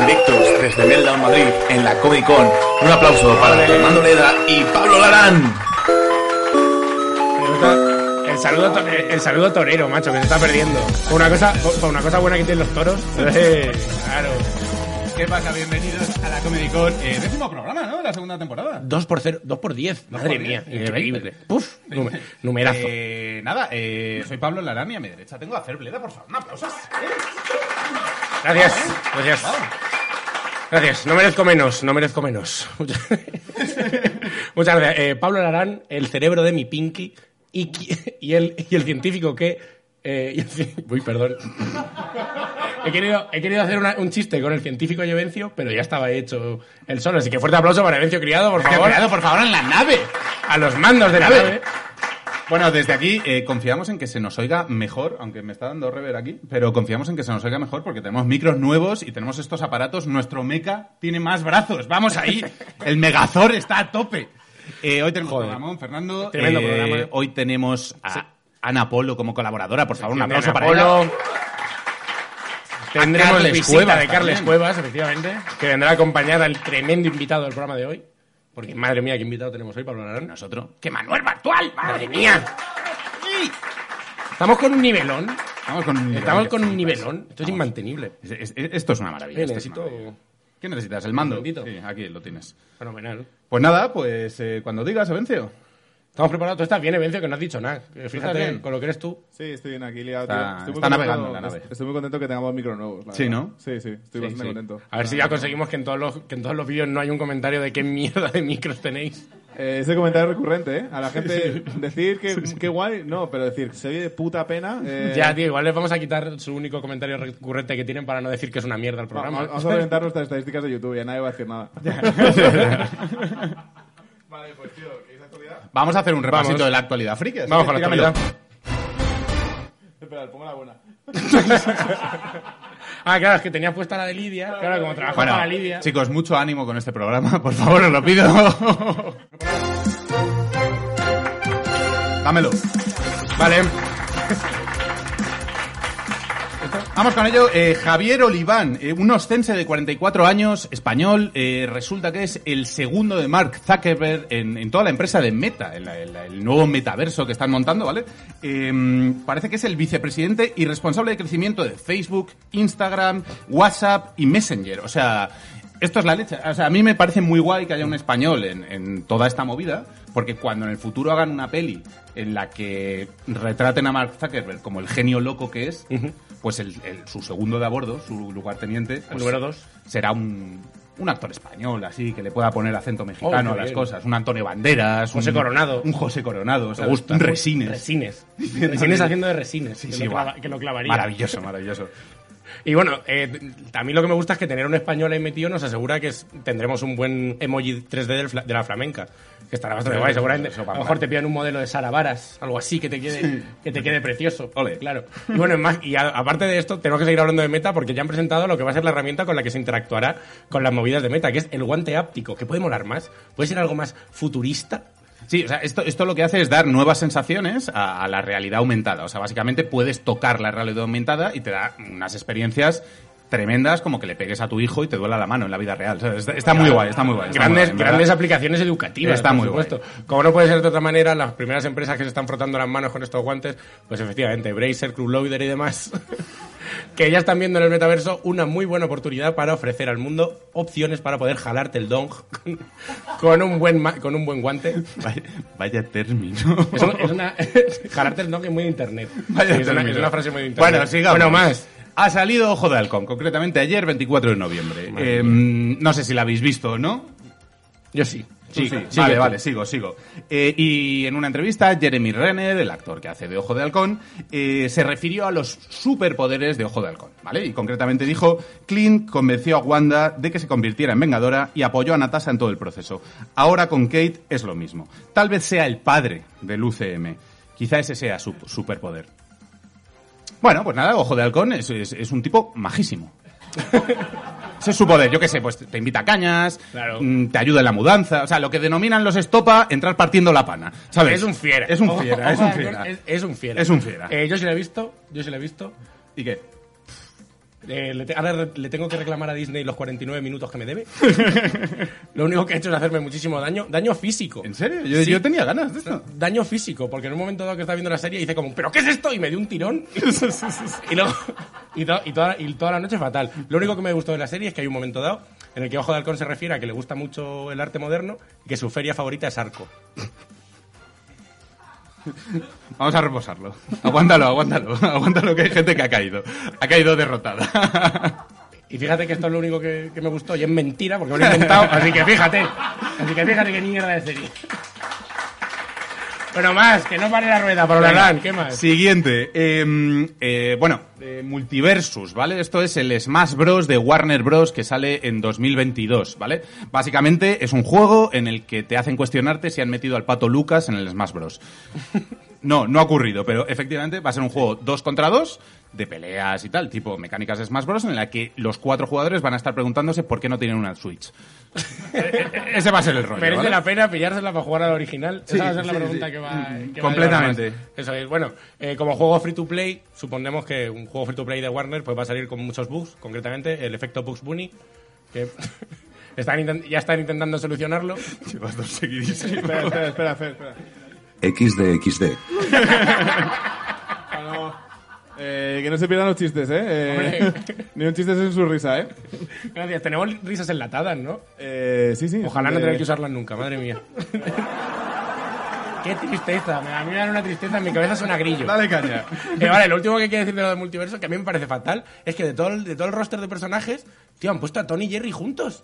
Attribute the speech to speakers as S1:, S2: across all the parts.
S1: Directos desde Meldown Madrid en la Comic Con. Un aplauso para Armando Leda y Pablo Larán.
S2: El saludo, to- el el saludo torero, macho, que se está perdiendo. Por Una cosa, por por una cosa buena que tienen los toros. eh, claro.
S3: ¿Qué pasa? Bienvenidos a la Comedy Con. Eh, décimo programa, ¿no? La segunda temporada.
S2: 2 por 0, 2 por 10.
S3: Dos
S2: Madre
S3: por
S2: mía,
S3: diez.
S2: increíble. Puf, nume- numerazo.
S3: Eh, nada, eh, soy Pablo Larán y a mi derecha tengo a hacer Bleda, por favor. Un aplauso.
S2: Gracias, gracias, gracias. No merezco menos, no merezco menos. Muchas muchas gracias. Eh, Pablo Larán, el cerebro de mi Pinky y, qui- y, el, y el científico que... eh, y el ci- uy, perdón. He querido, he querido hacer una- un chiste con el científico Evencio, pero ya estaba hecho el solo. Así que fuerte aplauso para Evencio Criado, por favor.
S3: Cuidado, por favor, en la nave.
S2: A los mandos de la
S3: Nave.
S2: nave.
S3: Bueno, desde aquí eh, confiamos en que se nos oiga mejor, aunque me está dando rever aquí, pero confiamos en que se nos oiga mejor porque tenemos micros nuevos y tenemos estos aparatos. Nuestro meca tiene más brazos. Vamos ahí. El megazor está a tope. Eh, hoy tenemos a Ramón, Fernando.
S2: Tremendo
S3: Eh,
S2: programa.
S3: Hoy tenemos a
S2: Sí.
S3: Ana Polo como colaboradora. Por favor, un
S2: Tiene
S3: aplauso para
S2: Apolo.
S3: ella.
S2: Tendremos
S3: Carles
S2: visita
S3: Cuevas
S2: de Carles
S3: también.
S2: Cuevas, efectivamente, que vendrá acompañada al tremendo invitado del programa de hoy. Porque madre mía, qué invitado tenemos hoy, Pablo Larán.
S3: Nosotros. ¡Que Manuel Bartual!
S2: Madre mía. Estamos con un nivelón.
S3: Estamos con un
S2: Estamos con un nivelón. Esto es inmantenible.
S3: Es- es- Esto es una maravilla.
S2: Eh,
S3: esto este es
S2: necesito-
S3: una maravilla. ¿Qué necesitas? ¿El mando?
S2: mandito.
S3: Sí, aquí lo tienes.
S2: Fenomenal.
S3: Pues nada, pues eh, cuando digas, Evencio.
S2: Estamos preparados. Tú estás bien, Evencio, que no has dicho nada. Eh, Fíjate
S3: bien?
S2: con lo que eres tú.
S4: Sí, estoy bien aquí liado.
S3: Está-
S4: tío. Estoy muy
S3: está
S4: contento-
S3: navegando en la nave.
S4: Estoy muy contento que tengamos micro nuevos. la
S3: Sí,
S4: verdad.
S3: ¿no?
S4: Sí, sí, estoy bastante
S3: sí. Ah.
S4: contento.
S2: A ver si ya conseguimos que en todos los, que en todos los vídeos no hay un comentario de qué mierda de micros tenéis.
S4: Eh, ese comentario recurrente, ¿eh? A la gente decir que, que guay, no, pero decir que se oye de puta pena. eh,
S2: Ya, tío, igual les vamos a quitar su único comentario recurrente que tienen para no decir que es una mierda el
S4: va-
S2: programa.
S4: va- Vamos a reventar nuestras estadísticas de YouTube, ya nadie va a decir nada. vale, pues tío, ¿queréis actualidad?
S3: Vamos a hacer un repasito
S2: Vamos.
S3: de la actualidad friki. así
S2: Vamos
S3: que
S2: con la
S3: tíramelo.
S2: actualidad.
S4: Espera, pongo la buena.
S2: Ah, claro, es que tenía puesta la de Lidia. Claro, como trabajo
S3: Bueno,
S2: para Lidia.
S3: chicos, mucho ánimo con este programa, por favor, os lo pido. Dámelo. Vale. Vamos con ello. Eh, Javier Oliván, eh, un ostense de 44 años, español, eh, resulta que es el segundo de Mark Zuckerberg en, en toda la empresa de Meta, en la- en la- el nuevo metaverso que están montando, ¿vale? Eh, parece que es el vicepresidente y responsable de crecimiento de Facebook, Instagram, WhatsApp y Messenger. O sea, esto es la leche. O sea, a mí me parece muy guay que haya un español en, en toda esta movida, porque cuando en el futuro hagan una peli en la que retraten a Mark Zuckerberg como el genio loco que es, pues el, el- su segundo de a bordo, su lugarteniente, pues,
S2: número dos.
S3: será un, un actor español, así, que le pueda poner acento mexicano
S2: Oh,
S3: a
S2: qué
S3: las
S2: bien.
S3: cosas. Un Antonio Banderas.
S2: José
S3: un,
S2: Coronado.
S3: Un José Coronado.
S2: Me
S3: ¿sabes? Un Resines.
S2: Resines. Resines haciendo de resines. que,
S3: Sí,
S2: lo
S3: guau.
S2: clava- que lo clavaría.
S3: Maravilloso, maravilloso.
S2: Y bueno, eh, t- a mí lo que me gusta es que tener un español ahí metido nos asegura que es- tendremos un buen emoji 3D del fla- de la flamenca. Que estará bastante
S3: Sí,
S2: guay,
S3: eso,
S2: seguramente.
S3: eso,
S2: a lo
S3: pam,
S2: mejor
S3: pam.
S2: te pidan un modelo de Sara Varas, algo así, que te quede, que te quede precioso.
S3: Ole.
S2: Claro. Y bueno, es más, y a- aparte de esto, tenemos que seguir hablando de Meta porque ya han presentado lo que va a ser la herramienta con la que se interactuará con las movidas de Meta, que es el guante áptico, que puede molar más. Puede ser algo más futurista.
S3: Sí, o sea, esto, esto lo que hace es dar nuevas sensaciones a, a la realidad aumentada. O sea, básicamente puedes tocar la realidad aumentada y te da unas experiencias tremendas como que le pegues a tu hijo y te duela la mano en la vida real. O sea, está, está muy guay, está muy guay.
S2: grandes,
S3: está muy guay, en verdad.
S2: grandes aplicaciones educativas,
S3: Está
S2: por
S3: muy
S2: supuesto. Como no puede ser de otra manera, las primeras empresas que se están frotando las manos con estos guantes, pues efectivamente, Bracer, Club Loader y demás, que ya están viendo en el metaverso una muy buena oportunidad para ofrecer al mundo opciones para poder jalarte el dong con, con un, buen ma- con un buen guante.
S3: Vaya, vaya término.
S2: Es, un- es una, jalarte el dong es muy de internet.
S3: Vaya
S2: Sí, es, una,
S3: término.
S2: es una frase muy de internet.
S3: Bueno, sigamos.
S2: Bueno, más.
S3: Ha salido Ojo de Halcón, concretamente ayer, 24 de noviembre. Eh, no sé si la habéis visto o no.
S2: Yo sí.
S3: Sí,
S2: sí, sigue
S3: vale,
S2: tú.
S3: vale, sigo, sigo. Eh, y en una entrevista, Jeremy Renner, el actor que hace de Ojo de Halcón, eh, se refirió a los superpoderes de Ojo de Halcón, ¿vale? Y concretamente dijo, Clint convenció a Wanda de que se convirtiera en Vengadora y apoyó a Natasha en todo el proceso. Ahora con Kate es lo mismo. Tal vez sea el padre del UCM. Quizá ese sea su superpoder. Bueno, pues nada, Ojo de Halcón es, es- es un tipo majísimo. Ese es su poder, yo qué sé, pues te invita a cañas,
S2: Claro.
S3: mm, te ayuda en la mudanza, o sea, lo que denominan los estopa, entrar partiendo la pana, ¿sabes?
S2: Es un fiera.
S3: Es un fiera, es un fiera.
S2: Es, es un fiera.
S3: Es un fiera.
S2: Eh, yo sí lo he visto, yo sí lo he visto.
S3: ¿Y qué?
S2: Eh, le te- ahora re- le tengo que reclamar a Disney los 49 minutos que me debe. lo único que ha hecho es hacerme muchísimo daño. Daño físico.
S3: ¿En serio? Yo, yo tenía ganas de esto.
S2: Daño físico, porque en un momento dado que estaba viendo la serie hice como, ¿pero qué es esto? Y me dio un tirón. y luego. Y, to- y toda, y toda la noche fatal. Lo único que me gustó de la serie es que hay un momento dado en el que Ojo de Halcón se refiere a que le gusta mucho el arte moderno y que su feria favorita es Arco.
S3: Vamos a reposarlo. Aguántalo, aguántalo, aguántalo que hay gente que ha caído. Ha caído derrotada.
S2: Y fíjate que esto es lo único que, que me gustó. Y es mentira porque me lo he inventado. Así que fíjate. Así que fíjate qué mierda de serie. Bueno, más, que no pare la rueda, para hablar, ¿Qué más?
S3: Siguiente. eh, eh, bueno, eh, Multiversus, ¿vale? Esto es el Smash Bros. de Warner Bros. que sale en 2022, ¿vale? Básicamente es un juego en el que te hacen cuestionarte si han metido al pato Lucas en el Smash Bros. No, no ha ocurrido, pero efectivamente va a ser un juego 2 contra 2 de peleas y tal, tipo mecánicas de Smash Bros. en la que los cuatro jugadores van a estar preguntándose por qué no tienen una Switch. E- e- Ese va a ser el rollo.
S2: Merece
S3: ¿vale?
S2: la pena pillársela para jugar al original.
S3: Sí,
S2: Esa va a ser la
S3: sí,
S2: pregunta
S3: sí.
S2: que va.
S3: Mm,
S2: que va a
S3: completamente.
S2: llevar más. Eso es. Bueno, eh, como juego free to play, suponemos que un juego free to play de Warner pues va a salir con muchos bugs, concretamente el efecto Bugs Bunny, que están inten- ya están intentando solucionarlo.
S3: Llevas dos seguidísimos.
S4: Espera, espera, espera, espera, espera.
S5: XDXD.
S4: Ah, no. Eh, que no se pierdan los chistes, ¿eh? Eh,
S2: Hombre.
S4: ni un chiste sin su risa, ¿eh?
S2: Gracias. Tenemos risas enlatadas, ¿no?
S4: Eh, sí, sí.
S2: Ojalá no
S4: Eh,
S2: tener que usarlas nunca, madre mía. Qué tristeza, me- a mí me da una tristeza, en mi cabeza suena grillo.
S3: Dale caña.
S2: Eh, vale, lo último que quiero decir de lo del multiverso, que a mí me parece fatal, es que de todo el, de todo el roster de personajes, tío, han puesto a Tony y Jerry juntos.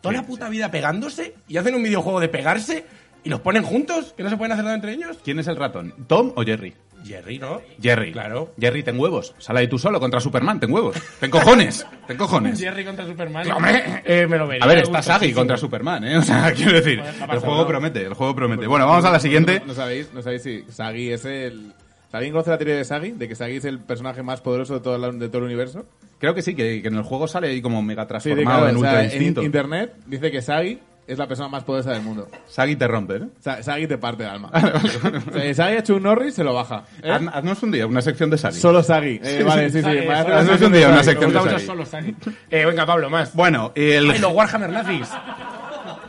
S2: Toda la puta vida pegándose y hacen un videojuego de pegarse y los ponen juntos, que no se pueden hacer nada entre ellos.
S3: ¿Quién es el ratón? ¿Tom o Jerry?
S2: Jerry, ¿no?
S3: Jerry.
S2: Claro.
S3: Jerry, ten huevos. Sal ahí tú solo contra Superman, ten huevos. Ten cojones. Ten cojones.
S2: Jerry contra Superman.
S3: Hombre.
S2: Eh, me lo vería.
S3: A ver,
S2: me
S3: está Sagi
S2: gustarísimo.
S3: contra Superman, ¿eh? O sea, quiero decir,
S2: Joder, está
S3: el
S2: pasado,
S3: juego
S2: ¿no?
S3: promete, el juego promete. Bueno, vamos a la siguiente.
S4: No sabéis, no sabéis si Sagi es el. ¿Alguien conoce la teoría de Sagi? ¿De que Sagi es el personaje más poderoso de todo, la- de todo el universo?
S3: Creo que sí, que, que en el juego sale ahí como mega
S4: Sí, de
S3: transformado en
S4: o sea,
S3: ultra
S4: en
S3: instinto.
S4: internet dice que Sagi es la persona más poderosa del mundo.
S3: Sagi te rompe, ¿eh?
S4: Sa- Sagi te parte el alma. O sea, Sagi ha hecho un Norris, se lo baja. ¿eh?
S3: Haz- Haznos un día una sección de Sagi.
S4: Solo Sagi. Eh, vale, sí, sí.
S2: Eh,
S4: me hace
S2: solo-
S4: la
S3: Haznos
S4: sección
S3: un
S4: de
S3: día una
S4: Sagi.
S2: Me
S3: sección de
S2: gusta mucho
S3: Sagi.
S2: solo Sagi. Eh, venga, Pablo, más.
S3: Bueno,
S2: Ay,
S3: el...
S2: los Warhammer nazis.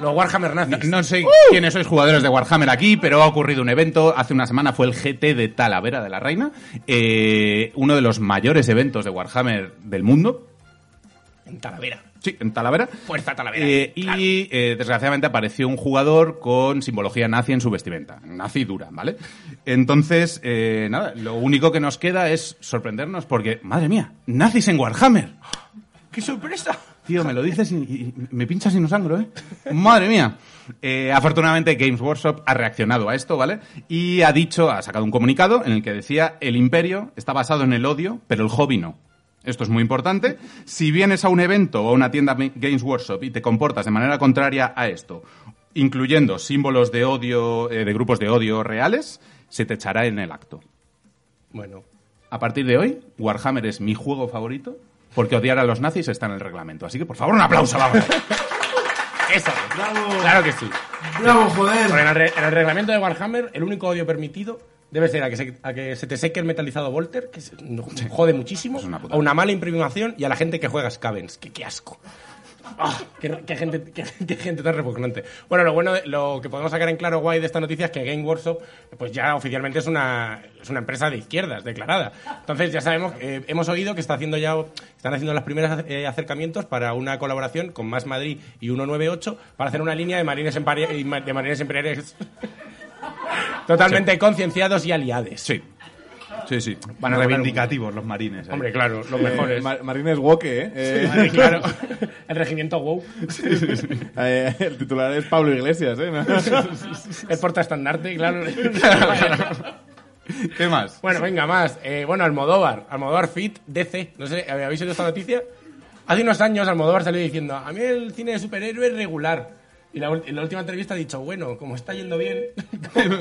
S2: Los Warhammer
S3: No,
S2: nazis.
S3: no
S4: Uh.
S3: sé quiénes sois jugadores de Warhammer aquí, pero ha ocurrido un evento. Hace una semana fue el GT de Talavera de la Reina, eh, uno de los mayores eventos de Warhammer del mundo.
S2: En Talavera.
S3: Sí, en Talavera.
S2: Fuerza Talavera.
S3: Eh, y
S2: Claro.
S3: eh, desgraciadamente apareció un jugador con simbología nazi en su vestimenta. Nazi dura, ¿vale? Entonces, eh, nada, lo único que nos queda es sorprendernos porque, madre mía, nazis en Warhammer.
S2: ¡Qué sorpresa!
S3: Tío, me lo dices y, y me pinchas y no sangro, ¿eh? Madre mía. Eh, afortunadamente Games Workshop ha reaccionado a esto, ¿vale? Y ha dicho, ha sacado un comunicado en el que decía, el imperio está basado en el odio, pero el hobby no. Esto es muy importante. Si vienes a un evento o a una tienda Mi- Games Workshop y te comportas de manera contraria a esto, incluyendo símbolos de odio, eh, de grupos de odio reales, se te echará en el acto.
S2: Bueno,
S3: A partir de hoy, Warhammer es mi juego favorito porque odiar a los nazis está en el reglamento. Así que, por favor, un aplauso, vamos.
S2: esa. Claro que sí. Porque en, el re- en el reglamento de Warhammer, el único odio permitido debe ser a que se, a que se te seque el metalizado Volter, que se- no- jode muchísimo,
S3: Es una putada.
S2: a una mala imprimación y a la gente que juega Scavens. ¡Qué, qué asco! Ah, qué, qué gente, qué, qué gente tan repugnante. Bueno, lo bueno, de- lo que podemos sacar en claro guay de esta noticia es que Game Workshop, pues ya oficialmente es una, es una empresa de izquierdas declarada. Entonces ya sabemos, eh, hemos oído que está haciendo ya, están haciendo los primeros eh, acercamientos para una colaboración con Más Madrid y 198 para hacer una línea de marines, empari- y ma- de marines imperiales totalmente concienciados y aliados.
S3: Sí. Sí, sí.
S2: Van a
S3: reivindicativos los marines. ahí.
S2: Hombre, claro, los
S3: Eh,
S2: mejores.
S4: Marines Woke, ¿eh? Eh,
S2: Madre, claro. El regimiento WoW.
S4: eh, el titular es Pablo Iglesias, ¿eh?
S2: El portaestandarte, claro.
S3: ¿Qué más?
S2: Bueno, venga, más. Eh, bueno, Almodóvar. Almodóvar Fit DC. No sé, ¿habéis oído esta noticia? Hace unos años Almodóvar salió diciendo, a mí el cine de superhéroe es regular. Y la, ul- en la última entrevista ha dicho, bueno, como está yendo bien, como,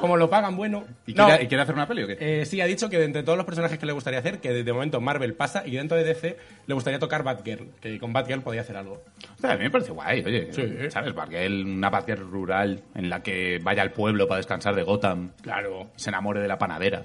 S2: como lo pagan bueno.
S3: ¿Y,
S2: No,
S3: quiere, y quiere hacer una peli o qué?
S2: eh, sí, ha dicho que de entre todos los personajes que le gustaría hacer, que de, de momento Marvel pasa y dentro de DC le gustaría tocar Batgirl, que con Batgirl podía hacer algo.
S3: O sea, a mí me parece guay, oye.
S2: Sí.
S3: ¿Sabes? Batgirl, una Batgirl rural en la que vaya al pueblo para descansar de Gotham.
S2: Claro.
S3: Se enamore de la panadera.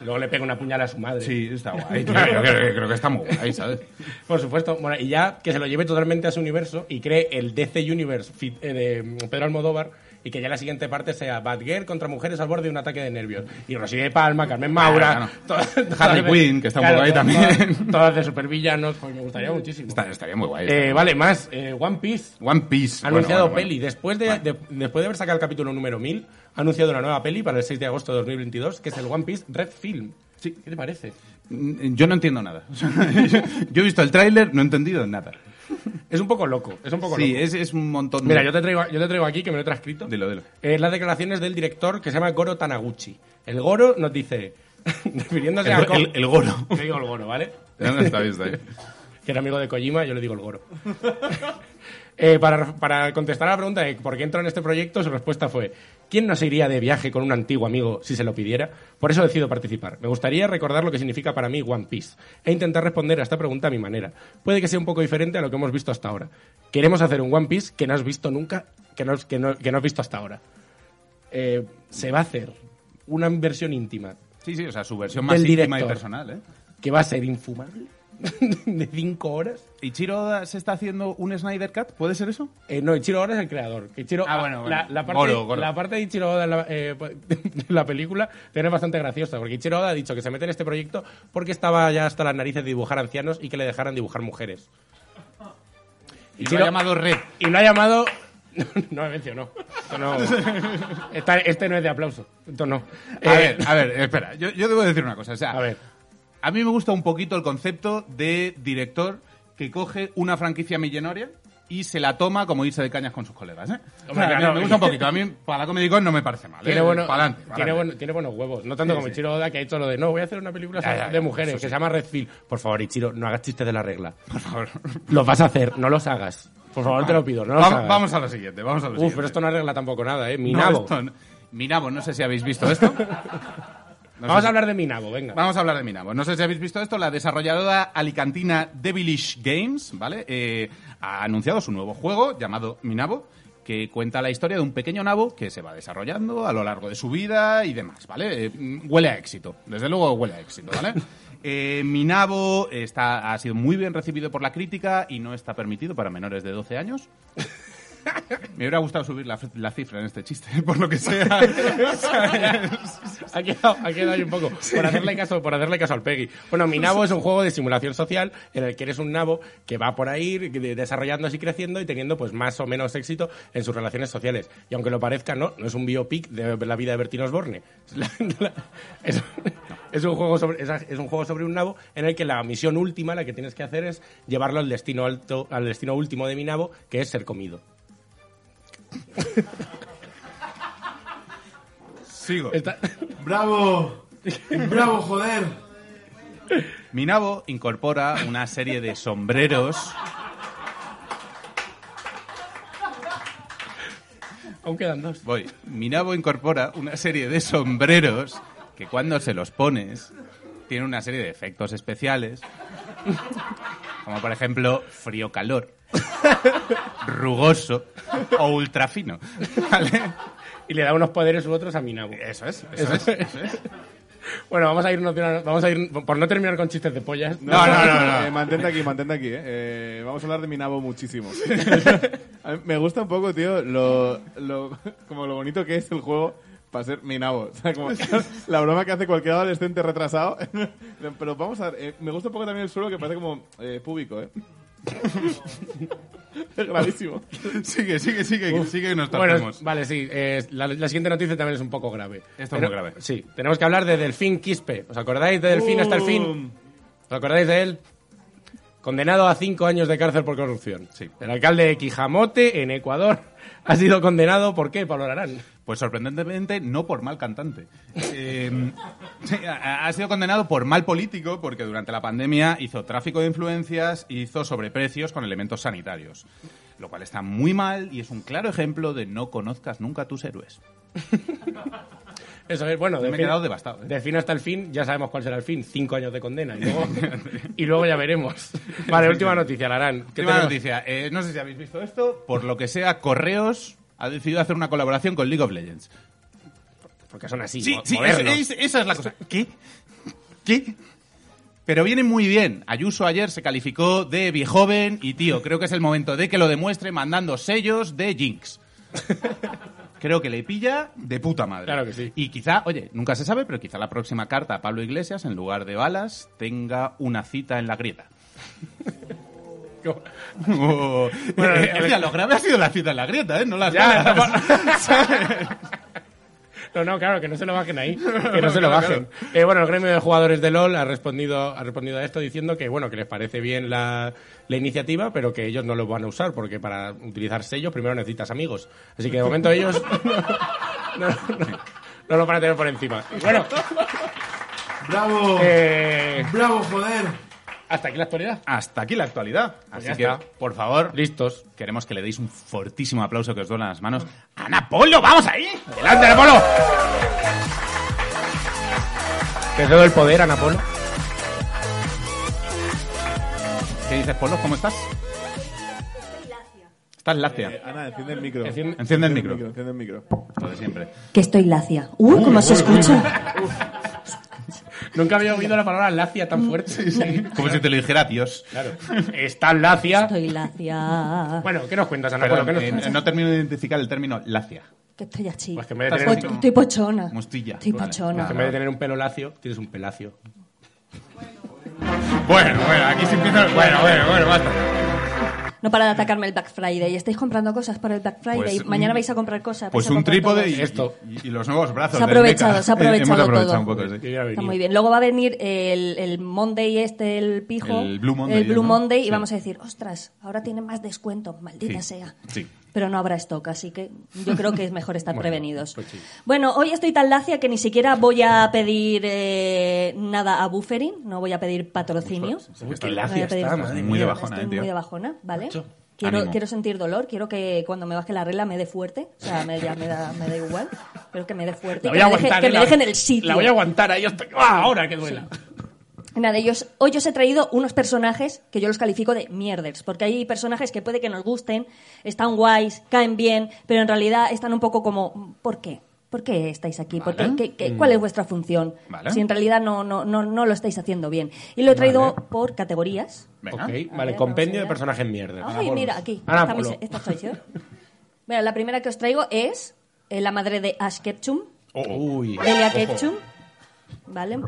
S2: Luego le pega una puñalada a su madre.
S3: Sí, está guay. tío. Yo creo, creo que está muy guay, ¿sabes?
S2: Por supuesto, bueno, y ya que se lo lleve totalmente a su universo y cree el DC Universe fit- eh, de mm, Pedro Almodóvar y que ya la siguiente parte sea Batgirl contra mujeres al borde de un ataque de nervios. Y Rosy de Palma, Carmen Maura, todas-
S3: Harley Quinn, que está un poco ahí
S2: todas-
S3: también.
S2: Todas de supervillanos, pues me gustaría muchísimo.
S3: Está- estaría muy guay.
S2: Eh, vale, más, eh, One Piece.
S3: One Piece.
S2: Ha
S3: Bueno,
S2: anunciado
S3: bueno, bueno.
S2: peli. Después, de, de- después de haber sacado el capítulo número 1000, ha anunciado una nueva peli para el 6 de agosto de 2022, que es el One Piece Red Film. Sí. ¿Qué te parece?
S3: Mm, Yo no entiendo nada. O sea, yo, yo he visto el tráiler, no he entendido nada.
S2: Es un poco loco, es un poco
S3: Sí,
S2: loco.
S3: es, es un montón de...
S2: Mira, yo te, traigo, yo te traigo aquí, que me lo he transcrito.
S3: Dilo, dilo.
S2: Eh, las declaraciones del director que se llama Goro Tanaguchi. El Goro nos dice, refiriéndose a... Ko-
S3: El, el, el goro.
S2: Yo digo el Goro, ¿vale?
S3: No, no, está eh. bien, está bien.
S2: Que era amigo de Kojima, yo le digo el Goro. Eh, para, para contestar a la pregunta de por qué entró en este proyecto, su respuesta fue: ¿Quién no se iría de viaje con un antiguo amigo si se lo pidiera? Por eso decido participar. Me gustaría recordar lo que significa para mí One Piece e intentar responder a esta pregunta a mi manera. Puede que sea un poco diferente a lo que hemos visto hasta ahora. Queremos hacer un One Piece que no has visto nunca, que no, has- que no- que no has visto hasta ahora. Eh, se va a hacer una versión íntima
S3: Sí, sí, o sea, su versión más
S2: Del
S3: íntima y
S2: director.
S3: personal, ¿eh?
S2: que va a ser infumable de cinco horas.
S3: ¿Y Chiroda se está haciendo un Snyder Cut? ¿Puede ser eso?
S2: Eh, no, Ichiro Oda es el creador. Que Ichiro-
S3: Ah, bueno, bueno.
S2: La, la parte,
S3: Goro, Goro.
S2: la parte de Ichiro Oda en la, eh, de la película también es bastante graciosa, porque Ichiro Oda ha dicho que se mete en este proyecto porque estaba ya hasta las narices de dibujar ancianos y que le dejaran dibujar mujeres.
S3: Y
S2: Ichiro-
S3: lo ha llamado Red.
S2: Y lo ha llamado... No me mencionó. Esto no... Esta- este no es de aplauso. Esto no.
S3: A
S2: Eh,
S3: ver, a ver, espera, yo, yo debo decir una cosa. O sea,
S2: a ver.
S3: a mí me gusta un poquito el concepto de director que coge una franquicia millonaria y se la toma como irse de cañas con sus colegas. ¿eh? O sea,
S2: claro.
S3: me, me gusta un poquito. A mí, para la Comedy Con no me parece mal. ¿eh?
S2: Tiene, bueno-
S3: Pa'lante, pa'lante.
S2: tiene, bueno- tiene buenos huevos. No tanto como Ichiro Oda, que ha hecho lo de no, voy a hacer una película
S3: Ya, ya,
S2: de
S3: ya,
S2: mujeres
S3: eso
S2: que
S3: sí.
S2: se llama Redfield. Por favor, Ichiro, no hagas chistes de la regla.
S3: Por favor.
S2: Los vas a hacer, no los hagas. Por favor, te lo pido, no los
S3: vamos,
S2: hagas.
S3: vamos a lo siguiente, vamos a lo
S2: Uf,
S3: siguiente.
S2: pero esto no arregla tampoco nada, ¿eh?
S3: No,
S2: Minabo.
S3: esto no- Minabo, no sé si habéis visto esto. No
S2: Vamos
S3: sé
S2: a hablar de Minabo, venga.
S3: Vamos a hablar de Minabo. No sé si habéis visto esto, la desarrolladora alicantina Devilish Games, ¿vale? Eh, ha anunciado su nuevo juego llamado Minabo, que cuenta la historia de un pequeño nabo que se va desarrollando a lo largo de su vida y demás, ¿vale? Eh, mm, huele a éxito, desde luego huele a éxito, ¿vale? Eh, Minabo está, ha sido muy bien recibido por la crítica y no está permitido para menores de 12 años. Me hubiera gustado subir la, la cifra en este chiste, por lo que sea.
S2: Ha quedado, ha quedado ahí un poco. Por, hacerle caso, por hacerle caso al Peggy. Bueno, Minabo es un juego de simulación social en el que eres un nabo que va por ahí de- desarrollándose y creciendo y teniendo pues más o menos éxito en sus relaciones sociales. Y aunque lo parezca, no, no es un biopic de la vida de Bertino Osborne. Es, la- la- es- es un juego sobre, es, es un juego sobre un nabo en el que la misión última, la que tienes que hacer es llevarlo al destino alto, al destino último de mi nabo, que es ser comido.
S3: Sigo.
S2: Está-
S1: ¡Bravo! ¡Bravo, joder!
S3: Minabo incorpora una serie de sombreros.
S2: Aún quedan dos.
S3: Voy. Minabo incorpora una serie de sombreros que cuando se los pones tiene una serie de efectos especiales. Como por ejemplo, frío-calor, rugoso o ultrafino. ¿Vale?
S2: Y le da unos poderes u otros a Minabo.
S3: Eso es, eso es, eso es.
S2: Bueno, vamos a irnos de una- vamos a ir por no terminar con chistes de pollas.
S3: No, no, no, no.
S4: Eh, mantente aquí, mantente aquí, eh. Eh, Vamos a hablar de Minabo muchísimo. A mí me gusta un poco, tío, lo, lo- como lo bonito que es el juego para ser Minabo. O sea, como la broma que hace cualquier adolescente retrasado. Pero vamos a ver, eh, me gusta un poco también el suelo que parece como eh, púbico, ¿eh? Es gravísimo.
S3: Sigue, sigue, sigue, sigue que nos
S2: Bueno,
S3: tardemos.
S2: vale, sí. eh, la, la siguiente noticia también es un poco grave.
S3: Esta es muy grave.
S2: Sí, tenemos que hablar de Delfín Quispe. ¿Os acordáis de Delfín hasta el fin? ¿Os acordáis de él? Condenado a cinco años de cárcel por corrupción.
S3: Sí.
S2: El alcalde de Quijamote, en Ecuador, ha sido condenado por qué, Pablo Arán.
S3: Pues sorprendentemente no por mal cantante. Eh, sí, ha ha sido condenado por mal político porque durante la pandemia hizo tráfico de influencias y hizo sobreprecios con elementos sanitarios. Lo cual está muy mal y es un claro ejemplo de no conozcas nunca a tus héroes.
S2: Eso es, bueno,
S3: Me he
S2: Delfín-
S3: quedado devastado. ¿eh?
S2: Delfín hasta el fin, ya sabemos cuál será el fin. Cinco años de condena. Y luego, y luego ya veremos. Vale, última noticia, Larán. ¿Qué
S3: Última
S2: tenemos?
S3: noticia. Eh, no sé si habéis visto esto. Por lo que sea, Correos ha decidido hacer una colaboración con League of Legends.
S2: Porque son así.
S3: Sí,
S2: mo-
S3: sí, es-
S2: modernos.
S3: es- esa es la cosa. ¿Qué? ¿Qué? Pero viene muy bien. Ayuso ayer se calificó de viejoven y tío, creo que es el momento de que lo demuestre mandando sellos de Jinx. Creo que le pilla de puta madre.
S2: Claro que sí.
S3: Y quizá, oye, nunca se sabe, pero quizá la próxima carta a Pablo Iglesias, en lugar de balas, tenga una cita en la grieta. Oh.
S2: Bueno,
S3: Eh,
S2: el-
S3: hostia, lo grave ha sido la cita en la grieta, ¿eh? No las
S2: Ya,
S3: balas.
S2: No, no, claro, que no se lo bajen ahí. Que no se lo bajen. Eh, bueno, el gremio de jugadores de LOL ha respondido, ha respondido a esto diciendo que, bueno, que les parece bien la, la iniciativa, pero que ellos no lo van a usar, porque para utilizar sellos primero necesitas amigos. Así que de momento ellos no, no, no- no lo van a tener por encima. Y bueno,
S6: ¡Bravo!
S2: eh,
S6: ¡Bravo, joder!
S2: hasta aquí la actualidad.
S3: Hasta aquí la actualidad. Así
S2: Pues ya
S3: que,
S2: está.
S3: por favor,
S2: Listos.
S3: queremos que le deis un fortísimo aplauso que os duelen las manos. ¡Ana Polo! ¡Vamos ahí! ¡Delante, Ana Polo!
S2: Te cedo el poder, Ana Polo.
S3: ¿Qué dices, Polo? ¿Cómo estás? Estás láctea.
S4: Eh, Ana, enciende el micro.
S2: Enciende-
S3: Enciende el micro.
S4: Enciende el micro.
S3: Eh, Lo de siempre.
S7: Que estoy lacia. Uy, cómo se escucha.
S2: Nunca había oído la palabra lacia tan fuerte.
S3: Como si te lo dijera Dios.
S2: Claro. Estás lacia.
S7: Estoy lacia.
S2: Bueno, ¿qué nos cuentas, Ana Polo?
S3: Perdón,
S2: ¿Qué nos
S3: eh,
S2: cuentas?
S3: no termino de identificar el término lacia.
S7: Que estoy así.
S2: Pues que en vez de
S7: Po-
S2: tener-
S7: Estoy pochona.
S3: Mostilla.
S7: Estoy
S3: Vale.
S7: pochona.
S2: En vez de tener un pelo lacio, tienes un pelacio.
S3: Bueno, bueno, aquí se empieza... Bueno, bueno, bueno, basta.
S7: No para de atacarme el Black Friday. Estáis comprando cosas para el Black Friday.
S3: Pues
S7: Mañana
S3: un-
S7: vais a comprar cosas.
S3: Pues
S7: vais a
S3: un
S7: comprar
S3: trípode
S7: todos.
S3: y,
S2: Esto.
S3: y- y los nuevos brazos.
S7: Se ha
S3: del
S7: aprovechado,
S3: mecha.
S7: se ha aprovechado
S3: Hemos aprovechado
S7: todo.
S3: un poco, sí.
S2: Yo ya venía.
S7: Está muy bien. Luego va a venir el, el Monday este, el pijo.
S3: El Blue Monday,
S7: el Blue
S3: ¿no?
S7: Monday y
S3: Sí.
S7: vamos a decir, ostras, ahora tiene más descuento, maldita
S3: Sí.
S7: sea.
S3: Sí.
S7: Pero no habrá stock, así que yo creo que es mejor estar
S2: Bueno,
S7: prevenidos.
S2: pues sí.
S7: Bueno, hoy estoy tan lacia que ni siquiera voy a pedir eh, nada a Buffering, no voy a pedir
S2: Uy,
S7: patrocinio.
S2: qué
S7: No voy a
S2: Pues, lacia
S7: pedir-
S2: está, madre
S3: Muy de
S2: mía.
S3: bajona,
S7: Estoy
S3: eh, tío.
S7: muy de bajona, ¿vale?
S2: Macho,
S7: Quiero,
S3: ánimo.
S7: quiero sentir dolor, quiero que cuando me baje la regla me dé fuerte, o sea, me, ya me da, me da igual, pero que me dé
S2: La
S7: fuerte, y
S2: voy
S7: que,
S2: a
S7: me, deje-
S2: aguantar.
S7: que
S2: eh,
S7: me
S2: la-
S7: dejen el sitio.
S2: La voy a aguantar ahí hasta que- ¡Ah, ahora que duela.
S7: Nada, ellos, hoy os he traído unos personajes que yo los califico de mierders, porque hay personajes que puede que nos gusten, están guays, caen bien, pero en realidad están un poco como, ¿por qué? ¿Por qué estáis aquí? ¿Por qué? ¿Qué-
S2: Mm.
S7: qué- ¿Cuál es vuestra función?
S3: Vale.
S7: Si en realidad no, no, no, no lo estáis haciendo bien. Y lo he traído por categorías.
S3: Venga.
S2: Ok,
S7: A
S2: vale, compendio
S7: ver, vamos
S2: de
S7: allá.
S2: personajes mierda.
S7: Ay, mira, aquí.
S2: Ana
S7: esta, me-
S2: Polo.
S7: esta soy yo. Mira, la primera que os traigo es eh, la madre de Ash Ketchum.
S2: Uy, Oh,
S7: Delia
S2: ojo.
S7: Ketchum. ¿Vale?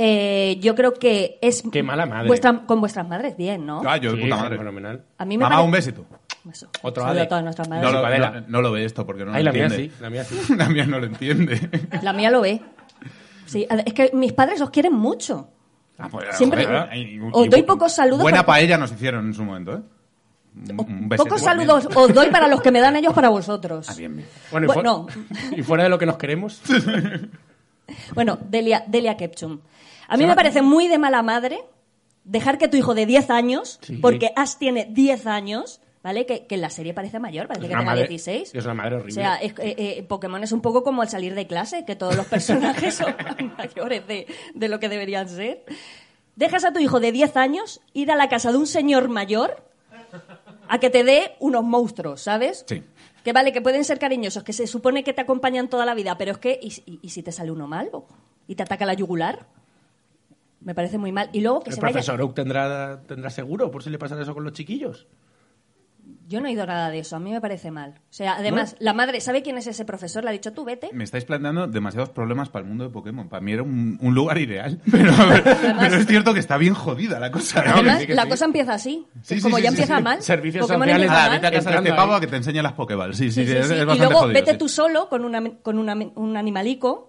S7: Eh, yo creo que es.
S2: Qué mala madre.
S7: vuestra- con vuestras madres, bien, ¿no?
S3: Ah, yo de
S2: Sí,
S3: puta madre.
S2: fenomenal.
S7: A mí me
S3: Mamá,
S7: pare-
S3: un besito.
S7: Eso.
S2: Otro
S7: Saludo
S2: ADE.
S7: a todas nuestras madres.
S3: No lo,
S2: Psicoadela.
S3: no- no lo ve esto porque no
S2: Ay,
S3: lo
S2: la mía
S3: entiende.
S2: sí, la mía sí.
S3: La mía no lo entiende.
S7: La mía lo ve. Sí, ad- es que mis padres os quieren mucho. Siempre-
S3: Joder, hay-
S7: os doy pocos saludos
S3: Ah, pues, Buena
S7: porque- Oh,
S3: paella nos hicieron en su momento, ¿eh? Un, un besito
S7: Pocos
S3: también.
S7: saludos os doy para los que me dan ellos para vosotros.
S3: Ah, bien, bien.
S2: Bueno, y,
S7: Bueno.
S2: fuera- y fuera de lo que nos queremos.
S7: Bueno, Delia, Delia Ketchum. A mí me parece muy de mala madre dejar que tu hijo de 10 años,
S2: Sí.
S7: porque Ash tiene 10 años, ¿vale? Que, que en la serie parece mayor, parece que
S2: una
S7: tenga
S2: madre-
S7: 16.
S2: es una madre horrible.
S7: O sea, es- eh, eh, Pokémon es un poco como al salir de clase, que todos los personajes son mayores de, de lo que deberían ser. Dejas a tu hijo de 10 años ir a la casa de un señor mayor a que te dé unos monstruos, ¿sabes?
S3: Sí.
S7: Que vale, que pueden ser cariñosos, que se supone que te acompañan toda la vida, pero es que, ¿y, si- y, y si te sale uno malo? ¿Y te ataca la yugular? Me parece muy mal. Y luego que
S2: El
S7: se
S2: profesor
S7: vaya...
S2: Oak tendrá, tendrá seguro por si le pasara eso con los chiquillos.
S7: Yo no he ido a nada de eso, a mí me parece mal. O sea, además, la madre, ¿sabe quién es ese profesor? Le ha dicho, tú vete.
S3: Me estáis planteando demasiados problemas para el mundo de Pokémon. Para mí era un, un lugar ideal. Pero, pero es cierto que está bien jodida la cosa. ¿no?
S7: Además,
S3: Que sí, que
S7: la
S3: sí.
S7: cosa empieza así.
S3: Sí, sí,
S7: como
S3: sí,
S7: ya
S3: sí,
S7: empieza
S3: sí.
S7: mal,
S2: Servicios
S7: Pokémon
S2: sociales,
S7: empieza
S2: ah,
S7: mal.
S2: vete a
S3: Entre
S2: Casando
S3: este
S2: ahí.
S3: pavo a que te enseña las Pokéballs. Sí, sí,
S7: Sí, sí,
S3: es,
S7: sí.
S3: es
S7: Y
S3: bastante
S7: luego
S3: jodido,
S7: vete
S3: sí.
S7: tú solo con, una- con una- un animalico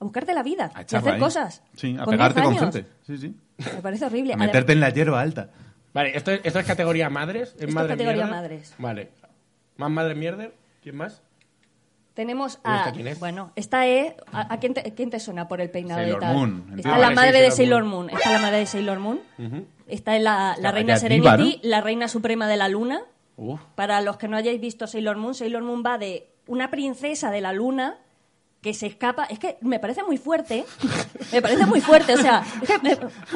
S7: a buscarte la vida
S3: A
S7: y
S3: echarla
S7: hacer
S3: ahí.
S7: cosas.
S3: Sí, a
S7: Con
S3: pegarte
S7: 10
S3: con
S7: años.
S3: gente. Sí, sí.
S7: Me parece horrible.
S3: A
S7: Adem-
S3: meterte en la hierba alta.
S2: Vale, esto, es- esto es categoría madres. Es
S7: es
S2: madre
S7: categoría
S2: mierda.
S7: madres.
S2: Vale. ¿Más madre mierda? ¿Quién más?
S7: Tenemos
S2: ¿Y
S7: a.
S2: esta quién es?
S7: Bueno, esta es. ¿A, a quién, te, quién te suena por el peinado
S3: Sailor
S7: y tal?
S3: Moon,
S7: Está
S3: entiendo.
S7: la
S2: Vale, sí,
S7: madre de
S2: Sailor
S7: Sailor Moon. Está la madre de Sailor Moon. Está la, la
S3: Está
S7: reina
S3: vaya diva,
S7: Serenity, la reina suprema de la luna. Para los que no hayáis visto Sailor Moon, Sailor Moon va de una princesa de la luna que se escapa. Es que me parece muy fuerte. me parece muy fuerte. O sea, es que me-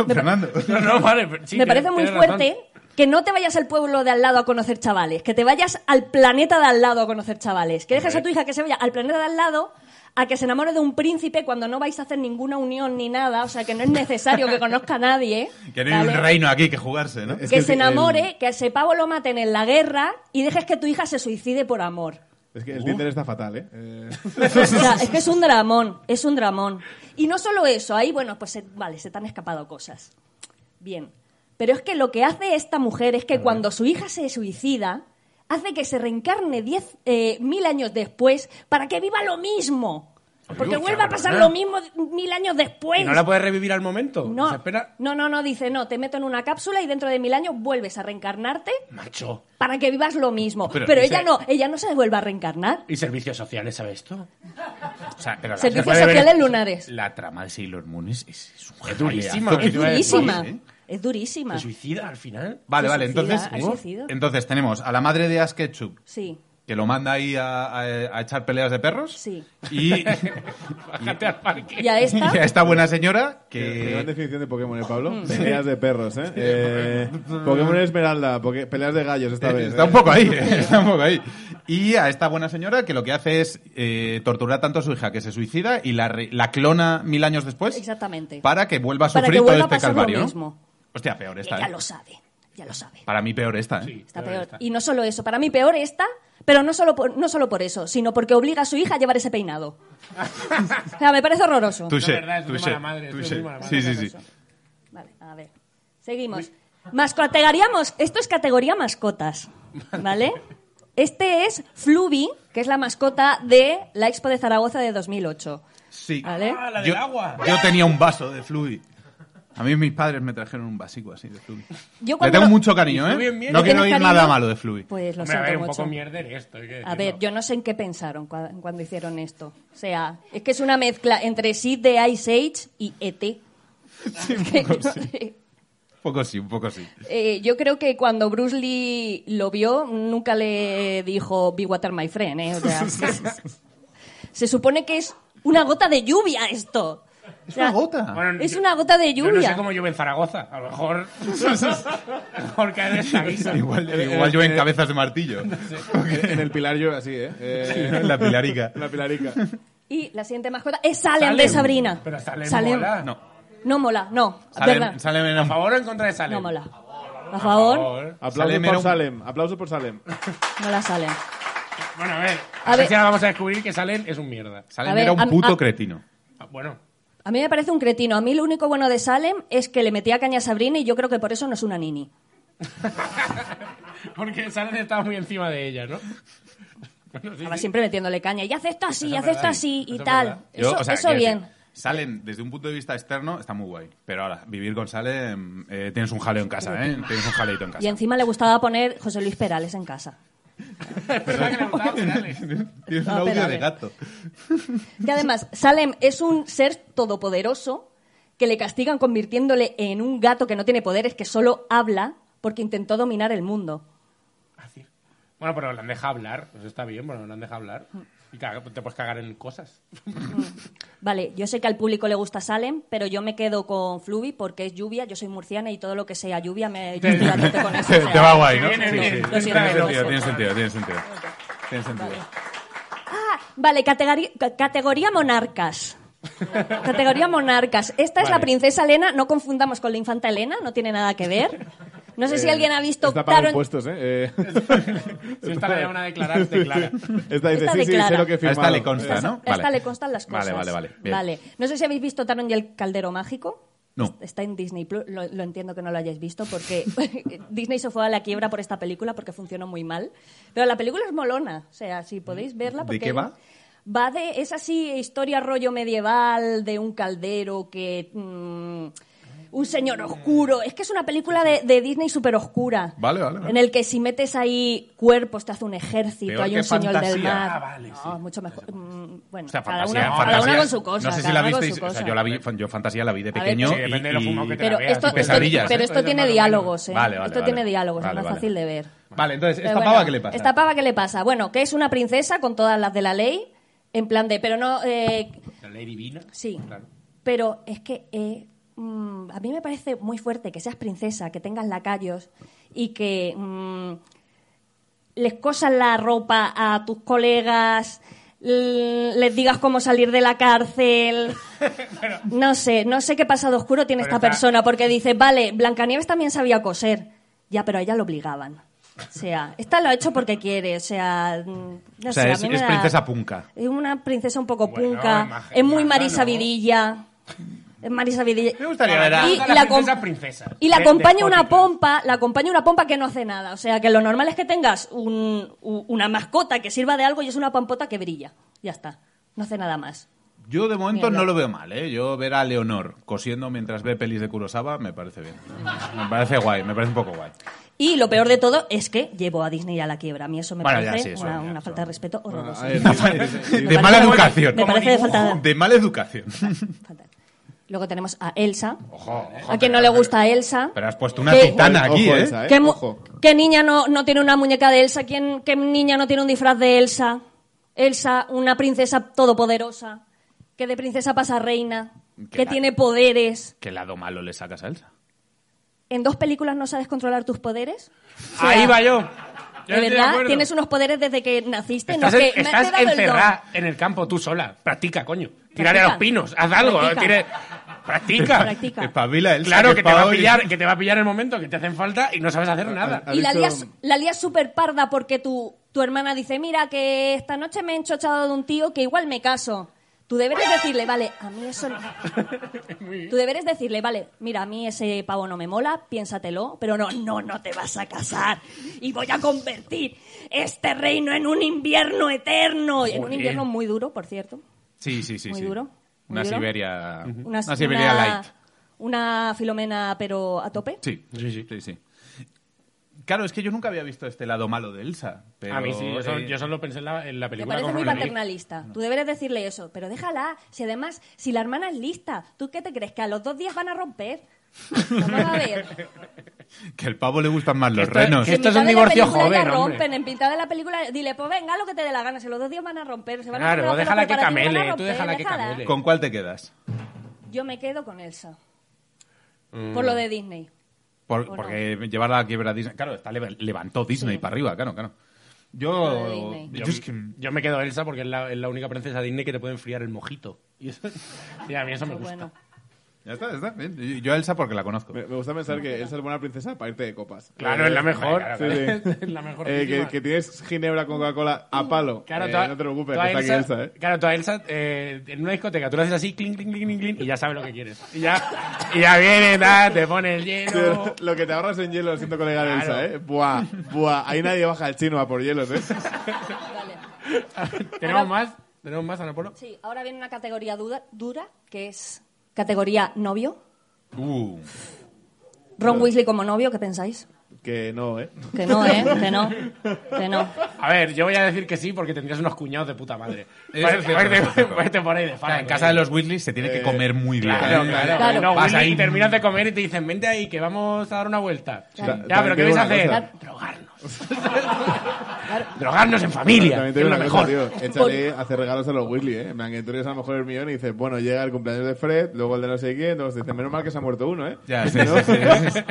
S7: me-
S3: Fernando.
S2: No, no, vale. pero sí,
S7: me
S2: tienes-
S7: parece muy
S2: tienes razón.
S7: fuerte que no te vayas al pueblo de al lado a conocer chavales, que te vayas al planeta de al lado a conocer chavales, que dejes a tu hija que se vaya al planeta de al lado a que se enamore de un príncipe cuando no vais a hacer ninguna unión ni nada, o sea, que no es necesario que conozca a nadie.
S3: Que no hay un
S7: ¿vale?
S3: reino aquí que jugarse, ¿no?
S4: Es
S7: Que
S4: que
S7: se
S4: el-
S7: enamore, que a ese pavo lo maten en la guerra y dejes que tu hija se suicide por amor.
S4: Es que el
S3: Uh.
S4: Tinder está fatal, ¿eh? Eh,
S7: O sea, es que es un dramón, es un dramón. Y no solo eso, ahí, bueno, pues se- vale, se te han escapado cosas. Bien. Pero es que lo que hace esta mujer es que cuando su hija se suicida, hace que se reencarne diez, eh, mil años después para que viva lo mismo. Porque
S2: Uy,
S7: vuelva a pasar
S2: cabrona.
S7: lo mismo de- mil años después.
S2: ¿Y no la puedes revivir al momento?
S7: no,
S2: Se espera.
S7: no, no, no, dice, no, te meto en una cápsula y dentro de mil años vuelves a reencarnarte
S2: Macho.
S7: para que vivas lo mismo.
S2: Pero
S7: Pero,
S2: dice-
S7: ella no, ella no se vuelve a reencarnar.
S2: ¿Y servicios sociales, sabes tú?
S3: O sea, pero la- se
S7: Servicios
S3: puede ver-
S7: sociales lunares.
S3: La trama de Sailor Moon es, es, es un
S2: Es durísima,
S3: jaleazo.
S2: que
S7: Es
S2: te iba a decir.
S7: durísima.
S3: ¿eh?
S7: Es durísima.
S2: ¿Te suicida al final?
S3: Vale,
S7: Se
S3: vale,
S7: suicida,
S3: entonces,
S7: ha suicidio.
S3: entonces tenemos a la madre de Ash Ketchum,
S7: Sí.
S3: que lo manda ahí a, a- a echar peleas de perros,
S7: Sí.
S3: y,
S2: Bájate al parque.
S7: Ya está.
S3: y a esta buena señora
S4: Gran
S3: que...
S4: definición de Pokémon, ¿eh, Pablo? Peleas de perros, ¿eh? Eh, Pokémon Esmeralda, poke- peleas de gallos esta vez.
S3: Está
S4: ¿eh?
S3: un poco ahí, está un poco ahí. Y a esta buena señora que lo que hace es eh, torturar tanto a su hija que se suicida y la, re- la clona mil años después
S7: Exactamente.
S3: para que vuelva a
S7: Para
S3: sufrir
S7: que vuelva
S3: todo este
S7: a pasar lo
S3: calvario. ¿no?
S7: mismo.
S3: Hostia, peor esta.
S7: Ella
S3: ¿eh?
S7: lo sabe. Ya lo sabe.
S3: Para mí peor esta. ¿eh?
S7: Está peor. Y no solo eso. Para mí peor esta, pero no solo por, no solo por eso, sino porque obliga a su hija a llevar ese peinado. o sea, me parece horroroso.
S3: Touché,
S8: No, verdad, es muy
S3: touché,
S8: mala madre, es muy
S3: touché.
S8: mala madre.
S3: Sí, sí, sí.
S7: Vale, a ver. Seguimos. Más categoríamos. Esto es categoría mascotas. ¿Vale? Este es Fluvi, que es la mascota de la Expo de Zaragoza de 2008.
S3: Sí.
S7: ¿Vale?
S2: Ah, la del
S3: Yo,
S2: agua.
S3: yo tenía un vaso de Fluid. A mí mis padres me trajeron un vasico así de Fluid.
S7: Yo
S3: Le
S7: cuando
S3: tengo
S7: lo-
S3: mucho cariño,
S2: ¿Y
S3: ¿eh?
S2: Fluid en mierda?
S3: No quiero
S7: ¿Tienes
S3: oír
S7: cariño?
S3: nada malo de Fluid.
S7: Pues lo
S2: Hombre, a
S7: siento
S2: ver, un
S7: mucho.
S2: poco mierder esto. hay que
S7: A
S2: decirlo.
S7: ver, yo no sé en qué pensaron cua- cuando hicieron esto. O sea, es que es una mezcla entre Sid de Ice Age y E ET. Es que yo,
S3: Un poco sí, un poco sí.
S7: eh, yo creo que cuando Bruce Lee lo vio, nunca le dijo Be Water My Friend. ¿eh? O sea, se supone que es una gota de lluvia esto.
S3: Es
S7: O sea,
S3: una gota.
S2: Bueno,
S7: Es
S2: yo-
S7: una gota de
S2: Yo no
S7: lluvia.
S2: sé cómo llueve en Zaragoza. A lo mejor. a lo mejor cae de esta guisa.
S3: Igual, igual yo en cabezas de martillo.
S4: En el pilar yo así, ¿eh? Eh,
S3: En la pilarica.
S4: La pilarica.
S7: Y la siguiente mascota es Salem, de
S2: Salem.
S7: Sabrina.
S2: Pero Salem mola.
S3: No.
S7: No mola, no.
S3: Salem,
S7: verdad.
S3: Salem era
S2: ¿A
S3: un-
S2: favor o en contra de Salem?
S7: No mola. A favor,
S4: Aplausos
S3: Salem era
S4: por
S3: un-
S4: Salem, aplausos por Salem.
S7: no la Salem.
S2: Bueno, a ver.
S7: A ver.
S2: si ahora vamos a descubrir que Salem es un mierda.
S3: Salem
S7: A ver,
S3: era un
S7: am-
S3: puto
S7: am-
S3: cretino.
S2: Ah, Bueno.
S7: A mí me parece un cretino. A mí lo único bueno de Salem es que le metía caña a Sabrina y yo creo que por eso no es una nini.
S2: Porque Salem estaba muy encima de ella, ¿no? Bueno, sí,
S7: Estaba
S2: sí.
S7: siempre metiéndole caña. Y hace esto así, y
S2: es
S7: hace esto
S2: verdad.
S7: así y
S2: Eso es verdad.
S7: tal.
S3: Yo,
S7: Eso,
S3: o sea,
S7: eso
S3: quiero
S7: bien.
S3: decir, Salem, desde un punto de vista externo, está muy guay. Pero ahora, vivir con Salem, eh, tienes un jaleo en casa, ¿eh? Tienes un jaleito en
S7: Y
S3: casa.
S7: encima le gustaba poner José Luis Perales en casa.
S2: Es verdad que le gustaba Salem.
S3: Tienes un
S7: Ah,
S3: audio
S7: espera,
S3: de
S7: a ver.
S3: gato.
S7: Y además, Salem es un ser todopoderoso que le castigan convirtiéndole en un gato que no tiene poderes, que solo habla porque intentó dominar el mundo.
S2: Así. Bueno, pero la han dejado hablar. Eso está bien, bueno, la han dejado hablar. Y caga- te puedes cagar en cosas.
S7: Vale, yo sé que al público le gusta Salem, pero yo me quedo con Fluvi porque es lluvia, yo soy murciana y todo lo que sea lluvia me... yo estoy a tope con eso,
S3: Te,
S7: o sea,
S3: te va guay, ¿no?
S2: Viene
S3: Sí,
S2: bien.
S3: sí.
S7: Lo
S3: Tiene
S7: siento,
S3: sentido,
S7: lo siento.
S3: tiene sentido, tiene sentido. Tiene sentido.
S7: Ah, Vale, categori- ca- categoría monarcas. Categoría monarcas. Esta es la princesa Elena, no confundamos con la infanta Elena, no tiene nada que ver. No sé si
S4: Eh,
S7: alguien ha visto
S4: Está pagando
S7: Taron-
S4: impuestos, ¿eh? eh
S3: Si esta le llaman a declarar, declara.
S4: Esta dice,
S7: Esta
S4: sí, sí,
S7: declara.
S4: sé lo que he
S3: A
S4: firmado.
S3: esta le consta,
S4: Eh,
S3: ¿no?
S7: A esta
S3: Vale.
S7: le constan las cosas.
S3: Vale, vale, vale, bien.
S7: Vale. No sé si habéis visto Taron y el Caldero Mágico.
S3: No.
S7: Está en Disney Plus. Lo, lo entiendo que no lo hayáis visto porque eh, Disney se fue a la quiebra por esta película porque funcionó muy mal. Pero la película es molona. O sea, si podéis verla.
S3: ¿De
S7: Porque
S3: qué va?
S7: Va de. Es así, historia rollo medieval de un caldero que. mm, un señor oscuro. Es que es una película de, de Disney súper oscura.
S3: Vale, vale, vale.
S7: En el que si metes ahí cuerpos te hace un ejército,
S3: Peor
S7: hay
S3: que
S7: un señor del
S3: fantasía.
S7: mar.
S3: Ah,
S7: No, mucho mejor. Mm, bueno,
S3: O sea,
S7: cada,
S3: fantasía,
S7: una,
S3: fantasía.
S7: cada una con su cosa.
S3: No sé si
S7: cada
S3: la
S7: una con
S3: visteis.
S7: su
S3: O sea,
S7: cosa.
S3: yo, la vi, yo fantasía la vi de
S7: ver,
S3: pequeño.
S7: sí, depende
S3: y,
S2: de lo fumado que te
S7: Pero
S2: la veas,
S7: esto,
S2: pues.
S7: esto-
S3: Pesadillas,
S7: pero
S3: ¿eh?
S7: esto tiene diálogos, ¿eh?
S3: Vale, vale,
S7: esto
S3: vale.
S7: tiene diálogos,
S3: Vale,
S7: es más
S3: vale.
S7: fácil de ver.
S3: Vale, entonces, ¿esta
S7: Pero bueno,
S3: pava qué le pasa?
S7: ¿Esta pava qué le pasa? Bueno, que es una princesa con todas las de la ley, en plan de, pero no... eh,
S2: La ley divina.
S7: sí,
S2: Claro.
S7: pero es que eh, mm, a mí me parece muy fuerte que seas princesa, que tengas lacayos y que mm, les cosas la ropa a tus colegas, l- les digas cómo salir de la cárcel. No sé, no sé qué pasado oscuro tiene
S2: Pero
S7: esta
S2: está-
S7: persona, porque dice, vale, Blancanieves también sabía coser. Ya, pero a ella lo obligaban. O sea, esta lo ha hecho porque quiere, o sea, mm, no
S3: O sea,
S7: sé, a
S3: es,
S7: mí me
S3: es
S7: da-
S3: princesa punca.
S7: es una princesa un poco
S2: Bueno,
S7: punca.
S2: imagen,
S7: es muy
S2: imagen,
S7: Marisa
S2: ¿no?
S7: Vidilla. Es Marisa Vidilla.
S3: Me gustaría ver a-
S7: Y
S2: Todas las
S7: la com-
S2: princesas princesas.
S7: Y la
S2: De-
S7: acompaña una
S2: despóticas.
S7: pompa, la acompaña una pompa que no hace nada. O sea, que lo normal es que tengas un- u- una mascota que sirva de algo y es una pampota que brilla. Ya está. No hace nada más.
S3: Yo de momento
S7: Mira,
S3: no
S7: ya.
S3: lo veo mal, ¿eh? Yo ver a Leonor cosiendo mientras ve pelis de Kurosawa me parece bien. Me parece guay, me parece un poco guay.
S7: Y lo peor de todo es que llevó a Disney a la quiebra. A mí eso me
S3: Bueno, ya,
S7: parece
S3: sí, eso
S7: una,
S3: ya,
S7: una
S3: eso.
S7: falta de respeto horrorosa.
S4: a ver, dice- dice-
S3: De mala educación.
S7: Me parece de falta de...
S3: De mala educación.
S7: falta- Luego tenemos a Elsa.
S3: Ojo, ojo.
S7: A quien no le gusta Elsa.
S3: Pero has puesto una
S7: Que-
S3: titana aquí,
S4: Ojo,
S3: ¿eh?
S4: esa,
S7: ¿Qué, mu-
S4: Ojo.
S7: qué niña no, no tiene una muñeca de Elsa? ¿Quién, ¿Qué niña no tiene un disfraz de Elsa? Elsa, una princesa todopoderosa, que de princesa pasa a reina,
S3: Qué
S7: que
S3: la-
S7: tiene poderes.
S3: ¿Qué lado malo le sacas a Elsa?
S7: ¿En dos películas no sabes controlar tus poderes? O sea,
S2: Ahí va yo. Yo estoy
S7: ¿De verdad?
S2: acuerdo.
S7: ¿Tienes unos poderes desde que naciste?
S2: Estás,
S7: no,
S2: en-
S7: que me- te he
S2: estás
S7: dado el don.
S2: encerrada en el campo tú sola. Practica, coño. Tírale a los pinos. Haz algo.
S7: Practica.
S2: tire- Practica.
S7: Practica.
S3: Espabila, Elsa.
S2: Claro que te va a
S3: Paoli-
S2: pillar, que te va a pillar el momento que te hacen falta y no sabes hacer nada.
S4: a-
S7: Y la
S4: dicho-
S7: lías, la lías súper parda porque tu, tu hermana dice, mira, que esta noche me he enchochado de un tío que igual me caso. Tu deber es decirle, vale, a mí eso no... Tu deber es decirle, vale, mira, a mí ese pavo no me mola, piénsatelo, pero no, no, no te vas a casar. Y voy a convertir este reino en un invierno eterno. En un
S2: Joder.
S7: invierno muy duro, por cierto.
S3: Sí, sí, sí.
S7: Muy
S3: sí.
S7: duro, muy
S3: Una
S7: duro.
S3: Siberia.
S7: Una,
S3: Una, Siberia
S7: una-
S3: light.
S7: Una filomena, pero a tope.
S3: Sí, sí, sí. Claro, es que yo nunca había visto este lado malo de Elsa. Pero,
S2: a mí sí, yo solo,
S3: eh,
S2: yo solo pensé en la, en la
S7: Te
S2: película.
S7: parece
S2: con
S7: muy
S2: Ronald Reagan.
S7: paternalista. Tú deberes decirle eso. Pero déjala. Si además, si la hermana es lista, ¿tú qué te crees? Que a los dos días van a romper. Vamos a ver.
S3: Que al pavo le gustan más los
S2: Esto-
S3: renos.
S2: que- Esto es
S7: En
S2: un
S7: mitad de la
S2: divorcio
S7: película ya
S2: joven, hombre.
S7: rompen. En pintada de la película, dile, pues venga, lo que te dé la gana. Si los dos días van a romper, se van
S2: Claro,
S7: a hacer
S2: déjala
S7: los
S2: que
S7: preparativos,
S2: camele,
S7: van a
S2: tú déjala que camele.
S3: ¿Con cuál te quedas?
S7: Yo me quedo con Elsa.
S2: Mm.
S7: Por lo de Disney.
S3: Por-
S7: ¿O no?
S3: porque llevar la quiebra a Disney. Claro, está, leva- levantó Disney
S7: Sí.
S3: para arriba, claro, claro.
S7: Lo de
S3: Yo.
S7: Disney.
S3: yo
S2: Yo,
S3: es que-
S2: yo me quedo Elsa porque es la, es la única princesa Disney que te puede enfriar el mojito. Y, eso- y a mí eso me
S7: Pero
S2: gusta.
S7: Pues bueno.
S3: Ya está, ya está. bien. Yo- Yo a Elsa porque la conozco.
S4: Me, me gusta pensar que Elsa es buena princesa para irte de copas.
S2: Claro,
S4: Eh,
S2: es la mejor.
S4: Sí, sí.
S2: Es la mejor.
S4: Eh, que,
S2: encima.
S4: que tienes Ginebra con Coca-Cola a palo.
S2: Claro,
S4: Eh,
S2: tú a-
S4: no te preocupes,
S2: tú a
S4: que está aquí
S2: Elsa-
S4: Elsa, ¿eh?
S2: Claro, tú a Elsa, eh, en una discoteca, tú le haces así, clink, clink, clink, clink, clink, y ya sabe lo que quieres. Y ya, y ya viene, ta, te pone el hielo.
S4: Lo que te ahorras en hielo, siento colega de
S2: Claro.
S4: Elsa, ¿eh? Buah, buah. Ahí nadie baja al chino a por hielos, ¿eh?
S7: Vale.
S2: ¿Tenemos más? ¿Tenemos más, Ana Polo?
S7: Sí, ahora viene una categoría duda- dura, que es categoría novio.
S3: Uh,
S7: Ron Weasley como novio, ¿qué pensáis?
S4: Que no, ¿eh?
S7: Que no, ¿eh? Que no. Que no.
S2: A ver, yo voy a decir que sí porque tendrías unos cuñados de puta madre. Pues,
S3: Eso
S2: Fuerte,
S3: es cierto, eso es
S2: fuerte,
S3: cierto.
S2: fuerte por ahí de
S3: o sea,
S2: fan.
S3: en casa de los Weasley se tiene que comer muy bien.
S2: eh, Claro,
S3: ¿eh?
S2: claro.
S7: Claro.
S2: No,
S3: Vas
S2: Willy,
S3: ahí-
S2: terminas de comer y te dicen, vente ahí, que vamos a dar una vuelta.
S7: Claro.
S2: Ya, pero ¿qué vais a hacer?
S4: También te digo una
S2: Drogarnos. Drogarnos en familia.
S4: También
S2: Es
S4: te digo
S2: lo
S4: una cosa,
S2: mejor.
S4: tío. Échale a hacer regalos a los Weasley, ¿eh? En plan, que tú eres a lo mejor el millón y dices, bueno, llega el cumpleaños de Fred, luego el de no sé quién, entonces dices, menos mal que se ha muerto uno, ¿eh?
S3: Ya, sí,
S4: Si no-
S3: sí, sí, es, es-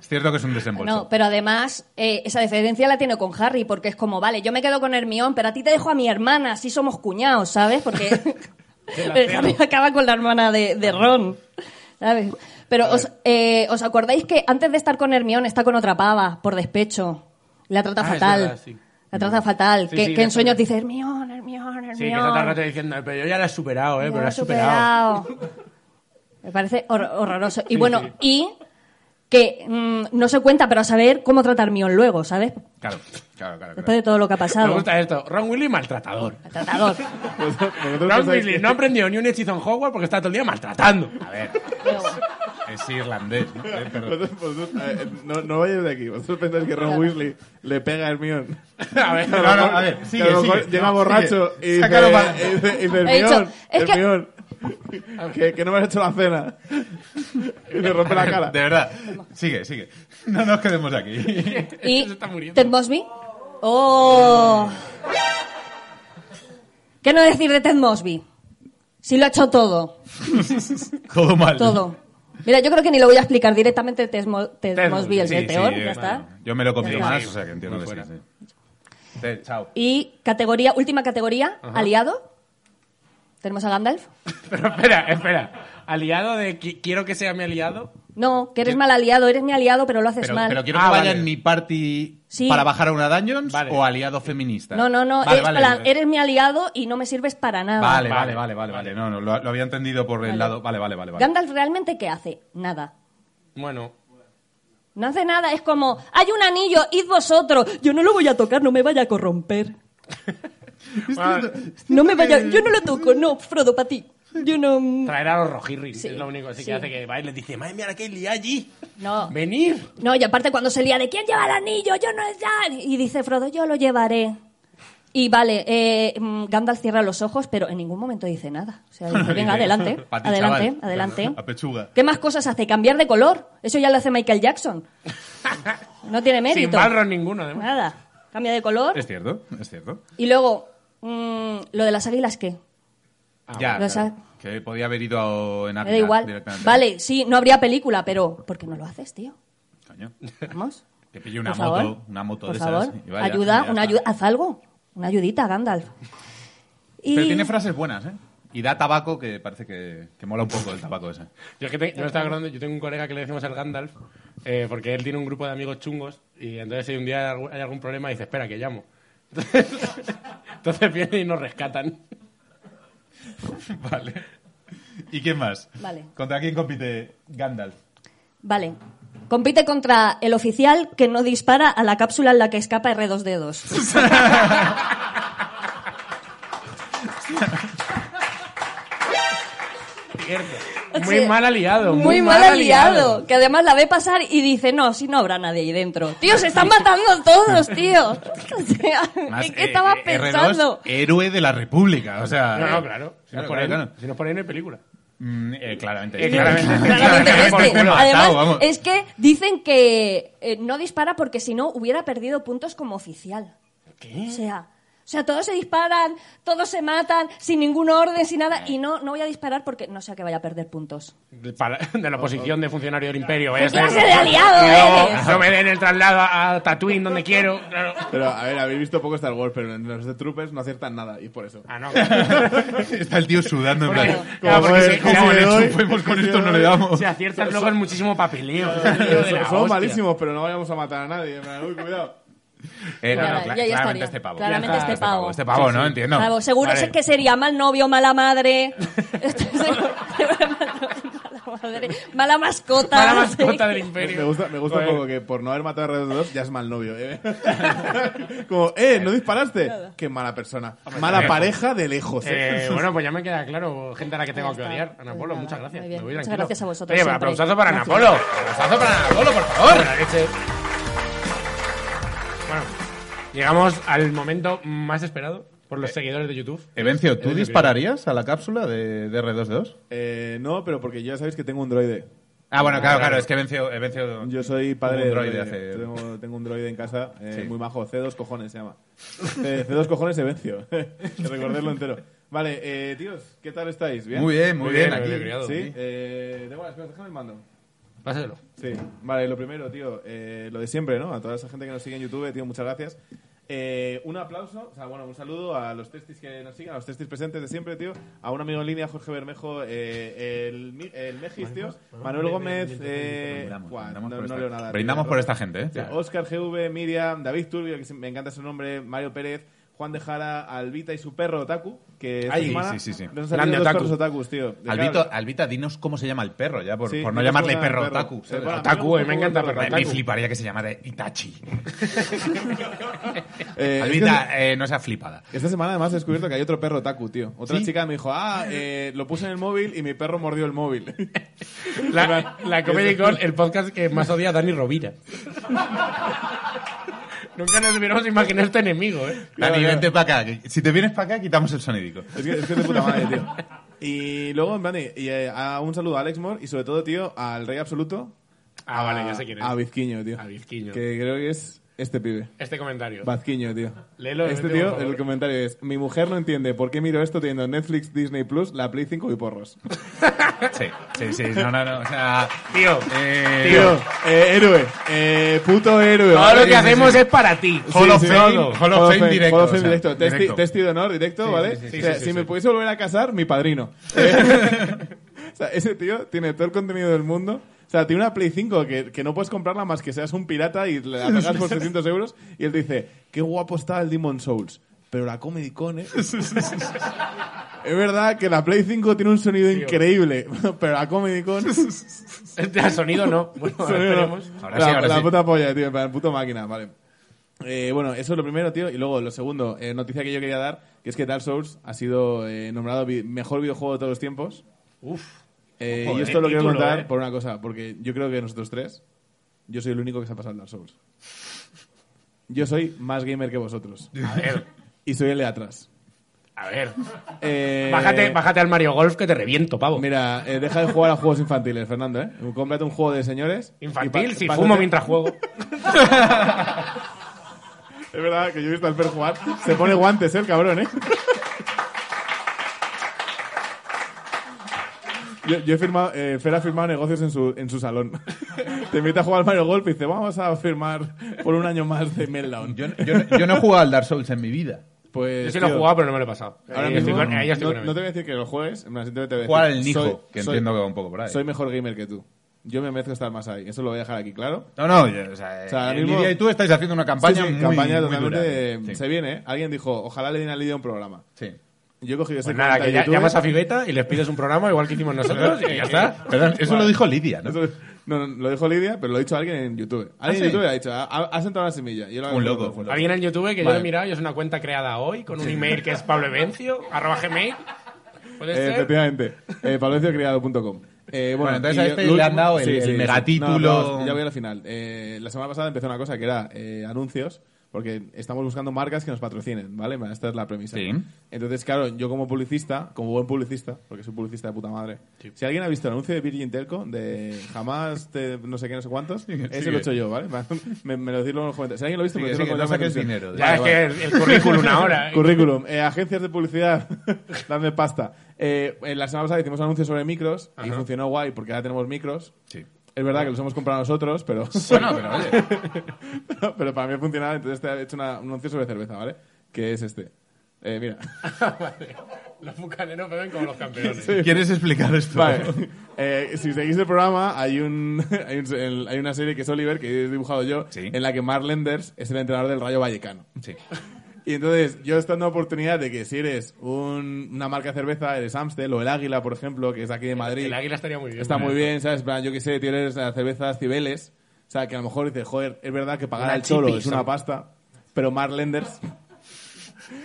S3: es cierto que es un desembolso.
S7: No, pero además eh, esa diferencia la tiene con Harry, porque es como, vale, yo me quedo con Hermión, pero a ti te dejo a mi hermana, así somos cuñados, ¿sabes? Porque
S2: Te la
S7: Pero Harry acaba con la hermana de, de Ron. ¿sabes? Pero os, eh, ¿os acordáis que antes de estar con Hermión está con otra pava por despecho. La trata
S2: Ah, es
S7: fatal.
S2: verdad, sí.
S7: La trata fatal.
S2: Sí,
S7: que,
S2: sí,
S7: que en
S2: es
S7: sueños
S2: verdad.
S7: dice Hermión, Hermión, Hermión.
S2: Sí, que está todo el rato diciendo, pero yo ya la he superado, ¿eh?
S7: Ya
S2: pero
S7: lo
S2: la
S7: he
S2: he superado.
S7: superado. Me parece hor- horroroso. Y bueno, y que mm, no se cuenta, pero a saber cómo tratar Hermión luego, ¿sabes?
S3: Claro, claro, claro.
S7: Después de todo lo que ha
S2: Me
S7: pasado.
S2: gusta esto. Ron Willy maltratador.
S7: Tratador.
S4: Vosotros
S2: Ron
S4: pensáis
S2: Weasley
S4: que-
S2: no ha aprendido ni un hechizo en Hogwarts porque está todo el día maltratando.
S3: A ver,
S7: Pero-
S3: es irlandés, ¿no? Eh, perdón.
S4: vosotros- vosotros- eh, no, no vayáis de aquí. Vosotros pensáis que Ron Weasley le pega a Hermión.
S2: A ver,
S3: No, no, a ver, sigue,
S4: Que a lo mejor
S3: sigue.
S4: llega
S3: No,
S4: borracho
S3: sigue.
S4: y dice,
S3: Sácalo para-
S4: y dice- y dice,
S7: He dicho,
S4: Hermión,
S7: es que-
S4: Hermión, que... que no me has hecho la cena. Y le rompe la cara.
S3: De verdad, sigue, sigue. No nos quedemos aquí.
S7: Y
S2: Se está muriendo.
S7: Ted Mosby. ¡Oh! ¿Qué no decir de Ted Mosby? Si lo ha hecho todo,
S3: Todo mal.
S7: todo. Mira, yo creo que ni lo voy a explicar directamente Ted, Mo- Ted
S2: Ted
S7: Mosby, el
S3: Sí,
S7: meteor,
S3: sí,
S7: ya
S3: eh,
S7: está.
S3: bueno, Yo me lo comí
S7: Ya está.
S3: más, o sea que entiendo
S2: Muy
S3: que sí,
S2: fuera.
S3: sí. Te- Chao.
S7: Y categoría, última categoría, aliado. Tenemos a Gandalf.
S2: Pero espera, espera. ¿Aliado de qui- quiero que sea mi aliado?
S7: No, que eres mal aliado, eres mi aliado, pero lo haces
S3: Pero,
S7: mal.
S3: pero quiero
S2: Ah,
S3: que vaya
S2: vale.
S3: en mi party
S7: Sí.
S3: para bajar a una Dungeons
S2: Vale.
S3: o aliado feminista.
S7: No, no, no,
S3: Vale,
S7: es
S3: vale.
S7: plan, eres mi aliado y no me sirves para nada.
S3: Vale, vale, vale, vale, vale. No, no, lo, lo había entendido por el lado. Vale, vale, vale. vale.
S7: Gandalf realmente qué hace? Nada.
S2: Bueno.
S7: No hace nada, es como, hay un anillo, id vosotros. Yo no lo voy a tocar, no me vaya a corromper.
S2: Bueno,
S7: No me vaya, yo no lo toco, no, Frodo, para ti. Yo no...
S2: traer a los rojirris
S7: Sí,
S2: es lo único así
S7: sí. Ah.
S2: que hace que va y les dice, madre mía, la que lié allí.
S7: No.
S2: Venir.
S7: No, y aparte cuando se lía de quién lleva el anillo, yo no ya. Y dice Frodo, yo lo llevaré. Y vale, eh, mm, Gandalf cierra los ojos, pero en ningún momento dice nada. O sea, dice, venga, adelante,
S3: Pa' ti,
S7: adelante,
S3: chaval.
S7: adelante.
S3: A pechuga.
S7: ¿Qué más cosas hace? Cambiar de color. Eso ya lo hace Michael Jackson. No tiene
S2: Sin
S7: mérito.
S2: barro ninguno, además.
S7: Nada. Cambia de color.
S3: Es cierto, es cierto.
S7: Y luego, mm, lo de las águilas, ¿qué?
S3: ya,
S7: bueno.
S3: claro,
S7: Lo
S3: que podía haber ido en
S7: Ah, Me da
S3: Águila
S7: igual.
S3: Ah, directamente.
S7: Vale, sí, no habría película, pero ¿por qué no lo haces, tío?
S3: Coño,
S7: Vamos.
S3: que pille una
S7: Por
S3: moto,
S7: favor.
S3: una moto
S7: Por
S3: de
S7: favor.
S3: esas. y vaya,
S7: ayuda,
S3: ya está.
S7: una ayuda, haz algo. Una ayudita, Gandalf. Y
S3: Pero tiene frases buenas, ¿eh? Y da tabaco que parece que, que mola un poco el tabaco ese.
S7: Ah.
S2: Yo es que te- yo me estaba acordando, yo tengo un colega que le decimos el Gandalf, eh, porque él tiene un grupo de amigos chungos, y entonces si un día hay algún- hay algún problema, dice, espera, que llamo. Entonces, entonces vienen y nos rescatan.
S3: Vale. ¿Y quién más?
S7: Vale.
S3: ¿Contra quién compite Gandalf?
S7: Vale. Compite contra el oficial que no dispara a la cápsula en la que escapa R2D2.
S2: Muy mal aliado.
S7: Muy, mal, aliado, Que además la ve pasar y dice, no, si no habrá nadie ahí dentro. Tío, se están matando todos, tío. O sea, ¿en qué estaba
S3: eh, R2,
S7: pensando?
S3: héroe de la República, o sea...
S2: No, no, claro. Si no
S3: Claro,
S2: es por
S3: claro,
S2: ahí,
S3: claro.
S2: si no es por ahí, no hay película.
S3: Mm, eh, claramente.
S2: Eh, claramente.
S7: Claramente
S2: Claramente
S7: este.
S2: por culo.
S7: Además,
S3: Atado, vamos.
S7: es que dicen que eh, no dispara porque si no hubiera perdido puntos como oficial. O sea, o sea, todos se disparan, todos se matan, sin ningún orden, sin nada, y no, no voy a disparar porque no sea que vaya a perder puntos.
S2: De, para- de la posición de funcionario del imperio. Vaya a
S7: ¡Qué clase
S2: ser-
S7: de aliado eh.
S2: no,
S7: eres!
S2: no me den el traslado a a Tatooine donde quiero. claro.
S4: Pero, a ver, habéis visto poco Star Wars, pero en los de Troopers no aciertan nada, y es por eso.
S2: Ah, no. claro.
S3: Está el tío sudando en plan... "Ah,
S2: Claro, porque si-
S4: ¿Cómo
S2: si-
S4: le doy?
S3: Fuimos con esto, no le damos.
S2: Si aciertas luego es muchísimo papeleo.
S4: Pero
S2: tío, de la
S4: Somos
S2: hostia.
S4: malísimos, pero no vayamos a matar a nadie. en plan, Uy, cuidado.
S3: Eh, no,
S7: Ya,
S3: no,
S7: ya,
S3: cla-
S7: ya
S3: claramente
S7: estaría.
S3: este pavo.
S7: Claramente este
S3: Este pavo,
S7: pavo.
S3: este pavo, ¿no? Entiendo.
S7: Claro, seguro
S2: Vale.
S7: es que sería mal novio, mala madre. Seguro- seguro mal novio, mala madre. Mala mascota.
S2: Para la
S7: no sé
S2: mascota
S7: qué.
S2: del imperio.
S4: Me gusta, me gusta un
S2: Joder.
S4: poco que por no haber matado a Red 2 ya es mal novio. ¿eh? Como, eh, ¿no disparaste? Qué mala persona. Mala pareja de lejos. ¿eh?
S2: Ah, pues Eh, bueno, pues ya me queda claro, gente a la que tengo
S7: Ya
S2: que
S7: está.
S2: odiar. Ana
S7: Pues
S2: Polo,
S7: nada,
S2: muchas gracias.
S7: muy bien.
S2: Me voy
S7: Muchas
S2: tranquilo.
S7: gracias a vosotros
S2: Oye,
S7: siempre.
S2: aplausazo para Ana
S7: Gracias.
S2: Polo. Aplausazo para Ana Polo, por favor. Buena leche. Bueno, llegamos al momento más esperado por
S4: Eh.
S2: los seguidores de YouTube.
S3: Evencio,
S2: Evencio,
S3: ¿tú dispararías a la cápsula de, de R2D2?
S4: Eh, no, pero porque ya sabéis que tengo un droide.
S3: Ah, bueno, claro, claro, es que Evencio... Evencio
S4: Yo soy padre
S3: Un
S4: de
S3: droide
S4: droide.
S3: hace-
S4: Tengo, tengo un droide en casa, eh,
S3: Sí.
S4: muy majo. C2 cojones se llama. Eh, C2 cojones se venció. Recordarlo entero. Vale, eh, tíos, ¿qué tal estáis? ¿Bien?
S3: Muy bien, muy,
S2: Muy
S3: bien,
S2: bien,
S3: aquí.
S2: muy bien,
S4: Sí, eh, da igual, espera, déjame el mando.
S2: Pásatelo.
S4: Sí, vale, lo primero, tío, eh, lo de siempre, ¿no? A toda esa gente que nos sigue en YouTube, tío, muchas gracias. Eh, un aplauso, o sea, bueno, un saludo a los testis que nos siguen, a los testis presentes de siempre, tío. A un amigo en línea, Jorge Bermejo, eh, el, Mi- el Mejis, tío. Manuel Gómez, eh,
S8: Brindamos,
S4: guau,
S8: brindamos
S4: no,
S8: por
S4: no
S8: esta-
S4: leo nada. tío,
S8: brindamos por
S4: perdón.
S8: esta gente, ¿eh?
S4: O sea, Oscar GV, Miriam, David Turbio, que se- me encanta su nombre, Mario Pérez, Juan de Jara, Albita y su perro Otaku, que esta
S8: Ay,
S4: semana
S8: sí, sí, sí.
S4: nos
S2: Grande
S4: han salido dos
S2: Otaku.
S4: perros otakus, tío. De
S8: Albito,
S4: cara.
S8: Albita, dinos cómo se llama el perro, ya, por,
S4: Sí,
S8: por no
S4: dinos
S8: llamarle
S4: cómo se llama
S8: perro
S4: el perro.
S8: otaku.
S4: Eh,
S8: ¿sabes?
S4: bueno,
S2: Otaku, eh, me encanta
S4: Otaku.
S2: perro
S8: Me
S2: otaku.
S8: fliparía que se llamara Itachi.
S4: Eh, es
S8: Eh, Albita, eh, no sea flipada.
S4: que Esta semana además he descubierto que hay otro perro Otaku, tío. Otra chica me dijo, ah, eh, lo puse en el móvil y mi perro mordió el móvil.
S2: La, la Comedy Con, el podcast que más odia a Dani Rovira. Nunca nos hubiéramos imaginado este enemigo, ¿eh?
S8: Dani,
S4: claro.
S8: vente para acá. que Si te vienes para acá, quitamos el sonidico.
S4: Es que, es que es de puta madre, tío. Y luego, en plan, y, y, eh, a un saludo a Alex Moore y sobre todo, tío, al Rey Absoluto.
S2: Ah, vale, ya sé quién es.
S4: A Vizquiño, tío.
S2: A Vizquiño.
S4: Que creo que es este pibe.
S2: Este comentario.
S4: Vazquiño, tío.
S2: Léelo, léelo,
S4: este
S2: por
S4: tío,
S2: favor.
S4: el comentario es: Mi mujer no entiende por qué miro esto teniendo Netflix, Disney Plus, la Play 5 y porros.
S8: Sí, sí, sí. No, no, no. O sea,
S2: Tío,
S8: eh,
S4: Tío, eh, héroe, eh, puto héroe.
S2: todo lo
S4: ¿vale?
S2: que
S4: Sí, sí,
S2: hacemos
S4: sí.
S2: es para ti.
S8: Hall of Fame,
S4: todo.
S8: Hall of Fame directo,
S4: Hall of Fame
S8: o sea,
S4: directo. Testi,
S8: directo.
S4: testi de honor directo, ¿vale? O sea,
S2: sí,
S4: si
S2: sí,
S4: me
S2: sí.
S4: pudiese volver a casar, mi padrino. o sea, ese tío tiene todo el contenido del mundo. O sea, tiene una Play 5 que, que no puedes comprarla más que seas un pirata y la pagas por 600 euros. Y él dice, qué guapo está el Demon Souls. Pero la Comedy Con, ¿eh? Es verdad que la Play 5 tiene un sonido increíble, pero la Comedy Con...
S2: Este al sonido no. Bueno, ahora
S4: Sonido, ¿no?
S2: veremos.
S8: Ahora
S4: la,
S8: sí, ahora
S4: la
S8: sí.
S4: puta polla, tío, para el puto máquina, vale. Eh, bueno, eso es lo primero, tío. Y luego, lo segundo, eh, noticia que yo quería dar, que es que Dark Souls ha sido eh, nombrado vi- mejor videojuego de todos los tiempos.
S2: Uf.
S4: Eh,
S2: Joder,
S4: y esto lo quiero
S2: título,
S4: contar
S2: eh.
S4: por una cosa, porque yo creo que nosotros tres, yo soy el único que se ha pasado el Dark Souls. Yo soy más gamer que vosotros.
S2: A ver,
S4: Y soy el de atrás.
S2: a ver.
S4: Eh,
S2: Bájate, bájate al Mario Golf que te reviento, pavo.
S4: Mira, eh, deja de jugar a juegos infantiles, Fernando, ¿eh? Cómprate un juego de señores. y
S2: Infantil,
S4: pa-
S2: si
S4: pásate-
S2: fumo mientras juego.
S4: Es verdad que yo he visto al Fer jugar. Se pone guantes, ¿eh? el cabrón, ¿eh? Yo, yo he firmado, eh, Fer ha firmado negocios en su, en su salón. Te invita a jugar al Mario Golf y dice, vamos a firmar por un año más de Meltdown.
S8: yo, yo- yo no he jugado al Dark Souls en mi vida.
S4: pues,
S2: Yo sí lo he
S4: tío,
S2: jugado, pero no me lo he pasado.
S4: Ahora
S2: Ahí
S4: mismo,
S2: estoy con- ahí ya estoy
S4: no,
S2: con él.
S4: no te voy a decir que lo juegues, en plan, simplemente te voy a
S8: Jugar
S4: decir,
S8: al Nijo,
S4: soy-
S8: que
S4: soy-
S8: entiendo que va un poco por ahí.
S4: Soy mejor gamer que tú. Yo me merezco estar más ahí. Eso lo voy a dejar aquí claro.
S8: No, no, yo- o sea, eh,
S4: O sea, ahora mismo-
S8: Lidia y tú estáis haciendo una campaña
S4: Sí, sí,
S8: muy,
S4: campaña
S8: muy dura.
S4: totalmente...
S8: Sí,
S4: Se viene, ¿eh? Alguien dijo, ojalá le den a Lidia un programa.
S8: sí.
S4: Yo he cogido ese
S2: Pues nada, que
S4: comentario
S2: ya,
S4: de YouTube.
S2: llamas a Fibeta y les pides un programa igual que hicimos nosotros y ya está.
S8: Perdón, eso lo dijo Lidia, ¿no? ¿Ah,
S4: Eso- No, no, lo dijo Lidia, pero lo ha dicho alguien en YouTube. Alguien en
S8: sí?
S4: YouTube ha dicho, ha, ha sentado una semilla. Y yo lo
S8: Un
S4: hago-
S8: loco, un loco.
S2: Alguien en YouTube que yo lo he
S4: Vale.
S2: mirado y es una cuenta creada hoy con un email que es pabloevencio, arroba gmail. ¿Puede
S4: Eh,
S2: ser?
S4: efectivamente. Eh, pabloenciocriado.com. Eh,
S8: Bueno, entonces
S4: y
S8: a
S4: yo-
S8: este
S4: lo
S8: le han
S4: último-
S8: dado el- el megatítulo.
S4: No, vamos, ya voy al final. Eh, la semana pasada empezó una cosa que era eh, anuncios, porque estamos buscando marcas que nos patrocinen, ¿vale? Esta es la premisa.
S8: Sí.
S4: Entonces, claro, yo como publicista, como buen publicista, porque soy publicista de puta madre, si alguien ha visto el anuncio de Virgin Telco, de jamás te- no sé qué, no sé cuántos,
S8: Sigue,
S4: ese
S8: sigue.
S4: lo he hecho yo, ¿vale? Me, me lo decís luego en los comentarios. Si alguien lo ha visto,
S8: Sigue,
S4: me lo decís
S8: sigue,
S4: en
S8: no
S4: los
S8: saques dinero.
S4: comentarios en la descripción.
S2: Ya
S4: Vale,
S2: es
S4: vale.
S2: que el, el currículum ahora. ¿eh?
S4: Currículum. Eh, agencias de publicidad, dame pasta. Eh, en la semana pasada hicimos anuncios sobre micros y funcionó guay porque ahora tenemos micros.
S8: Sí.
S4: Es verdad que los hemos comprado nosotros, pero,
S8: Bueno, pero oye,
S4: pero, para mí ha funcionado. Entonces te he hecho una- un anuncio sobre cerveza, ¿vale? Que es este. Eh, mira.
S2: Vale. Los bucaneros beben como los campeones.
S8: ¿quieres explicar esto?
S4: Vale. Eh, si seguís el programa, hay, un, hay, un- el- hay una serie que es Oliver, que he dibujado yo,
S8: Sí.
S4: en la que Mark Lenders es el entrenador del Rayo Vallecano.
S8: Sí.
S4: Y entonces, yo estoy dando oportunidad de que si eres un- una marca de cerveza, eres Amstel o el Águila, por ejemplo, que es aquí de Madrid.
S2: El águila estaría muy bien.
S4: Está muy bien, ¿sabes? En plan, Yo qué sé, tienes las cervezas Cibeles. O sea, que a lo mejor dices, joder, es verdad que pagar
S2: Una
S4: al cholo
S2: chipis,
S4: es una
S2: ¿no?
S4: pasta, pero Marlenders.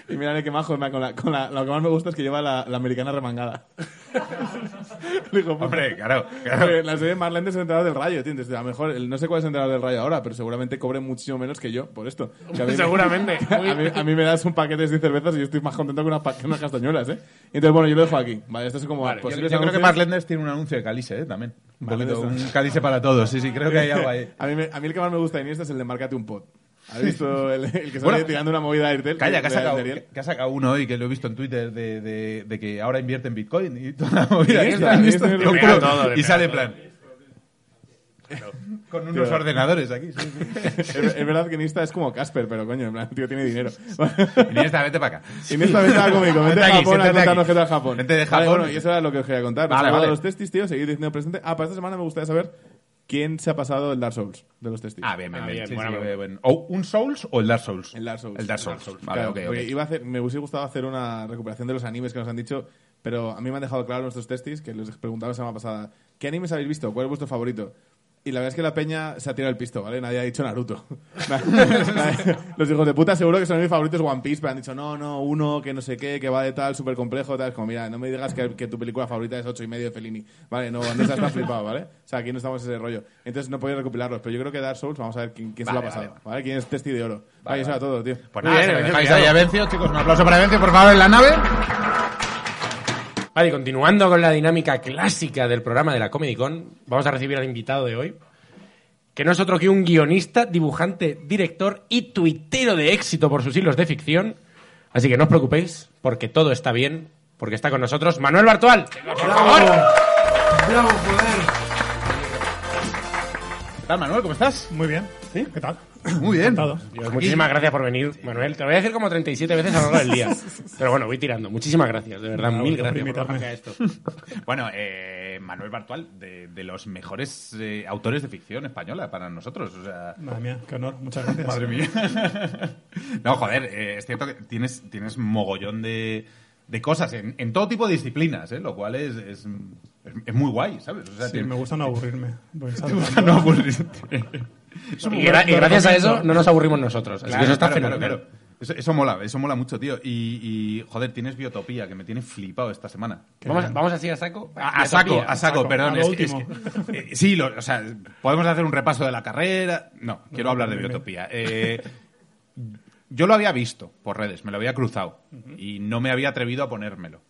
S4: Y mira qué majo, en plan, con la, con la- lo que más me gusta es que lleva la, la americana remangada. Digo, "Pues, eh, puta.
S8: Hombre, claro, claro.
S4: Porque la serie Marlenders es entrenador del rayo, tío. Entonces, a lo mejor, el- no sé cuál es el entrenador del rayo ahora, pero seguramente cobre muchísimo menos que yo por esto. Que a mí me-
S2: Seguramente. Muy-
S4: a, mí, a mí me das un paquete de cervezas y yo estoy más contento que unas, pa- que unas castañuelas, ¿eh? Entonces, bueno, yo lo dejo aquí. Vale, esto es como
S2: Vale,
S8: Yo,
S2: yo-
S4: posibles
S8: creo que
S4: anuncios.
S8: Mark Lenders tiene un anuncio de calice, ¿eh? También. Un,
S4: pues Vale,
S8: poquito,
S4: eso.
S8: un cálice para todos, sí, sí, creo que hay algo ahí.
S4: A mí, me- a mí el que más me gusta de Iniesta es el de Márcate un pot. ¿Has visto el, el que sale
S8: Bueno,
S4: tirando una movida a Airtel?
S8: Calla, que ha,
S4: De-
S8: sacado,
S4: de Ariel.
S8: que ha sacado uno hoy que lo he visto en Twitter de, de- de que ahora invierte en Bitcoin y toda la movida.
S4: Iniesta,
S8: Iniesta,
S4: Iniesta,
S8: te lo
S2: le pega
S8: juro.
S2: todo, le
S8: y
S2: pega
S8: sale en
S2: todo.
S8: plan.
S3: Con unos ordenadores aquí. sí, sí.
S4: Es, es verdad que Nista es como Casper, pero coño, en plan, tío tiene dinero.
S3: Iniesta, vete para acá.
S4: Iniesta vete a cómico, vete
S3: Vente
S4: a
S3: aquí,
S4: Japón a
S3: siéntate
S4: contarnos
S3: aquí.
S4: qué tal Japón.
S3: Vente de
S4: Vale,
S3: Japón.
S4: bueno, y eso era lo que os quería contar.
S3: Vale,
S4: Respecto a
S3: vale.
S4: los testis, tío, seguid diciendo presente. Ah, para esta semana me gustaría saber quién se ha pasado el Dark Souls de los testis.
S3: Ah, bien, bien,
S2: Ah,
S3: bien.
S2: bien,
S3: Sí,
S2: buena
S3: sí,
S2: pregunta.
S3: bien. ¿O un Souls o el Dark Souls?
S4: pues. El Dark Souls.
S3: El Dark Souls. Vale,
S4: Claro,
S3: ok, ok.
S4: porque Iba a hacer, me hubiese gustado hacer una recuperación de los animes que nos han dicho, pero a mí me han dejado claro nuestros testis, que les preguntaba la semana pasada, ¿qué animes habéis visto? ¿Cuál es vuestro favorito? Y la verdad es que la peña se ha tirado el pisto, ¿vale? Nadie ha dicho Naruto. Nadie- los hijos de puta seguro que son mis favoritos One Piece, pero han dicho, no, no, uno, que no sé qué, que va de tal, súper complejo, tal. Es como, mira, no me digas que, que tu película favorita es ocho y medio de Fellini. Vale, no, no estás flipado, ¿vale? O sea, aquí no estamos en ese rollo. Entonces no podéis recopilarlos, pero yo creo que Dark Souls, vamos a ver quién, quién se lo
S3: Vale,
S4: ha pasado,
S3: vale,
S4: ¿vale? ¿Quién es testi de oro? Vale, eso era todo, tío.
S3: Pues
S2: Muy
S3: nada,
S2: bien,
S3: se lo
S2: Vencio,
S3: dejáis
S2: cuidado.
S3: ahí a Vencio, chicos. Un aplauso para Vencio, por favor, en la nave.
S2: Vale, y continuando con la dinámica clásica del programa de la Comedy Con, vamos a recibir al invitado de hoy, que no es otro que un guionista, dibujante, director y tuitero de éxito por sus hilos de ficción. Así que no os preocupéis, porque todo está bien, porque está con nosotros Manuel Bartual. ¡Por favor!
S9: Bravo, joder.
S3: ¿Qué tal, Manuel? ¿Cómo estás?
S10: Muy bien. ¿Sí? ¿Qué tal?
S3: Muy bien.
S2: Dios, muchísimas gracias por venir, Manuel. Te lo voy a decir como 37 veces a lo largo del día. Pero bueno, voy tirando. Muchísimas gracias, de verdad. Mil
S10: gracias por
S2: gracias por
S10: invitarme.
S2: bajar esto.
S3: Bueno, eh, Manuel Bartual, de, de los mejores eh, autores de ficción española para nosotros. O sea,
S10: Madre mía, qué honor. Muchas gracias.
S3: Madre mía. no, joder, eh, es cierto que tienes, tienes mogollón de, de cosas en, en todo tipo de disciplinas, ¿eh? lo cual es, es, es- es muy guay, ¿sabes? O sea,
S10: Sí,
S3: tiene-
S10: me gusta no aburrirme. Pues,
S3: te gusta no aburrirte.
S2: Y, gra- y gracias a eso no nos aburrimos nosotros. Así que eso está
S3: Claro, claro,
S2: fenomenal.
S3: claro. Eso, eso mola, eso mola mucho, tío. Y, y, joder, tienes biotopía, que me tiene flipado esta semana.
S2: Vamos, vamos así a saco.
S3: A, a saco,
S2: Biotopía.
S3: a saco, perdón.
S10: a lo
S3: es que- es
S10: último.
S3: que- eh, sí, lo- o sea, podemos hacer un repaso de la carrera. No, quiero hablar de biotopía. Eh, yo lo había visto por redes, me lo había cruzado y no me había atrevido a ponérmelo.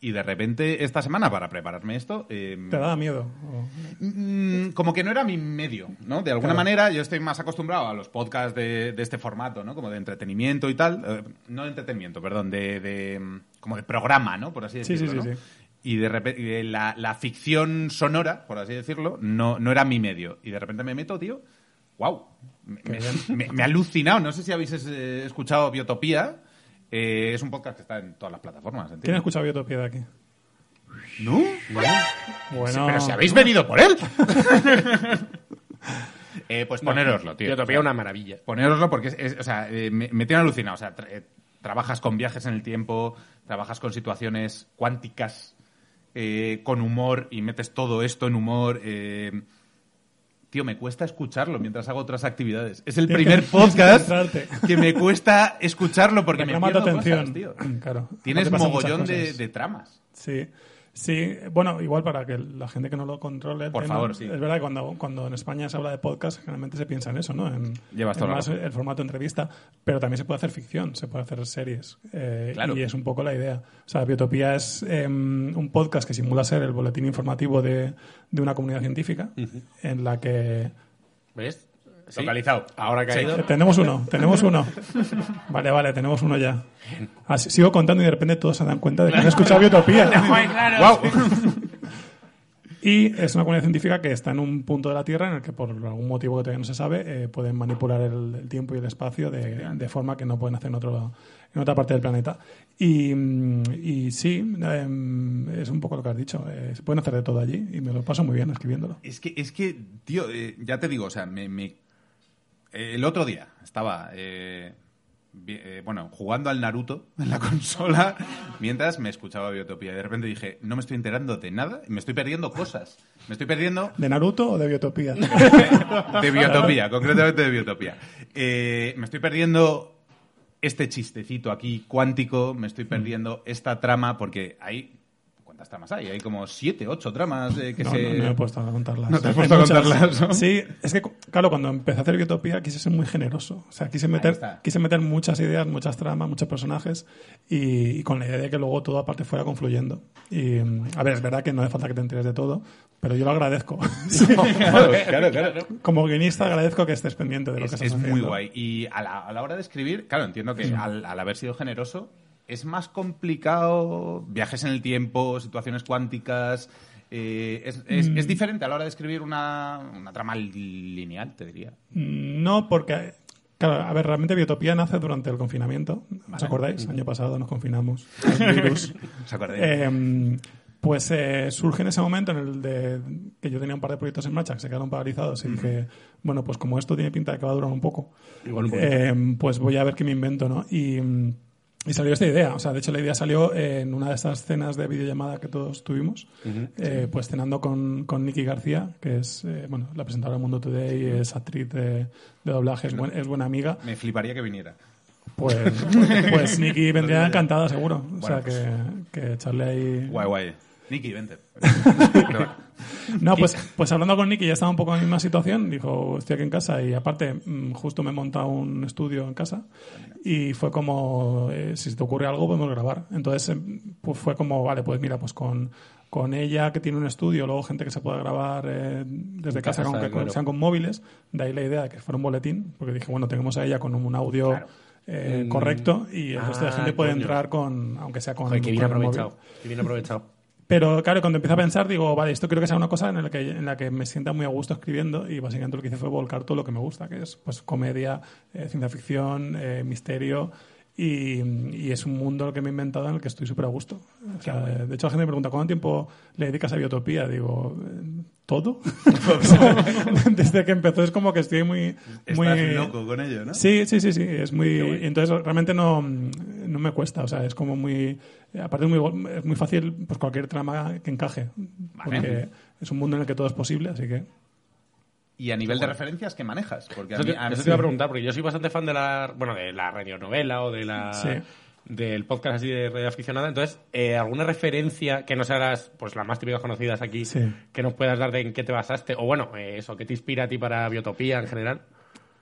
S3: Y de repente, esta semana, para prepararme esto, eh,
S10: ¿Te daba miedo? O-
S3: Mm, como que no era mi medio, ¿no? De alguna manera yo estoy más acostumbrado a los podcasts de, de este formato, ¿no? Como de entretenimiento y tal. eh, no de entretenimiento, perdón, de, de, mm, como de programa, ¿no? Por así
S10: Sí,
S3: decirlo.
S10: sí, sí,
S3: ¿no?
S10: sí.
S3: Y de repente eh, la, la ficción sonora, por así decirlo, no, no era mi medio. Y de repente me meto, tío. ¡Wow! Me, me- me- me ha alucinado. No sé si habéis eh, escuchado Biotopía. Eh, es un podcast que está en todas las plataformas. entiendo.
S10: ¿Quién ha escuchado Biotopía de aquí?
S3: ¿No?
S10: Bueno,
S3: Pero si habéis venido por él. Eh, pues poneroslo, tío.
S2: Biotopía, una maravilla.
S3: Poneroslo porque es, es- o sea, eh, me, me tiene alucinado. O sea, tra- eh, trabajas con viajes en el tiempo, trabajas con situaciones cuánticas, eh, con humor y metes todo esto en humor. eh, Tío, me cuesta escucharlo mientras hago otras actividades. Es el
S10: Tienes que-
S3: primer
S10: tienes que
S3: podcast
S10: centrarte.
S3: que me cuesta escucharlo porque me
S10: reclama tu
S3: pierdo
S10: atención. Mm,
S3: cosas, tío.
S10: Claro.
S3: Tienes
S10: Aparte pasan muchas
S3: mogollón de,
S10: cosas.
S3: de tramas.
S10: Sí. Sí, bueno, igual para que la gente que no lo controle. el
S3: Por
S10: tema,
S3: favor, sí.
S10: Es verdad que cuando, cuando en España se habla de podcast, generalmente se piensa en eso, ¿no? En,
S3: Llevas
S10: en
S3: toda la
S10: más
S3: razón.
S10: el formato entrevista. Pero también se puede hacer ficción, se puede hacer series. eh,
S3: Claro.
S10: Y es un poco la idea. O sea, Biotopía es em, un podcast que simula ser el boletín informativo de, de una comunidad científica en la que.
S2: ¿Ves? Sí.
S3: Localizado.
S2: Ahora ha caído.
S10: Eh, Tenemos uno, tenemos uno. Vale, vale, tenemos uno ya. Así, sigo contando y de repente todos se dan cuenta de que no he escuchado Biotopía. Y es una comunidad científica que está en un punto de la Tierra en el que, por algún motivo que todavía no se sabe, eh, pueden manipular el, el tiempo y el espacio de, de forma que no pueden hacer en, otro, en otra parte del planeta. Y, mm, y sí, em, es un poco lo que has dicho. eh, se pueden hacer de todo allí y me lo paso muy bien escribiéndolo.
S3: Es que, es que tío, eh, ya te digo, o sea, me, me- eh, el otro día estaba, eh, vi- eh, bueno, jugando al Naruto en la consola mientras me escuchaba Biotopía. Y de repente dije, no me estoy enterando de nada, me estoy perdiendo cosas. Me estoy perdiendo
S10: ¿De Naruto o de Biotopía?
S3: de Biotopía, concretamente de Biotopía. Eh, me estoy perdiendo este chistecito aquí cuántico, me estoy perdiendo esta trama, porque hay... ¿Cuántas tramas hay? Hay como siete, ocho tramas eh, que
S10: no,
S3: se...
S10: no, no me he puesto a contarlas.
S3: No te has
S10: Hay
S3: puesto a
S10: muchas.
S3: contarlas, ¿no?
S10: Sí, es que, claro, cuando empecé a hacer Biotopía quise ser muy generoso. O sea, quise meter,
S3: está.
S10: quise meter muchas ideas, muchas tramas, muchos personajes y, y con la idea de que luego todo aparte fuera confluyendo. Y, mm, a ver, es verdad que no hace falta que te enteres de todo, pero yo lo agradezco. Sí.
S3: Claro, claro, claro.
S10: Como guionista agradezco que estés pendiente de lo
S3: es,
S10: que estás
S3: es muy
S10: haciendo.
S3: guay. Y a la, a la hora de escribir, claro, entiendo que al, al haber sido generoso, es más complicado viajes en el tiempo, situaciones cuánticas,
S8: Eh, es, es-
S10: Mm.
S8: es diferente a la hora de escribir una, una trama lineal, te diría.
S10: No, porque. Claro, a ver, realmente Biotopía nace durante el confinamiento. ¿Os
S8: Vale.
S10: acordáis?
S8: Ujú.
S10: Año pasado nos confinamos. al virus.
S8: ¿Os acordáis?
S10: Eh, pues eh, surge en ese momento en el de que yo tenía un par de proyectos en marcha que se quedaron paralizados y dije, bueno, pues como esto tiene pinta de que va a durar un poco,
S2: Igual un poquito.
S10: eh, pues voy a ver qué me invento, ¿no? Y, mm, y salió esta idea. O sea, de hecho la idea salió en una de esas cenas de videollamada que todos tuvimos. Eh, pues cenando con, con Nikki García, que es eh, bueno, la presentadora de Mundo Today, es actriz de, de doblaje, es, buen- es buena amiga.
S8: Me fliparía que viniera.
S10: Pues, pues Nikki vendría encantada, seguro. O
S8: Bueno,
S10: sea,
S8: pues-
S10: que, que echarle ahí.
S8: Guay, guay. Nicky, vente.
S10: No, pues, pues hablando con Nikki ya estaba un poco en la misma situación. Dijo, estoy aquí en casa y aparte mm, justo me he montado un estudio en casa y fue como, eh, si se te ocurre algo podemos grabar. Entonces em, pues fue como, vale, pues mira, pues con, con ella que tiene un estudio, luego gente que se pueda grabar eh, desde casa,
S2: casa,
S10: aunque
S2: claro.
S10: sean con móviles, de ahí la idea de que fuera un boletín, porque dije, bueno, tenemos a ella con un audio... eh,
S2: Mm.
S10: correcto y el resto de
S2: Ah,
S10: gente puede
S2: coño.
S10: entrar con aunque sea con,
S2: Joder, que bien
S10: con el móvil.
S2: aprovechado. Que bien aprovechado.
S10: Pero claro, cuando empiezo a pensar, digo, vale, esto quiero que sea una cosa en la que, en la que me sienta muy a gusto escribiendo y básicamente lo que hice fue volcar todo lo que me gusta, que es pues comedia, eh, ciencia ficción, eh, misterio y, y es un mundo que me he inventado en el que estoy súper a gusto. O sea, de hecho, la gente me pregunta, ¿cuánto tiempo le dedicas a Biotopía? Digo, "Eh, ¿todo? O sea, desde que empezó es como que estoy muy... muy...
S8: Estás loco con ello, ¿no?
S10: Sí, sí, sí, sí. Es muy. Entonces realmente no, no me cuesta. O sea, es como muy. Aparte es muy, go- es muy fácil pues cualquier trama que encaje. Porque es un mundo en el que todo es posible, así que.
S8: Y a nivel de referencias, ¿qué manejas? Porque a
S2: Eso te,
S8: mí- a mí-
S2: eso te iba a preguntar, porque yo soy bastante fan de la, bueno, de la radionovela o de la,
S10: Sí.
S2: del podcast así de radio aficionada. Entonces, eh, ¿alguna referencia que no sean las, pues, las más típicas conocidas aquí
S10: Sí.
S2: que nos puedas dar de en qué te basaste? O bueno, eh, eso, ¿qué te inspira a ti para Biotopía en general?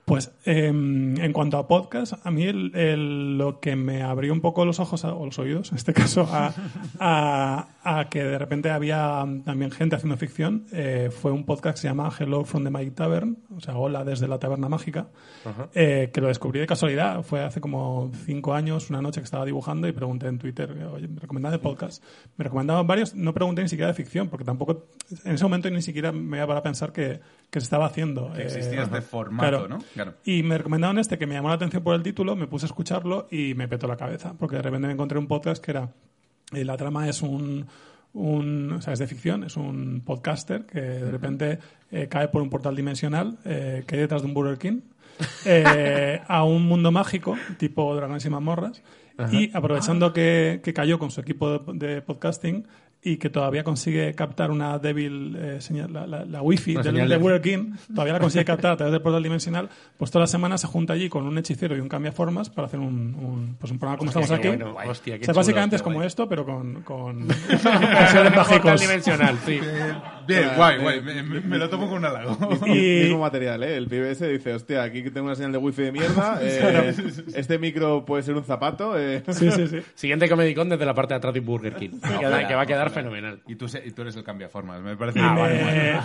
S10: Pues eh, en cuanto a podcast, a mí el- el- lo que me abrió un poco los ojos a- o los oídos, en este caso, a, a- a que de repente había también gente haciendo ficción, eh, fue un podcast que se llama Hello from the Magic Tavern, o sea, Hola desde la Taberna Mágica, eh, que lo descubrí de casualidad. Fue hace como cinco años, una noche que estaba dibujando y pregunté en Twitter, oye, me recomendaban el podcast. Me recomendaban varios, no pregunté ni siquiera de ficción, porque tampoco, en ese momento ni siquiera me iba a pensar que, que se estaba haciendo.
S8: Que
S10: eh,
S8: existía este
S10: ajá.
S8: formato, ¿no? Claro.
S10: Y me recomendaron este que me llamó la atención por el título, me puse a escucharlo y me petó la cabeza, porque de repente me encontré un podcast que era, eh, la trama es un, un, o sea, es de ficción, es un podcaster que de repente eh, cae por un portal dimensional eh, que hay detrás de un Burger King eh, a un mundo mágico tipo Dragones y Mazmorras. Y aprovechando que, que cayó con su equipo de, de podcasting y que todavía consigue captar una débil eh, señal, la, la- la wifi
S2: Una
S10: del,
S2: señal
S10: de
S2: débil.
S10: Burger King, todavía la consigue captar a través del portal dimensional, pues toda la semana se junta allí con un hechicero y un cambiaformas para hacer un, un- pues un programa como
S2: Hostia,
S10: estamos
S2: qué
S10: aquí.
S2: bueno, hostia, qué
S10: o sea,
S2: chulo,
S10: básicamente
S2: qué
S10: es como
S2: guay.
S10: esto, pero con... con, con
S2: Portal
S10: bajicos.
S2: dimensional, sí.
S8: Bien,
S4: Hola,
S8: guay,
S4: eh,
S8: guay. Me, me- me lo tomo con un halago.
S10: Ah, Y-
S4: Mismo material, ¿eh? El pibe ese dice, hostia, aquí tengo una señal de wifi de mierda. eh, este micro puede ser un zapato. eh.
S10: Sí, sí, sí.
S2: Siguiente Comedy Con desde la parte de atrás de un Burger King. Que,
S8: Ojalá,
S2: que va a quedar
S8: ojalá.
S2: fenomenal.
S8: Y tú, se- y tú eres el cambiaformas, me parece.
S10: Y,
S8: Ah,
S10: me,
S8: vale, vale.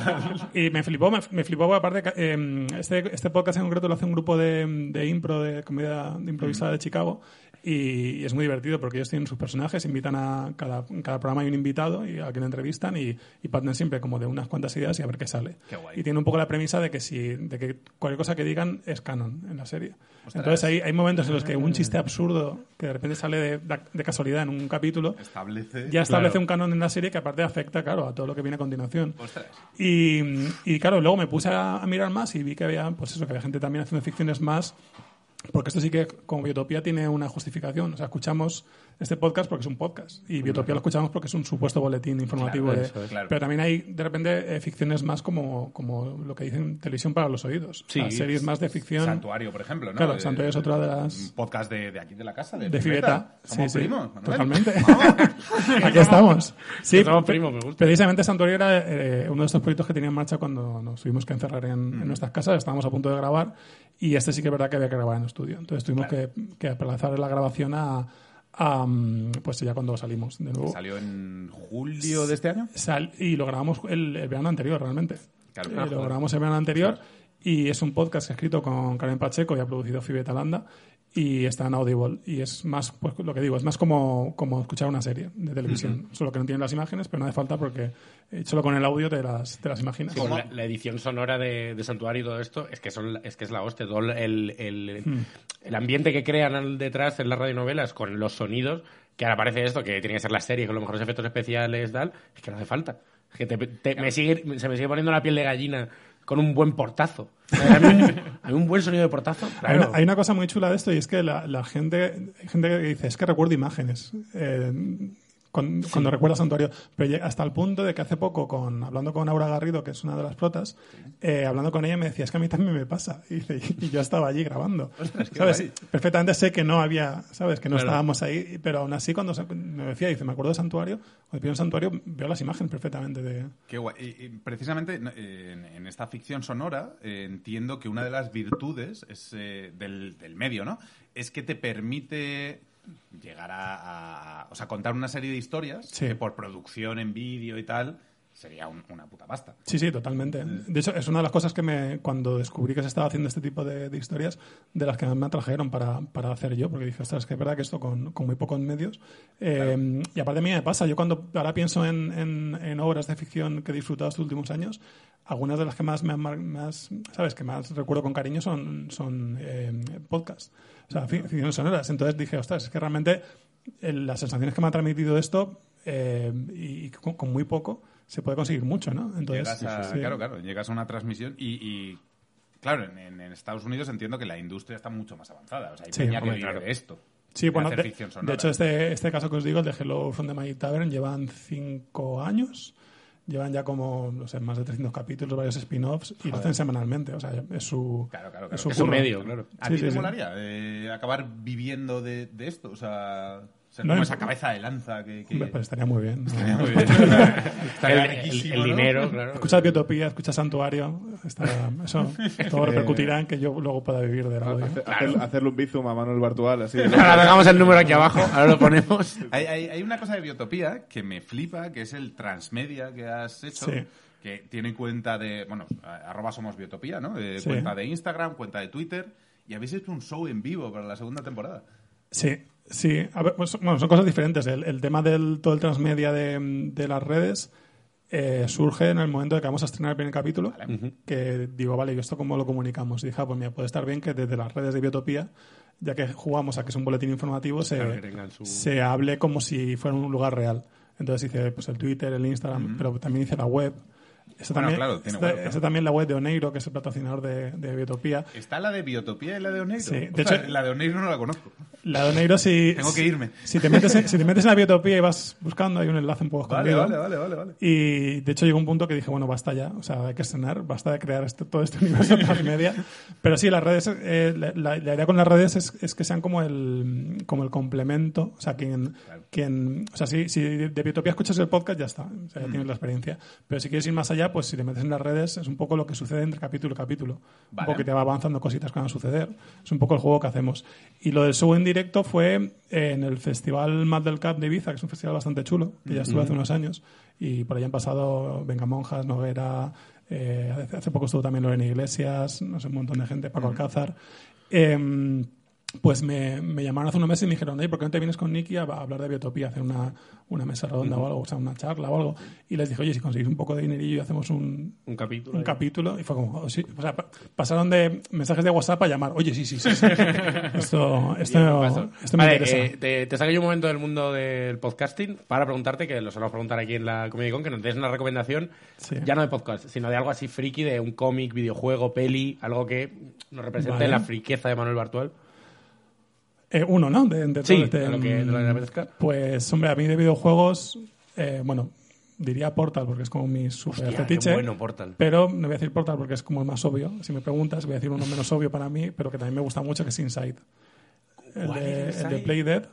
S10: Eh, y me flipó, me, me flipó, porque aparte, eh, este, este podcast en concreto lo hace un grupo de, de impro, de comedia de improvisada de Chicago, y, y es muy divertido porque ellos tienen sus personajes, invitan a cada, en cada programa hay un invitado y a quien entrevistan y, y parten siempre como de unas cuantas ideas y a ver qué sale.
S8: Qué guay.
S10: Y tiene un poco la premisa de que si de que cualquier cosa que digan es canon en la serie. Entonces hay, hay momentos en los
S8: Ah.
S10: que un chiste absurdo que de repente sale de- de- de casualidad en un capítulo
S8: Establece.
S10: ya establece un canon en la serie que aparte afecta, claro, a todo lo que viene a continuación.
S8: Ostras.
S10: Y, y, claro, luego me puse a, a mirar más y vi que había, pues eso, que había gente también haciendo ficciones más. Porque esto sí que, como Biotopía, tiene una justificación. O sea, escuchamos este podcast porque es un podcast. Y Biotopía lo escuchamos porque es un supuesto boletín informativo.
S2: Claro,
S10: de-
S2: eso es.
S8: Claro.
S10: Pero también hay, de repente, eh, ficciones más como, como lo que dicen televisión para los oídos. O sea,
S2: Sí.
S10: series más de ficción.
S8: Santuario, por ejemplo, ¿no?
S10: Claro,
S8: Eh,
S10: Santuario es otra de las-
S8: Un podcast de, de aquí de la casa, de,
S10: De Fibeta.
S8: Somos
S10: sí, sí.
S8: primos, Manuel.
S10: Totalmente. Aquí estamos. Sí,
S2: Que somos
S10: pre-
S2: primos, me gusta.
S10: Precisamente Santorio era eh, uno de estos proyectos que tenía en marcha cuando nos tuvimos que encerrar en, en nuestras casas. Estábamos a punto de grabar y este sí que es verdad que había que grabar en estudio. Entonces tuvimos que, que aplazar la grabación a, a, mm, Pues ya cuando salimos de nuevo.
S8: Salió en julio de este año.
S10: Sal- y lo grabamos el, el verano anterior, realmente.
S8: Claro.
S10: Eh,
S8: Ah,
S10: lo
S8: joder.
S10: grabamos el verano anterior Y es un podcast escrito con Karen Pacheco y ha producido Fibe Talanda y está en Audible. Y es más, pues lo que digo, es más como, como escuchar una serie de televisión. Solo que no tienen las imágenes, pero no hace falta porque eh, solo con el audio te las, te las imaginas.
S2: Sí, con la, la edición sonora de, de Santuario y todo esto es que son es que es la hostia todo el, el-
S10: Hmm.
S2: el ambiente que crean al- detrás en las radionovelas con los sonidos que ahora parece esto que tiene que ser las series con los mejores efectos especiales tal es que no hace falta es que te- te- me sigue- se me sigue poniendo la piel de gallina con un buen portazo a mí, a mí un buen sonido de portazo
S10: Hay,
S2: claro
S10: una, hay una cosa muy chula de esto y es que la, la gente, hay gente que dice, es que recuerdo imágenes. eh, con- Cuando recuerda Santuario, pero llega hasta el punto de que hace poco, con, hablando con Aura Garrido, que es una de las protas, eh, hablando con ella me decía, es que a mí también me pasa. Y, dice, y yo estaba allí grabando.
S3: qué
S10: ¿Sabes?
S3: guay.
S10: Perfectamente sé que no había, ¿sabes? Que no
S3: Claro.
S10: estábamos ahí, pero aún así cuando se- me decía, dice, me acuerdo de Santuario, cuando pienso en Santuario veo las imágenes perfectamente de...
S3: Qué guay. Y, y precisamente no, eh, en, en esta ficción sonora eh, entiendo que una de las virtudes es, eh, del, del medio, ¿no? Es que te permite llegar a, a- O sea, contar una serie de historias
S10: Sí.
S3: que por producción en vídeo y tal sería un- una puta pasta.
S10: Sí, sí, totalmente. De hecho, es una de las cosas que me, cuando descubrí que se estaba haciendo este tipo de, de historias, de las que más me atrajeron para, para hacer yo, porque dije, ostras, que es verdad que esto con, con muy pocos medios. Eh, Y aparte a mí me pasa, yo cuando ahora pienso en, en- en obras de ficción que he disfrutado estos últimos años, algunas de las que más me han mar- más, ¿sabes? Que más recuerdo con cariño son, son eh, podcasts, o sea, fi- ficciones sonoras. Entonces dije, ostras, es que realmente eh, las sensaciones que me ha transmitido esto eh, y, y con, con muy poco se puede conseguir mucho, ¿no?
S3: llegas a,
S10: Pues, sí.
S3: Claro, claro, llegas a una transmisión y... y, Claro, en, en- en Estados Unidos entiendo que la industria está mucho más avanzada. O sea, hay
S10: Sí.
S3: peña que
S10: Hombre,
S3: vive
S10: claro.
S3: de esto.
S10: Sí,
S3: de
S10: bueno,
S3: hacer
S10: de,
S3: ficción
S10: de
S3: sonora.
S10: hecho, este, este caso que os digo, el de Hello from the Magic Tavern, llevan cinco años, llevan ya como, no sé, más de 300 capítulos, varios spin-offs, y lo hacen semanalmente, o sea, es su...
S3: Claro,
S10: es
S3: claro.
S10: su
S3: Es un
S10: curro.
S3: medio, claro. ¿A
S10: Sí,
S3: ti
S10: sí,
S3: te
S10: sí.
S3: molaría eh, acabar viviendo de, de esto? O sea, ser
S10: No,
S3: como
S10: en-
S3: esa cabeza de lanza que... que-
S10: Hombre, pues estaría muy bien. ¿no?
S3: Estaría muy bien. Estaría
S2: El- el-
S3: riquísimo,
S2: el
S3: ¿no?
S2: dinero, claro.
S10: Escucha Biotopía, escucha Santuario, está- eso todo repercutirá en que yo luego pueda vivir del audio.
S3: pues,
S4: Hacer- Hacerle un bizum a Manuel Bartual, así.
S2: ahora dejamos el número aquí abajo ahora lo ponemos
S3: Hay, hay- hay una cosa de Biotopía que me flipa, que es el transmedia que has hecho.
S10: Sí.
S3: Que tiene cuenta de, bueno, a- arroba somos Biotopía, ¿no? Eh,
S10: Sí.
S3: Cuenta de Instagram, cuenta de Twitter. Y habéis hecho un show en vivo para la segunda temporada.
S10: Sí, sí. A ver, pues, bueno, son cosas diferentes. El, el tema del todo el transmedia de, de las redes eh, surge en el momento de que vamos a estrenar el primer capítulo. Que digo, vale, ¿y esto cómo lo comunicamos? Y dije, ah, pues mira, puede estar bien que desde las redes de Biotopía, ya que jugamos a que es un boletín informativo, se,
S2: Claro, que tengan su-
S10: se hable como si fuera un lugar real. Entonces hice pues, el Twitter, el Instagram, pero también hice la web. Esa
S3: Bueno,
S10: también,
S3: claro, tiene
S10: esta-
S3: web, ¿no?
S10: esa también la web de Oneiro, que es el patrocinador de, de Biotopía.
S3: Está la de Biotopía y la de Oneiro.
S10: Sí, de
S3: Ostras,
S10: hecho-
S3: la de Oneiro no la conozco.
S10: La de Oneiro, si.
S3: Tengo que irme.
S10: Si te metes en, si te metes en la biotopía y vas buscando, hay un enlace un poco
S3: Vale,
S10: escondido.
S3: vale, vale, vale, vale.
S10: Y de hecho llegó un punto que dije, bueno, basta ya, o sea, hay que estrenar, basta de crear este- todo este universo transmedia. Pero sí, las redes, eh, la, la- la idea con las redes es, es que sean como el, como el complemento, o sea, quien, quien o sea, si, si de Biotopía escuchas el podcast, ya está, o
S3: Mm.
S10: sea, ya tienes la experiencia. Pero si quieres ir más allá, pues si te metes en las redes, es un poco lo que sucede entre capítulo y capítulo.
S3: Vale.
S10: Un poco que te va avanzando cositas que van a suceder. Es un poco el juego que hacemos. Y lo del show en directo fue eh, en el Festival Mad del Cup de Ibiza, que es un festival bastante chulo, que ya estuve hace unos años. Y por ahí han pasado Venga Monjas, Noguera, eh, hace- hace poco estuvo también Lorena Iglesias, no sé, un montón de gente, Paco Alcázar. Em, pues me, me llamaron hace unos meses y me dijeron, "Oye, ¿por qué no te vienes con Nicky a, a hablar de biotopía, a hacer una, una mesa redonda o algo, o sea, una charla o algo? Y les dije, oye, si conseguís un poco de dinerillo y hacemos un,
S2: un capítulo
S10: un capítulo y fue como, oh, sí. o sea, pa- pasaron de mensajes de WhatsApp a llamar, oye, sí, sí, sí. sí. esto, esto, esto Este me
S2: Vale,
S10: interesa.
S2: eh, te, te saqué yo un momento del mundo del podcasting para preguntarte, que lo solemos preguntar aquí en la Comic Con, que nos des una recomendación,
S10: Sí.
S2: ya no de podcast, sino de algo así friki, de un cómic, videojuego, peli, algo que nos represente
S10: Vale.
S2: la friqueza de Manuel Bartual.
S10: Eh, uno, ¿no? De, de-
S2: Sí,
S10: de-
S2: de lo que- de lo que te apetezca.
S10: Pues, hombre, a mí de videojuegos, eh, bueno, diría Portal porque es como mi super
S2: Hostia, qué
S10: fetiche.
S2: bueno Portal.
S10: Pero no voy a decir Portal porque es como el más obvio. Si me preguntas, voy a decir uno menos obvio para mí, pero que también me gusta mucho, que es Inside. El
S2: ¿Cuál
S10: de,
S2: es
S10: el de
S2: Inside?
S10: Play Dead,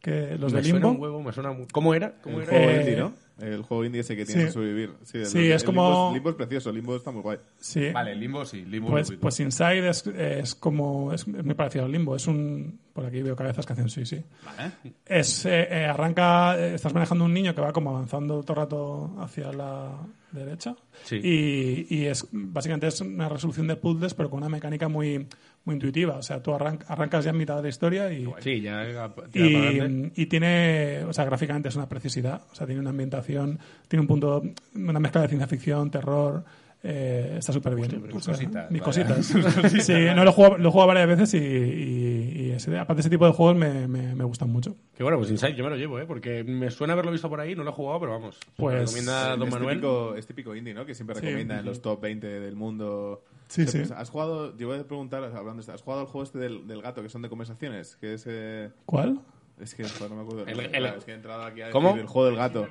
S10: que los
S2: me suena
S10: de Limbo.
S2: un huevo, me suena mu- ¿Cómo era? ¿Cómo
S4: El
S2: era?
S4: juego
S10: Eh,
S4: indie, ¿no? El juego indie ese que tiene
S10: sí.
S4: que sobrevivir. el-
S10: Sí, es
S4: el
S10: como-
S4: Limbo es, Limbo es precioso, Limbo está muy guay.
S10: Sí.
S3: Vale, Limbo sí, Limbo
S10: Pues,
S3: lo ubico.
S10: pues Inside es, es como. Es muy parecido al limbo. Es un, Por aquí veo cabezas que hacen sí, sí.
S3: Vale.
S10: Es, eh, eh, arranca, eh, estás manejando un niño que va como avanzando todo el rato hacia la derecha.
S2: Sí.
S10: Y, y es básicamente es una resolución de puzzles, pero con una mecánica muy, muy intuitiva. O sea, tú arran- arrancas ya en mitad de la historia y,
S2: Sí, ya. tira para adelante.
S10: y, y tiene, o sea, gráficamente es una precisidad, o sea, tiene una ambientación, tiene un punto, una mezcla de ciencia ficción, terror, eh, está súper bien.
S3: tus cositas,
S10: Mis
S3: vaya.
S10: cositas.
S3: Tus cositas,
S10: sí,
S3: vaya.
S10: no lo he jugado, lo he jugado varias veces y, y- y ese- aparte ese tipo de juegos me, me, me gustan mucho.
S2: Que bueno, pues Inside yo me lo llevo, ¿eh? Porque me suena haberlo visto por ahí, no lo he jugado, pero vamos. Me
S10: Pues-
S3: Ah,
S2: recomienda Don
S4: es
S2: Manuel.
S4: Típico, es típico indie, ¿no? Que siempre
S10: Sí.
S4: recomienda en los top 20 del mundo.
S10: Sí,
S4: Pero,
S10: sí.
S4: pues, ¿Has jugado, te voy a preguntar, hablando de esto, ¿has jugado al juego este del, del gato que son de conversaciones? Que es. eh,
S10: ¿Cuál?
S4: Es que joder, no me acuerdo.
S2: El- el-
S4: es que he entrado aquí a
S2: ¿Cómo?
S4: decir el juego del gato.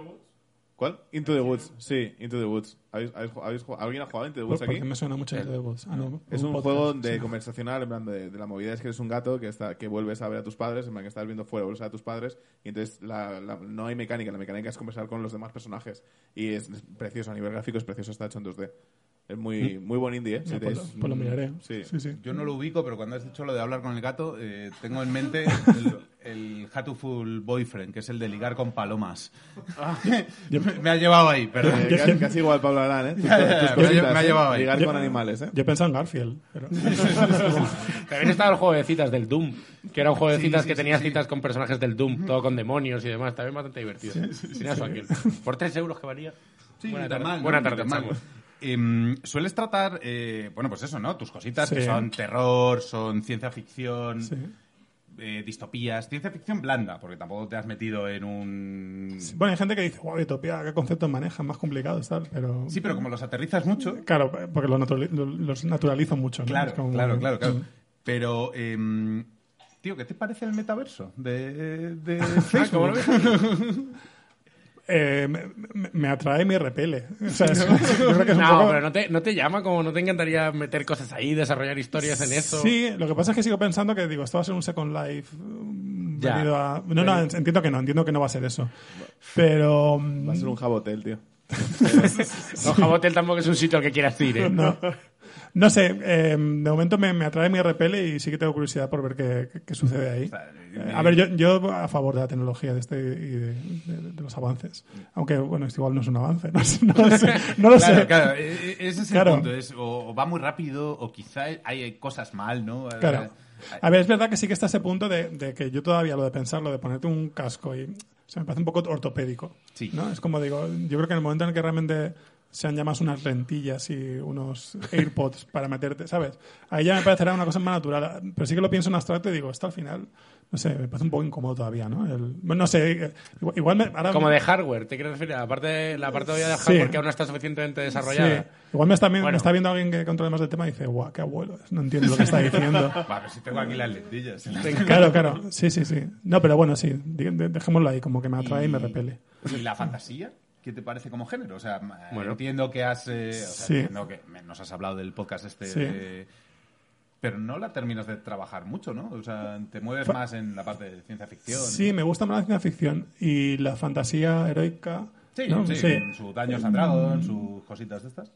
S4: ¿Cuál? Into the Woods. Sí, Into the Woods. ¿Habéis- habéis ju- habéis ju- ¿Alguien ha jugado Into the
S10: ¿Por,
S4: Woods
S10: Pues porque
S4: aquí? Eh,
S10: me suena mucho de voz. Ah, no,
S4: Es un
S10: podcast,
S4: juego de
S10: sí.
S4: conversacional, en plan de, de la movida es que eres un gato que está que vuelves a ver a tus padres, en plan que estás viendo fuera, vuelves a ver a tus padres, y entonces la- la- no hay mecánica, la mecánica es conversar con los demás personajes. Y es precioso, a nivel gráfico es precioso, está hecho en 2D. Es muy, muy buen indie, ¿eh? Si
S10: Ah,
S4: te-
S10: pues,
S4: es-
S10: pues lo miraré.
S4: Sí.
S10: Sí, sí.
S3: Yo no lo ubico, pero cuando has dicho lo de hablar con el gato, eh, tengo en mente el, el Hatoful Boyfriend, que es el de ligar con palomas. me, me ha llevado ahí, perdón.
S4: Eh,
S10: Yo-
S4: casi,
S10: yo-
S4: casi igual Pablo Arán, ¿eh? Tus-
S3: Ya, ya, ya,
S4: tus
S3: me ha lle-
S4: cositas,
S3: me ha
S4: ¿eh?
S3: llevado ahí.
S4: Ligar
S10: Yo-
S4: con animales, ¿eh?
S10: Yo he pensado en Garfield. pero-
S2: También estaba el juego de citas del Doom, que era un juego de
S3: Sí,
S2: citas
S3: sí,
S2: que
S3: sí,
S2: tenía
S3: sí.
S2: citas con personajes del Doom, todo con demonios y demás. También bastante divertido. Tenía su aquel. Por 3 euros que valía.
S3: Sí,
S2: Buena tarde.
S3: ni tan mal, ¿no?
S2: Buena
S3: Ni
S2: tarde,
S3: tan mal.
S2: Chavo.
S3: Em, sueles tratar, eh, bueno, pues eso, ¿no? Tus cositas que
S10: Sí.
S3: son terror, son ciencia ficción,
S10: Sí.
S3: eh, distopías, ciencia ficción blanda, porque tampoco te has metido en un...
S10: Sí,
S3: Sí,
S10: Bueno, hay gente que dice, wow, Utopía, qué conceptos manejan, más complicados, tal, pero...
S3: pero como los aterrizas mucho,
S10: Claro, porque los, naturali- los naturalizo mucho. ¿no?
S3: Claro,
S10: Es como-
S3: claro, claro, claro. Pero, em, tío, ¿qué te parece el metaverso de, de Facebook?
S10: Eh, me, me- me atrae y me repele. O sea, es- yo creo que es un
S2: No,
S10: poco-
S2: pero no te, no te llama como no te encantaría meter cosas ahí, desarrollar historias en eso.
S10: Sí, lo que pasa es que sigo pensando que digo, esto va a ser un Second Life. mm,
S2: Ya.
S10: venido a- No, no, entiendo que no, entiendo que no va a ser eso. Pero. mm,
S4: Va a ser un jabotel, tío.
S2: No, Jabotel tampoco es un sitio al que quieras ir, ¿eh?
S10: No. No sé, eh, de momento me, me atrae mi repele y sí que tengo curiosidad por ver qué, qué- qué sucede ahí. Eh, a ver, yo, yo a favor de la tecnología de este y de, de- de los avances. Aunque, bueno, esto igual no es un avance, no, sé, no lo sé. No lo
S3: Claro,
S10: sé.
S3: claro, e- e- ese es el
S10: Claro.
S3: punto. Es, o, o va muy rápido, o quizá hay cosas mal, ¿no?
S2: Eh,
S10: Claro. A ver, es verdad que sí que está ese punto de, de que yo todavía lo de pensarlo, de ponerte un casco y o sea, me parece un poco ortopédico.
S3: Sí.
S10: ¿no? Es como digo, yo creo que en el momento en el que realmente sean ya más unas lentillas y unos AirPods para meterte, ¿sabes? Ahí ya me parecerá una cosa más natural. Pero sí que lo pienso en abstracto y digo, hasta al final, no sé, me parece un poco incómodo todavía, ¿no? El- bueno, no sé, eh, igual, igual me, ahora-
S2: Como de hardware, ¿te quieres referir? Aparte, la parte de
S10: Sí.
S2: hardware que aún no está suficientemente desarrollada.
S10: Sí. Igual me está, vi- me
S2: Bueno.
S10: está viendo alguien que controla más del tema y dice, guau, qué abuelo, es, no entiendo lo que está diciendo.
S3: Va, que si tengo aquí las lentillas.
S10: Claro, claro. Sí, sí, sí. No, pero bueno, sí. Di- de- Dejémoslo ahí, como que me atrae y, me repele.
S3: ¿Y la fantasía? ¿Qué te parece como género? O sea, ma-
S2: Bueno.
S3: entiendo que has... eh, o sea,
S10: Sí.
S3: entiendo que me- nos has hablado del podcast este...
S10: Sí.
S3: de- pero no la terminas de trabajar mucho, ¿no? O sea, te mueves
S10: Fa-
S3: más en la parte de ciencia ficción.
S10: Sí, me gusta más la ciencia ficción y la fantasía heroica.
S3: Sí,
S10: ¿no?
S3: sí, con su Daños and Dragons, sus cositas de estas.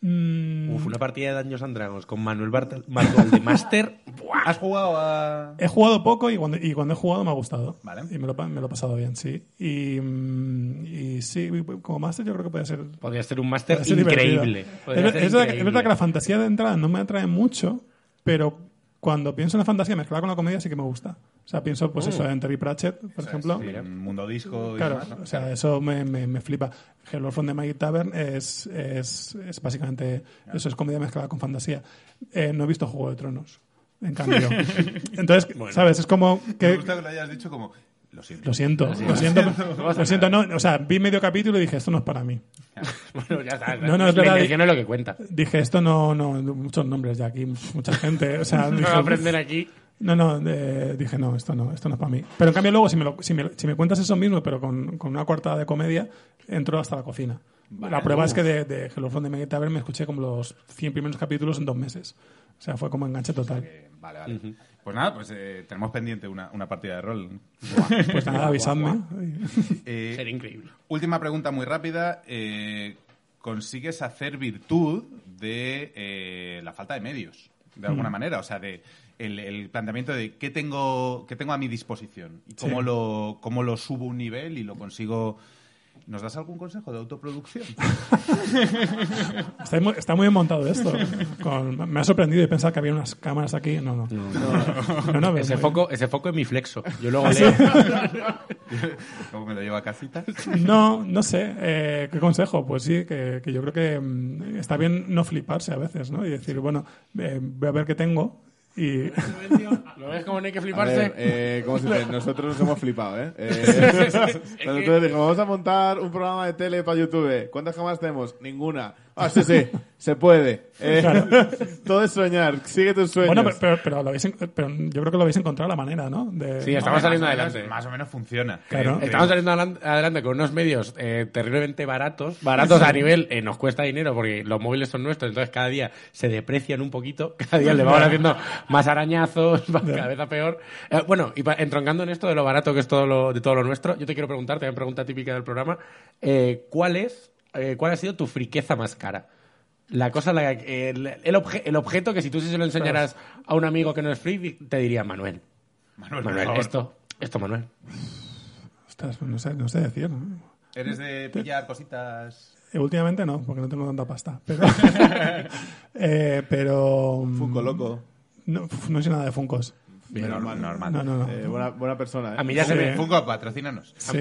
S10: Mm,
S2: Uf, una partida de Daños and Dragons con Manuel Bartel, Martel de Master.
S3: ¿Has jugado a...?
S10: He jugado poco y cuando, y cuando he jugado me ha gustado.
S3: Vale.
S10: Y me lo, pa- me lo he pasado bien, sí. Y, mm, y sí, como máster yo creo que puede ser
S2: Podría ser un máster
S10: Puede ser
S2: increíble.
S10: divertido.
S2: Podría ser
S10: Es, ver- es verdad que- es
S2: increíble.
S10: verdad que la fantasía de entrada no me atrae mucho, pero cuando pienso en la fantasía mezclada con la comedia sí que me gusta. O sea, pienso pues eso en Terry Pratchett, por ejemplo.
S3: Uh. Sí, en mundo disco y
S10: Claro,
S3: demás, ¿no?
S10: o sea, eso me, me, me flipa. Hello from the Magic Tavern es, es, es básicamente eso, es comedia mezclada con fantasía. Eh, no he visto Juego de Tronos, en cambio. Entonces, ¿sabes? Es como
S3: Me
S10: que...
S3: gusta que lo hayas dicho como... Lo siento.
S10: Lo siento, lo siento, lo siento, no, o sea, vi medio capítulo y dije, esto no es para mí.
S2: Bueno, ya está.
S10: No, no,
S2: la
S10: es verdad.
S2: intención es lo que cuenta.
S10: Dije, esto no, no, muchos nombres de aquí, mucha gente, o sea,
S2: No
S10: dije,
S2: aprender aquí.
S10: No, no, de- dije, no, esto no, esto no es para mí. Pero en cambio luego, si me, lo- si me, si me cuentas eso mismo, pero con, con una cuartada de comedia, entro hasta la cocina. la prueba es que de, de Hello from the Magic Tavern me escuché como los 100 primeros capítulos en dos meses. O sea, fue como enganche total.
S3: Eh, vale, vale. Pues nada, pues eh, tenemos pendiente una, una partida de rol.
S10: Pues nada, avisadme.
S3: Eh,
S2: Sería increíble.
S3: última pregunta muy rápida. eh, ¿Consigues hacer virtud de eh, la falta de medios?
S8: de alguna
S10: Mm.
S8: manera. O sea, de el, el planteamiento de qué tengo, qué tengo a mi disposición y cómo,
S10: Sí.
S8: lo, cómo lo subo un nivel y lo consigo. ¿Nos das algún consejo de autoproducción?
S10: Está muy, está muy bien montado esto. Con- me ha sorprendido y pensar que había unas cámaras aquí. No, no. No, no, pero
S2: ese,
S10: muy
S2: foco, ese foco es mi flexo. Yo luego
S10: ¿Ah, sí?
S2: leo.
S8: ¿Cómo me lo llevo a casita?
S10: No, no sé. eh, ¿Qué consejo? Pues sí, que, que yo creo que mm, está bien no fliparse a veces, ¿no? Y decir, bueno, eh, voy a ver qué tengo y...
S2: ¿Lo ves como no hay que
S4: A
S2: fliparse?
S4: ver, eh, ¿cómo se dice? Nosotros nos hemos flipado, ¿eh? Eh, cuando tú dices, vamos a montar un programa de tele para YouTube, ¿cuántas cámaras tenemos? Ninguna. Ah, sí, sí, se puede. Eh,
S10: Claro.
S4: Todo es soñar, sigue tus sueños.
S10: Bueno, pero, pero, pero lo habéis en- pero yo creo que lo habéis encontrado la manera, ¿no? De,
S2: Sí, estamos
S8: Hombre,
S2: saliendo
S8: más o menos-
S2: adelante.
S8: más o menos funciona. Eh,
S10: Claro.
S8: Creo-
S2: Estamos saliendo adelan- adelante con unos medios eh, terriblemente baratos. Baratos a nivel, eh, nos cuesta dinero porque los móviles son nuestros, entonces cada día se deprecian un poquito. Cada día le vamos haciendo más arañazos, va cada vez a peor. Eh, bueno, y pa- entroncando en esto de lo barato que es todo lo, de todo lo nuestro, yo te quiero preguntar, también pregunta típica del programa, eh, ¿cuál es, eh, cuál ha sido tu friqueza más cara? La cosa, la- eh, el, el obje- el objeto que si tú sí se lo enseñaras a un amigo que no es free, te diría Manuel.
S8: Manuel, por
S2: Manuel,
S8: favor.
S2: esto, esto Manuel.
S10: Ostras, pues no, sé, no sé decir. ¿no?
S8: Eres de pillar cositas.
S10: Eh, Últimamente no, porque no tengo tanta pasta. Pero. eh, pero mm,
S4: Funko loco.
S10: No, uf, no sé nada de Funcos.
S8: normal,
S2: Ah,
S8: normal.
S10: No, no, no.
S4: Eh, buena, buena persona, ¿eh?
S2: A mí ya se
S10: Sí.
S2: me...
S8: Funko, patrocínanos.
S10: Sí.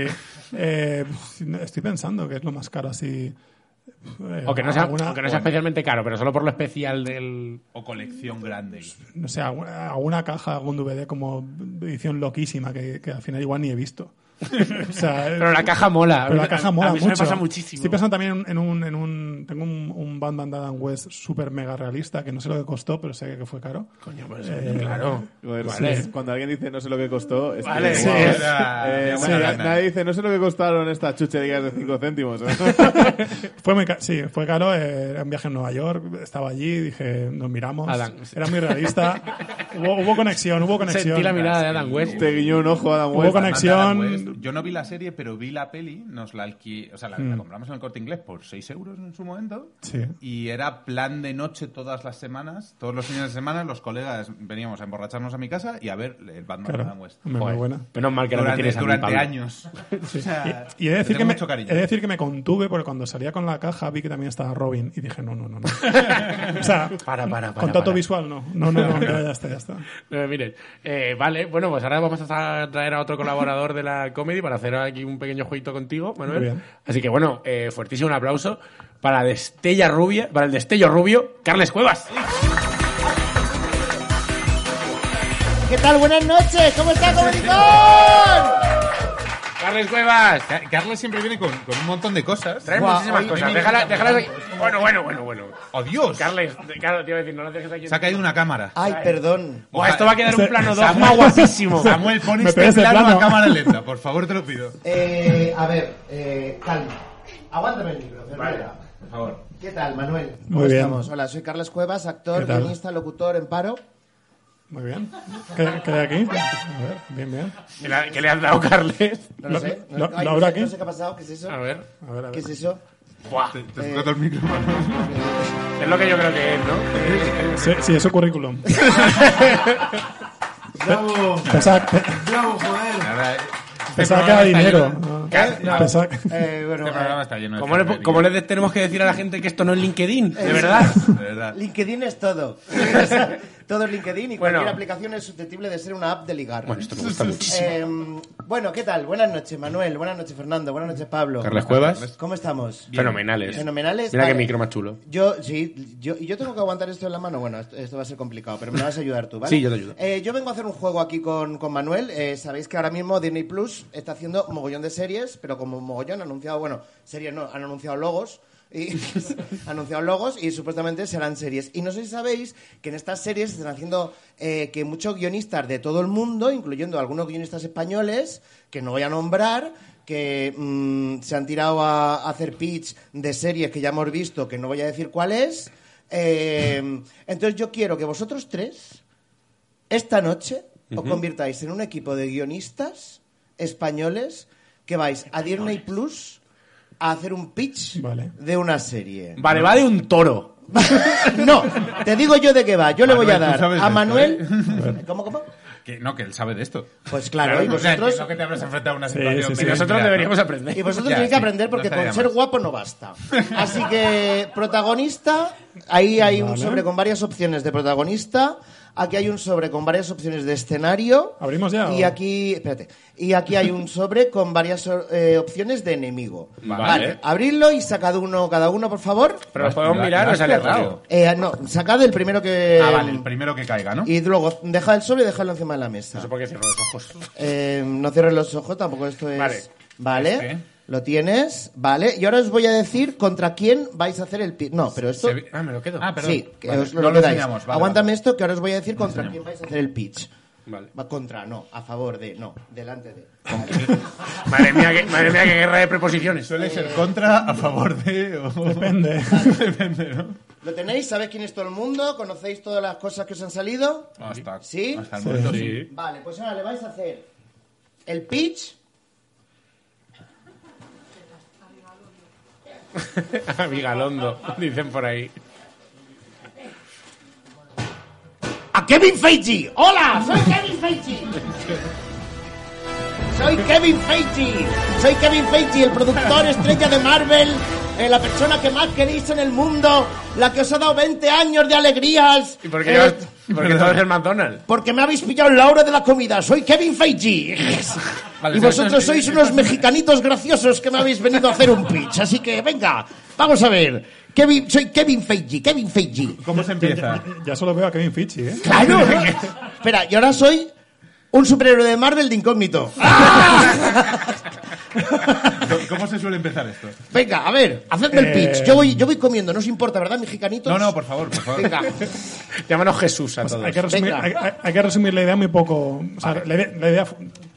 S10: Eh, pf, no, estoy pensando que es lo más caro así. eh,
S2: O que no sea,
S10: alguna-
S2: o que no sea especialmente caro, pero solo por lo especial del.
S8: O colección grande.
S10: no sé, alguna, alguna caja, algún DVD como edición loquísima que, que al final igual ni he visto. O sea,
S2: Pero la caja mola.
S10: Eh, Pero la caja mola
S2: a mí eso
S10: mucho.
S2: me pasa muchísimo.
S10: Estoy pensando también en un, en un tengo un, un Batman de Adam West super mega realista que no sé lo que costó, pero sé que fue caro.
S2: Coño, pues,
S10: Eh,
S2: claro.
S4: Joder,
S2: Vale.
S4: sí, Cuando alguien dice no sé lo que costó, es que,
S2: Vale,
S4: guau,
S2: sí,
S4: eh.
S2: es-
S4: Eh,
S8: Era-
S4: nadie-
S8: buena lana.
S4: nadie dice no sé lo que costaron estas chucherías de 5 céntimos. ¿eh?
S10: Fue muy ca- sí, fue caro, eh, era un viaje a Nueva York, estaba allí, dije, nos miramos.
S2: Adam.
S10: Era muy realista. hubo, hubo conexión, hubo conexión.
S2: Sentí la mirada de Adam West.
S4: Te guiñó un ojo Adam
S10: Hubo
S4: West.
S10: conexión.
S8: Adam West. Yo no vi la serie, pero vi la peli, nos la alquí, o sea, la, la compramos en el corte inglés por 6 euros en su momento.
S10: Mm. Sí.
S8: Y era plan de noche todas las semanas, todos los fines de semana, los colegas veníamos a emborracharnos a mi casa y a ver el Batman de
S10: Claro,
S8: Adam West.
S10: hombre, muy
S2: Joder.
S10: buena.
S2: Menos mal que no me
S8: durante
S2: tienes a mí,
S8: durante
S2: Pablo.
S8: años. O sea,
S10: Y he de,
S8: le tengo
S10: decir que me,
S8: mucho cariño.
S10: he de decir que me contuve porque cuando salía con la caja vi que también estaba Robin y dije, no, no, no. no. o sea,
S2: Para, para, para,
S10: contacto
S2: para.
S10: visual, no. No, no, no, ya, ya está, ya está.
S2: No me mires. Eh, vale, bueno, pues ahora vamos a traer a otro colaborador de la comedy para hacer aquí un pequeño jueguito contigo,
S10: Muy
S2: Manuel.
S10: bien.
S2: Así que bueno, eh, fuertísimo un aplauso para Destella Rubia, para el Destello Rubio, Carles Cuevas.
S11: ¿Qué tal? Buenas noches. ¿Cómo está, Cometicón?
S2: Carles Cuevas.
S8: Ca- Carlos siempre viene con, con un montón de cosas.
S2: Trae
S8: Guau,
S2: muchísimas
S8: hoy-
S2: cosas.
S8: hoy-
S2: Déjala, déjalas aquí. Bueno, bueno, bueno, bueno.
S8: ¡Oh, Dios!
S2: Carles, claro, te iba a decir, no la dejes aquí.
S8: Se ha caído una
S2: Ah.
S8: cámara.
S11: Ay, perdón.
S2: Buah, esto va a quedar un plano
S8: Samuel-
S2: dogma guapísimo.
S8: Samuel, pon
S10: Me
S8: este
S10: pegas el
S8: plano, a
S10: plano.
S8: cámara lenta, por favor, te lo pido.
S11: Eh, a ver, eh, calma. Aguántame el libro, Cervera.
S8: Por favor.
S11: ¿Qué tal, Manuel? ¿Cómo
S10: Muy bien.
S11: estamos? Hola, soy Carlos Cuevas, actor,
S10: ¿Qué tal?
S11: guionista, locutor en paro.
S10: Muy bien. ¿Qué, qué hay aquí? A ver, bien, bien.
S2: ¿Qué le, ha- qué le has dado, Carles?
S11: No lo,
S10: Lo-
S11: sé.
S10: lo-
S11: no, ay,
S10: lo
S11: no
S10: habrá
S11: sé-
S10: aquí.
S11: no sé qué ha pasado. ¿Qué es eso?
S2: A
S8: Ah.
S2: ver.
S10: A ver, a ver.
S11: ¿Qué es eso?
S2: Buah,
S8: Te sujeto el micro.
S2: es lo que yo creo que es, ¿no?
S10: Sí, sí, es su currículum.
S6: Bravo,
S10: Pensaba, pe-
S6: bravo, joder.
S8: Ahora, este
S10: pensaba
S8: programa
S10: que
S8: está
S10: era dinero.
S8: lleno-
S10: ¿no?
S2: Ca- no.
S10: Pensaba que-
S11: Eh, bueno,
S8: Este programa
S11: eh,
S8: está lleno de
S2: ¿Cómo le, po-
S8: charrería.
S2: cómo le de- tenemos que decir a la gente que esto no es LinkedIn? ¿De verdad?
S8: De verdad.
S11: LinkedIn es todo. todo es LinkedIn y
S2: Bueno.
S11: cualquier aplicación es susceptible de ser una app de ligar.
S2: Bueno, esto me gusta muchísimo.
S11: Eh, bueno, ¿qué tal? Buenas noches, Manuel. Buenas noches, Fernando. Buenas noches, Pablo.
S2: Carles Cuevas.
S11: ¿Cómo estamos?
S2: Fenomenales.
S11: Fenomenales.
S2: Mira qué
S11: Vale.
S2: micro más chulo.
S11: Yo, sí, yo, y yo tengo que aguantar esto en la mano. Bueno, esto, esto va a ser complicado, pero me vas a ayudar tú, ¿vale?
S2: Sí, yo te ayudo.
S11: Eh, yo vengo a hacer un juego aquí con, con Manuel. Eh, Sabéis que ahora mismo Disney Plus está haciendo mogollón de series, pero como mogollón han anunciado, bueno, series no, han anunciado logos. Y han anunciado logos y supuestamente serán series. Y no sé si sabéis que en estas series están haciendo eh, que muchos guionistas de todo el mundo, incluyendo algunos guionistas españoles, que no voy a nombrar, que mm, se han tirado a, a hacer pitch de series que ya hemos visto, que no voy a decir cuál es. Eh, entonces yo quiero que vosotros tres esta noche os convirtáis en un equipo de guionistas españoles que vais a Disney Plus a hacer un pitch de una serie.
S2: Vale, va de un toro.
S11: no, te digo yo de qué va. Yo le voy a
S3: Manuel, tú
S11: dar
S3: sabes de
S11: a
S3: esto,
S11: Manuel. ¿Cómo, cómo?
S3: Que, no, que él sabe de esto.
S11: Pues claro, y
S3: o sea,
S11: vosotros-
S3: entiendo que te habrás enfrentado a una
S2: Sí,
S3: situación.
S2: sí, sí.
S3: similar,
S2: Nosotros
S3: ¿no?
S2: deberíamos aprender.
S11: Y vosotros
S3: Ya,
S11: tenéis que
S3: sí,
S11: aprender porque
S3: no
S11: con
S3: estaría
S11: ser
S3: mal.
S11: guapo no basta. Así que protagonista, ahí hay un
S10: Vale.
S11: sobre con varias opciones de protagonista, aquí hay un sobre con varias opciones de escenario.
S10: ¿Abrimos ya,
S11: Y
S10: o?
S11: aquí, espérate, y aquí hay un sobre con varias eh, opciones de enemigo.
S2: Vale.
S11: abridlo y sacad uno cada uno, por favor.
S2: Pero lo podemos mirar o sale errado.
S11: Eh, no, sacad el primero que...
S3: Ah, vale, el primero que caiga, ¿no?
S11: Eh, Y luego dejad el sobre y dejadlo encima de la mesa.
S2: No sé por qué cierro los ojos.
S11: Eh, no cierres los ojos, tampoco esto es.
S2: Vale.
S11: Vale.
S2: Este.
S11: Lo tienes, vale. Y ahora os voy a decir contra quién vais a hacer el pitch. No, pero esto.
S2: Se vi- Ah, me lo quedo. Ah,
S11: Sí, que
S3: Vale,
S11: os lo,
S3: no lo
S11: quedáis.
S3: enseñamos, vale,
S11: Aguántame esto que ahora os voy a decir contra quién vais a hacer el pitch.
S2: Vale.
S11: Va contra, no, a favor de, no, delante de.
S2: Madre mía, que- madre mía, qué guerra de preposiciones.
S3: Suele ser contra, a favor de. o-
S10: Depende.
S3: Depende, ¿no?
S11: ¿Lo tenéis? ¿Sabéis quién es todo el mundo? ¿Conocéis todas las cosas que os han salido?
S3: Hasta,
S11: ¿Sí?
S3: hasta el momento, sí.
S11: Vale, pues ahora le vais a hacer el pitch.
S2: Vigalondo, dicen por ahí.
S11: ¡A Kevin Feige! ¡Hola! ¡Soy Kevin Feige! Soy Kevin Feige. Soy Kevin Feige, el productor estrella de Marvel, eh, la persona que más queréis en el mundo, la que os ha dado 20 años de alegrías.
S2: ¿Y por qué,
S11: Eh,
S2: llevas- y por qué todo es el McDonald's?
S11: porque me habéis pillado en la hora de la comida. Soy Kevin Feige.
S2: Vale,
S11: y
S2: sí,
S11: vosotros
S2: sí,
S11: sois
S2: sí.
S11: unos mexicanitos graciosos que me habéis venido a hacer un pitch. Así que venga, vamos a ver. Kevin, soy Kevin Feige, Kevin Feige.
S3: ¿Cómo se empieza?
S10: Ya solo veo a Kevin Fichi, ¿eh?
S11: Claro. ¿no? Espera, y ahora soy un superhéroe de Marvel de incógnito.
S3: ¿Cómo se suele empezar esto?
S11: Venga, a ver, hacedme el pitch. Yo voy, yo voy comiendo, no os importa, ¿verdad, mexicanitos?
S3: Eh. No, no, por favor, por favor.
S11: Venga,
S2: Llámanos Jesús a
S10: Hay
S2: todos.
S10: que, resumir,
S11: Venga.
S10: hay, hay- hay que resumir la idea muy poco. O sea, la, idea, la idea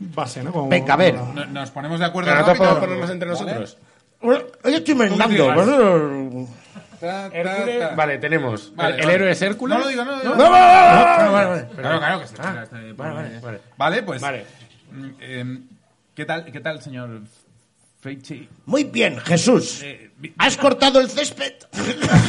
S10: base, ¿no? Como-
S11: venga, a ver.
S3: No- Nos ponemos de acuerdo.
S2: Pero nosotros podemos
S3: rápido,
S2: ponernos entre nosotros.
S11: Bueno, Yo estoy merendando.
S3: digas.
S11: bueno.
S3: Ta, ta, ta.
S2: Hércules- Vale, tenemos.
S3: Vale,
S2: el, el
S3: vale.
S2: héroe es Hércules.
S3: No lo digo, no lo digo.
S11: ¡No, no, no, no, no!
S3: Claro, claro que se
S11: Ah,
S3: tira este-
S2: Vale, vale, vale.
S3: Vale, pues.
S2: Vale.
S3: mm, em, ¿Qué tal, qué tal, señor Feichi?
S11: Muy bien, Jesús.
S3: Eh, vi-
S11: ¿Has cortado el césped?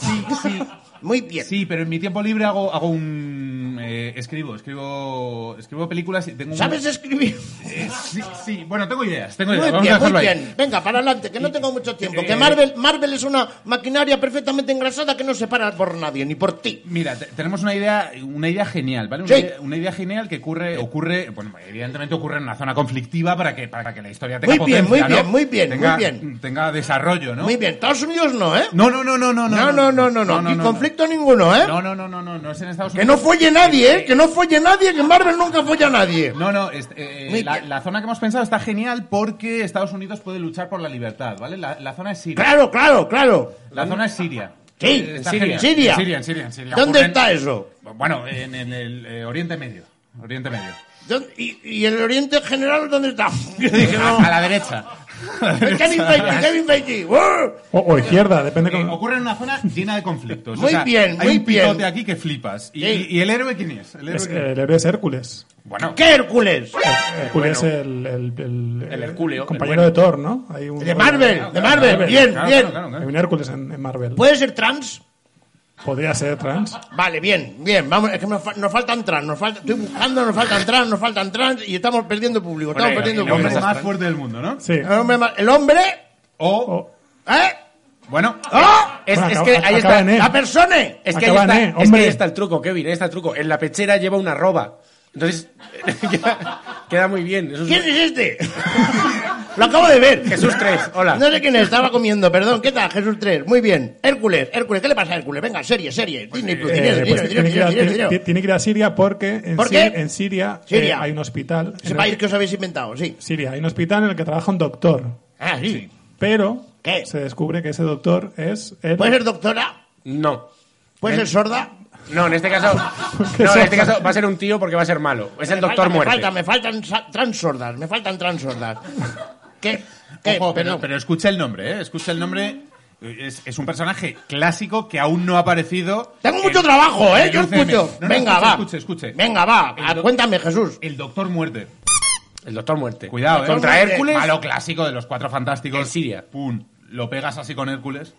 S3: sí, sí.
S11: Muy bien.
S3: Sí, pero en mi tiempo libre hago, hago un eh, escribo, escribo, escribo películas y tengo un-
S11: ¿Sabes escribir?
S3: Eh, sí, sí, bueno, tengo ideas, tengo ideas. Vamos
S11: Muy
S3: a
S11: bien,
S3: dejarlo
S11: muy
S3: ahí. Eh.
S11: bien. Venga, para adelante, que no tengo mucho tiempo. Que Marvel, Marvel es una maquinaria perfectamente engrasada que no se para por nadie, ni por ti.
S3: Mira, te- tenemos una idea, una idea genial, ¿vale? Una,
S11: Sí.
S3: idea, una idea genial que ocurre, ocurre, bueno, evidentemente ocurre en una zona conflictiva para que, para que la historia tenga
S11: Muy bien,
S3: potencia,
S11: muy bien,
S3: ¿no?
S11: muy bien, muy
S3: tenga,
S11: bien.
S3: Tenga desarrollo, ¿no?
S11: Muy bien, Estados Unidos no, ¿eh?
S3: No, no, no, no, no,
S11: No, no, no, no, no. Ni conflicto ninguno, ¿eh?
S3: No, no, no, no, no, no es en Estados
S11: Que no
S3: Unidos.
S11: folle nadie, ¿eh? Que no folle nadie, que Marvel nunca folla a nadie.
S3: No, no, este, eh,
S11: Muy
S3: la,
S11: bien.
S3: la zona que hemos pensado está genial porque Estados Unidos puede luchar por la libertad, ¿vale? La, la zona es Siria.
S11: Claro, claro, claro.
S3: La zona es Siria.
S11: Sí,
S3: Eh,
S11: en
S3: está
S11: Siria.
S3: genial.
S11: Siria.
S3: En Siria, en Siria, en Siria.
S11: ¿Dónde
S3: Ocurren-
S11: está eso?
S3: Bueno, en, en el eh, Oriente Medio. Oriente Medio.
S11: ¿Dó- ¿Y, y el Oriente General dónde está? Yo dije, no.
S3: A, a la derecha.
S11: Kevin Feige, Kevin Feige. ¡Oh! ¡Wow!
S10: O, o izquierda, depende.
S3: Eh,
S10: con...
S3: ocurre en una zona llena de conflictos.
S11: Muy
S3: O sea,
S11: bien,
S3: hay
S11: muy
S3: un picote
S11: bien.
S3: aquí que flipas. ¿Y,
S11: Sí.
S3: y- y el héroe quién es? El héroe
S10: Es,
S3: quién es?
S10: el héroe es Hércules.
S3: Bueno,
S11: ¿Qué Hércules?
S10: Hércules es el, el, el,
S2: Eh, El Herculeo,
S10: compañero
S2: el bueno.
S10: de Thor, ¿no? Hay un,
S11: De Marvel, de Marvel.
S10: Marvel.
S3: claro, claro,
S11: Bien, bien.
S3: claro,
S10: Hay
S3: claro.
S2: ¿Eh?
S10: un Hércules en, en Marvel.
S11: ¿Puede ser trans?
S10: Podría ser trans.
S11: Vale, bien, bien. Vamos, es que nos, fa- nos faltan trans. Nos falta, estoy buscando, nos faltan trans, nos faltan trans y estamos perdiendo público. Estamos
S2: Bueno,
S11: perdiendo
S2: y luego
S3: El
S11: público.
S2: Hombre
S3: más fuerte del mundo, ¿no?
S10: Sí.
S11: El hombre, ma- el hombre
S3: O,
S10: O-
S11: ¿eh?
S3: bueno,
S11: ¡Oh!
S2: Es,
S10: Bueno,
S2: es que
S10: acaba-
S2: ahí
S10: acaba
S2: está.
S10: en E.
S11: ¡La persona!
S2: Es que, ahí
S10: Acaban,
S2: está,
S10: eh,
S2: es que
S10: hombre.
S2: ahí está el truco, Kevin, ahí está el truco. En la pechera lleva una arroba. Entonces, queda, queda muy bien. Eso es-
S11: ¿Quién es este? Lo acabo de ver.
S2: Jesús 3, hola.
S11: No sé quién es, estaba comiendo, perdón. ¿Qué tal, Jesús 3? Muy bien. Hércules, Hércules, ¿qué le pasa a Hércules? Venga, serie, serie. Disney Plus,
S10: Eh,
S11: dinero,
S10: pues tiene,
S11: dinero,
S10: que ir
S11: dinero,
S10: a,
S11: dinero,
S10: ti-
S11: dinero.
S10: tiene que ir a Siria porque en,
S11: ¿Por
S10: Si-
S11: qué?
S10: en Siria,
S11: Siria.
S10: eh, hay un hospital.
S11: Ese
S10: en
S11: país
S10: el-
S11: que os habéis inventado, sí.
S10: Siria, hay un hospital en el que trabaja un doctor.
S11: Ah, sí.
S10: Pero
S11: ¿Qué?
S10: se descubre que ese doctor es el
S11: ¿Puede ser doctora?
S2: No.
S11: ¿Puede ser sorda?
S2: No, en este caso. No, en este caso va a ser un tío porque va a ser malo. Es el
S11: Me
S2: doctor
S11: falta, me
S2: muerte.
S11: falta, Me faltan sa- transordas, me faltan transordas. ¿Qué? ¿Qué?
S3: ojo, pero,
S11: Eh, Perdón.
S3: pero escucha el nombre, ¿eh? Escucha el nombre. Es, es un personaje clásico que aún no ha aparecido.
S11: Tengo
S3: en-
S11: mucho trabajo, ¿eh?
S3: en
S11: Yo
S3: UCM.
S11: escucho.
S3: No, no,
S11: Venga,
S3: escuche,
S11: va.
S12: Eh,
S3: Escuche, escuche.
S11: Venga, va.
S3: El doc-
S11: Cuéntame, Jesús.
S3: El Doctor Muerte.
S2: El Doctor Muerte.
S3: Cuidado, ¿eh?
S2: Contra Hércules.
S3: A lo clásico de los cuatro fantásticos. Siria. Pum. Lo pegas así con Hércules.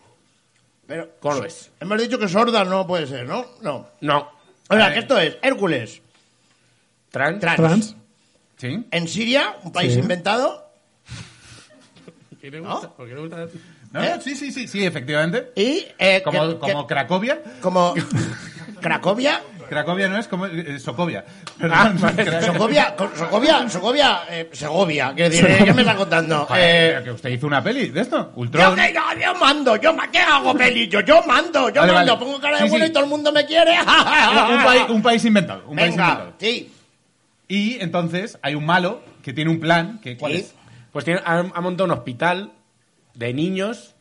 S12: Pero,
S2: Corres.
S12: Hemos dicho que sorda no puede ser, ¿no? No.
S2: No.
S12: O sea, que esto es Hércules.
S2: Trans.
S12: Trans.
S3: Sí.
S12: En Siria, un país
S3: Sí.
S12: inventado.
S2: ¿Qué le gusta? ¿Por qué le gusta?
S3: No,
S12: ¿Eh?
S3: Sí, sí, sí, sí, efectivamente.
S12: Y. eh,
S3: como
S12: que-
S3: como
S12: que-
S3: Cracovia.
S12: Como. ¿Cracovia?
S3: Cracovia no es como. eh, Socovia.
S11: Ah,
S3: Perdón.
S12: Socovia, Socovia, Socovia, eh, Segovia. Quiero decir, eh, ¿qué me está contando? Eh,
S3: Joder, que usted hizo una peli de esto.
S12: Yo,
S3: Ultron.
S12: que- yo- yo mando, yo ma- ¿qué hago, Peli? Yo, yo mando, yo
S3: Vale,
S12: mando,
S3: vale.
S12: pongo cara de
S3: Sí,
S12: bueno
S3: sí.
S12: y todo el mundo me quiere.
S3: un, un país, un país inventado. Un país
S12: Venga,
S3: inventado.
S12: sí.
S3: Y entonces hay un malo que tiene un plan. Que, ¿Cuál es?
S2: Pues tiene, ha, ha montado un hospital de niños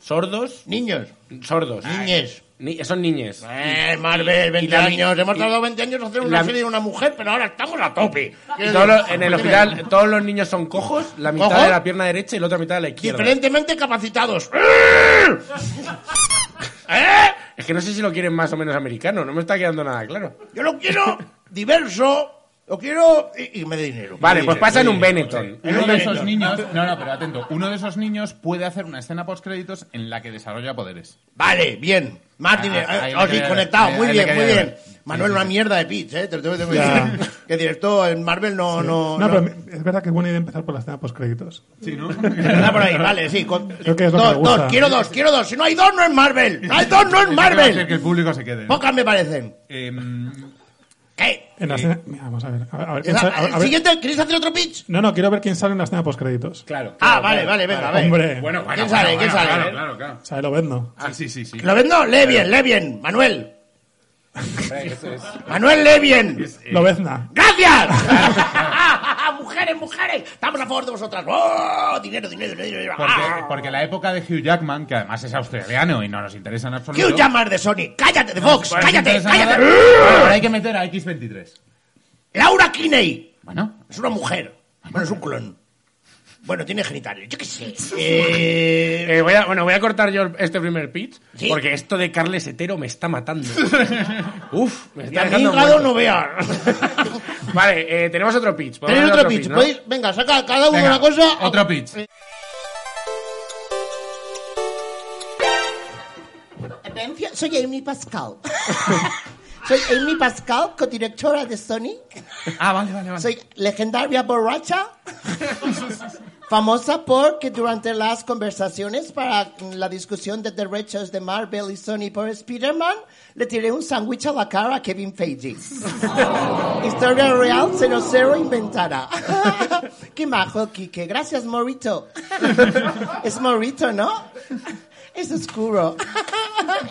S2: sordos.
S12: Niños.
S2: Sordos.
S12: Niñes.
S2: Ni- son niñes.
S11: Ah,
S12: Eh, Marvel, 20 años. Hemos tardado 20 años en hacer una
S2: la-
S12: serie de una mujer, pero ahora estamos a tope. Quiero
S2: Todos
S12: decir,
S2: los- en el
S12: dime,
S2: hospital todos los niños son cojos, la mitad
S12: ¿Cojos?
S2: de la pierna derecha y la otra mitad de la izquierda.
S12: Diferentemente capacitados. ¿Eh?
S2: Es que no sé si lo quieren más o menos americano, no me está quedando nada claro.
S12: Yo lo quiero diverso, lo quiero y, y me dé dinero. Me
S2: Vale,
S12: dé
S2: pues
S12: dinero,
S2: pasa
S12: me
S2: en
S12: dé dinero.
S2: un Benetton.
S3: Uno de esos niños, no, no, pero atento, uno de esos niños puede hacer una escena post créditos en la que desarrolla poderes.
S12: Vale, bien. Más
S3: Ah,
S12: dinero.
S3: ahí
S12: Eh,
S3: le
S12: oh, sí,
S3: quería-
S12: conectado.
S3: ahí-
S12: muy
S3: ahí le
S12: bien, muy
S3: quería-
S12: bien. Manuel, una mierda de pitch, ¿eh? Te lo tengo que decir.
S10: Ya.
S12: Que directo en Marvel no... No,
S10: No, pero me- es verdad que es buena idea empezar por la escena post-créditos.
S3: Sí, ¿no?
S12: Está por ahí, vale, sí. con-
S10: Creo que es lo que me
S12: dos,
S10: gusta.
S12: dos, quiero dos, quiero dos. Si no hay dos, no es Marvel. No hay dos, no es
S3: Eso que va a hacer
S12: Marvel. Oh.
S3: que el público se quede.
S12: Pocas me parecen.
S3: Eh,
S12: ¿Qué?
S10: En la escena- mira, vamos a ver. A, ver- a ver quién sale- a- a
S12: El
S10: ver-
S12: siguiente, ¿quieres hacer otro pitch?
S10: No, no, quiero ver quién sale en la escena post-créditos.
S2: Claro.
S12: Ah, vale, vale, venga, a ver.
S10: Hombre.
S2: Bueno, bueno,
S12: ¿Quién sale?
S2: bueno,
S12: ¿Quién
S2: bueno,
S12: sale?
S2: claro,
S3: Claro, claro.
S10: ¿Sabe lo vendo?
S3: Ah, sí, sí, sí.
S12: ¿Lo ves? No, lee bien, lee bien. Manuel. Manuel, lee bien.
S10: Lo vezna.
S12: ¡Gracias! ¡Mujeres, mujeres! ¡Estamos a favor de vosotras! ¡Oh! Dinero, dinero, dinero. dinero.
S3: Porque,
S12: ¡Ah!
S3: porque la época de Hugh Jackman, que además es australiano y no nos interesa en absoluto.
S12: Hugh Jackman de Sony. ¡Cállate, de Fox!
S3: Bueno,
S12: ¡Cállate,
S3: interesa
S12: cállate!
S3: nada. Bueno, ahora hay que meter a X23.
S12: Laura Kinney.
S3: Bueno,
S12: Es una mujer. Bueno, es un clon. Bueno, tiene genitales. Yo qué sé. Eh,
S2: Eh, voy a- bueno, voy a cortar yo este primer pitch,
S12: Sí.
S2: porque esto de Carles Hetero me está matando. Uf, me
S12: y
S2: está
S12: al
S2: dejando
S12: hígado
S2: muerto.
S12: no vea.
S2: Vale, eh, tenemos otro pitch. podemos
S12: Tenéis
S2: hacer
S12: otro pitch.
S2: ¿no?
S12: ¿podéis? Venga, saca cada uno
S3: Venga,
S12: una cosa.
S3: Otro pitch.
S11: Atención, soy Amy Pascal. soy Amy Pascal, codirectora de Sonic.
S3: Ah, vale, vale, vale.
S11: Soy legendaria borracha. Famosa porque durante las conversaciones para la discusión de derechos de Marvel y Sony por Spider-Man, le tiré un sándwich a la cara a Kevin Feige. Historia real 00 inventada. Qué majo, Kike. Gracias, Morito. es Morito, ¿no? Es oscuro.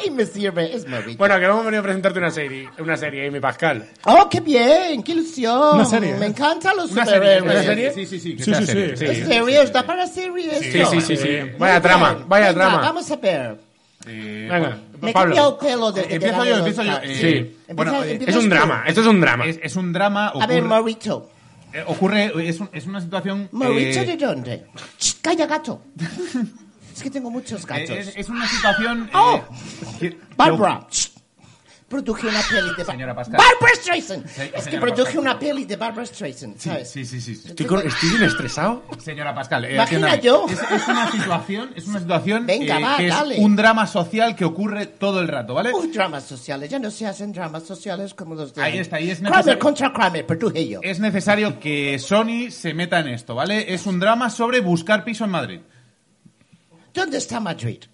S11: y me sirve, es Morito.
S2: Bueno, que hemos venido a presentarte una serie, una serie, Amy Pascal.
S11: Oh, qué bien, qué ilusión.
S10: Una serie, ¿eh?
S11: Me encantan los
S2: Una serie, una
S11: superhéroes.
S2: serie.
S3: Sí, sí, sí. que
S10: Sí,
S3: sea
S10: sí,
S3: serio.
S10: sí.
S11: ¿Es serio? Este, ¿Está para serio
S2: Sí,
S11: esto?
S2: sí, sí, sí.
S10: Muy
S2: Vaya
S11: Bien,
S2: trama, vaya
S11: venga,
S2: trama.
S11: Vamos a ver.
S2: Venga, pues
S11: Me he cambiado
S2: Pablo.
S11: este. el pelo desde que
S3: Empiezo
S11: gané
S3: yo,
S11: los
S3: empiezo yo.
S11: Oscars.
S2: Sí.
S3: Eh,
S11: Empieza-
S3: Bueno, eh,
S11: empieza
S2: Es un
S11: tú.
S2: drama, esto es un drama.
S3: es, es un drama.
S11: A ver,
S3: Ocurre,
S11: Maurito.
S3: eh, ocurre- es, un- es una situación.
S11: ¿Maurito
S3: eh,
S11: de dónde? Ch, calla, gato. es que tengo muchos gatos.
S3: Eh, Es, es una situación. eh,
S11: ¡Oh!
S3: que-
S11: Barbara. Ch, Produje una peli de... Ba-
S3: Señora Pascal.
S11: Barbara Streisand. es que
S3: señora
S11: produje
S3: Pascal.
S11: una peli de Barbara Streisand,
S3: Sí,
S11: ¿sabes?
S3: sí, sí, sí, sí.
S2: Estoy, con- estoy bien estresado.
S3: Señora Pascal, eh,
S11: Imagina
S3: atiéndame.
S11: yo.
S3: Es, es una situación, es una situación
S11: Venga,
S3: eh,
S11: va,
S3: que
S11: dale.
S3: es un drama social que ocurre todo el rato, ¿vale?
S11: Uy, dramas sociales. Ya no se hacen dramas sociales como los de...
S3: Ahí está, y es
S11: Kramer
S3: necesario-
S11: contra Kramer, produje yo.
S3: Es necesario que Sony se meta en esto, ¿vale? Es un drama sobre buscar piso en Madrid.
S11: ¿Dónde está Madrid?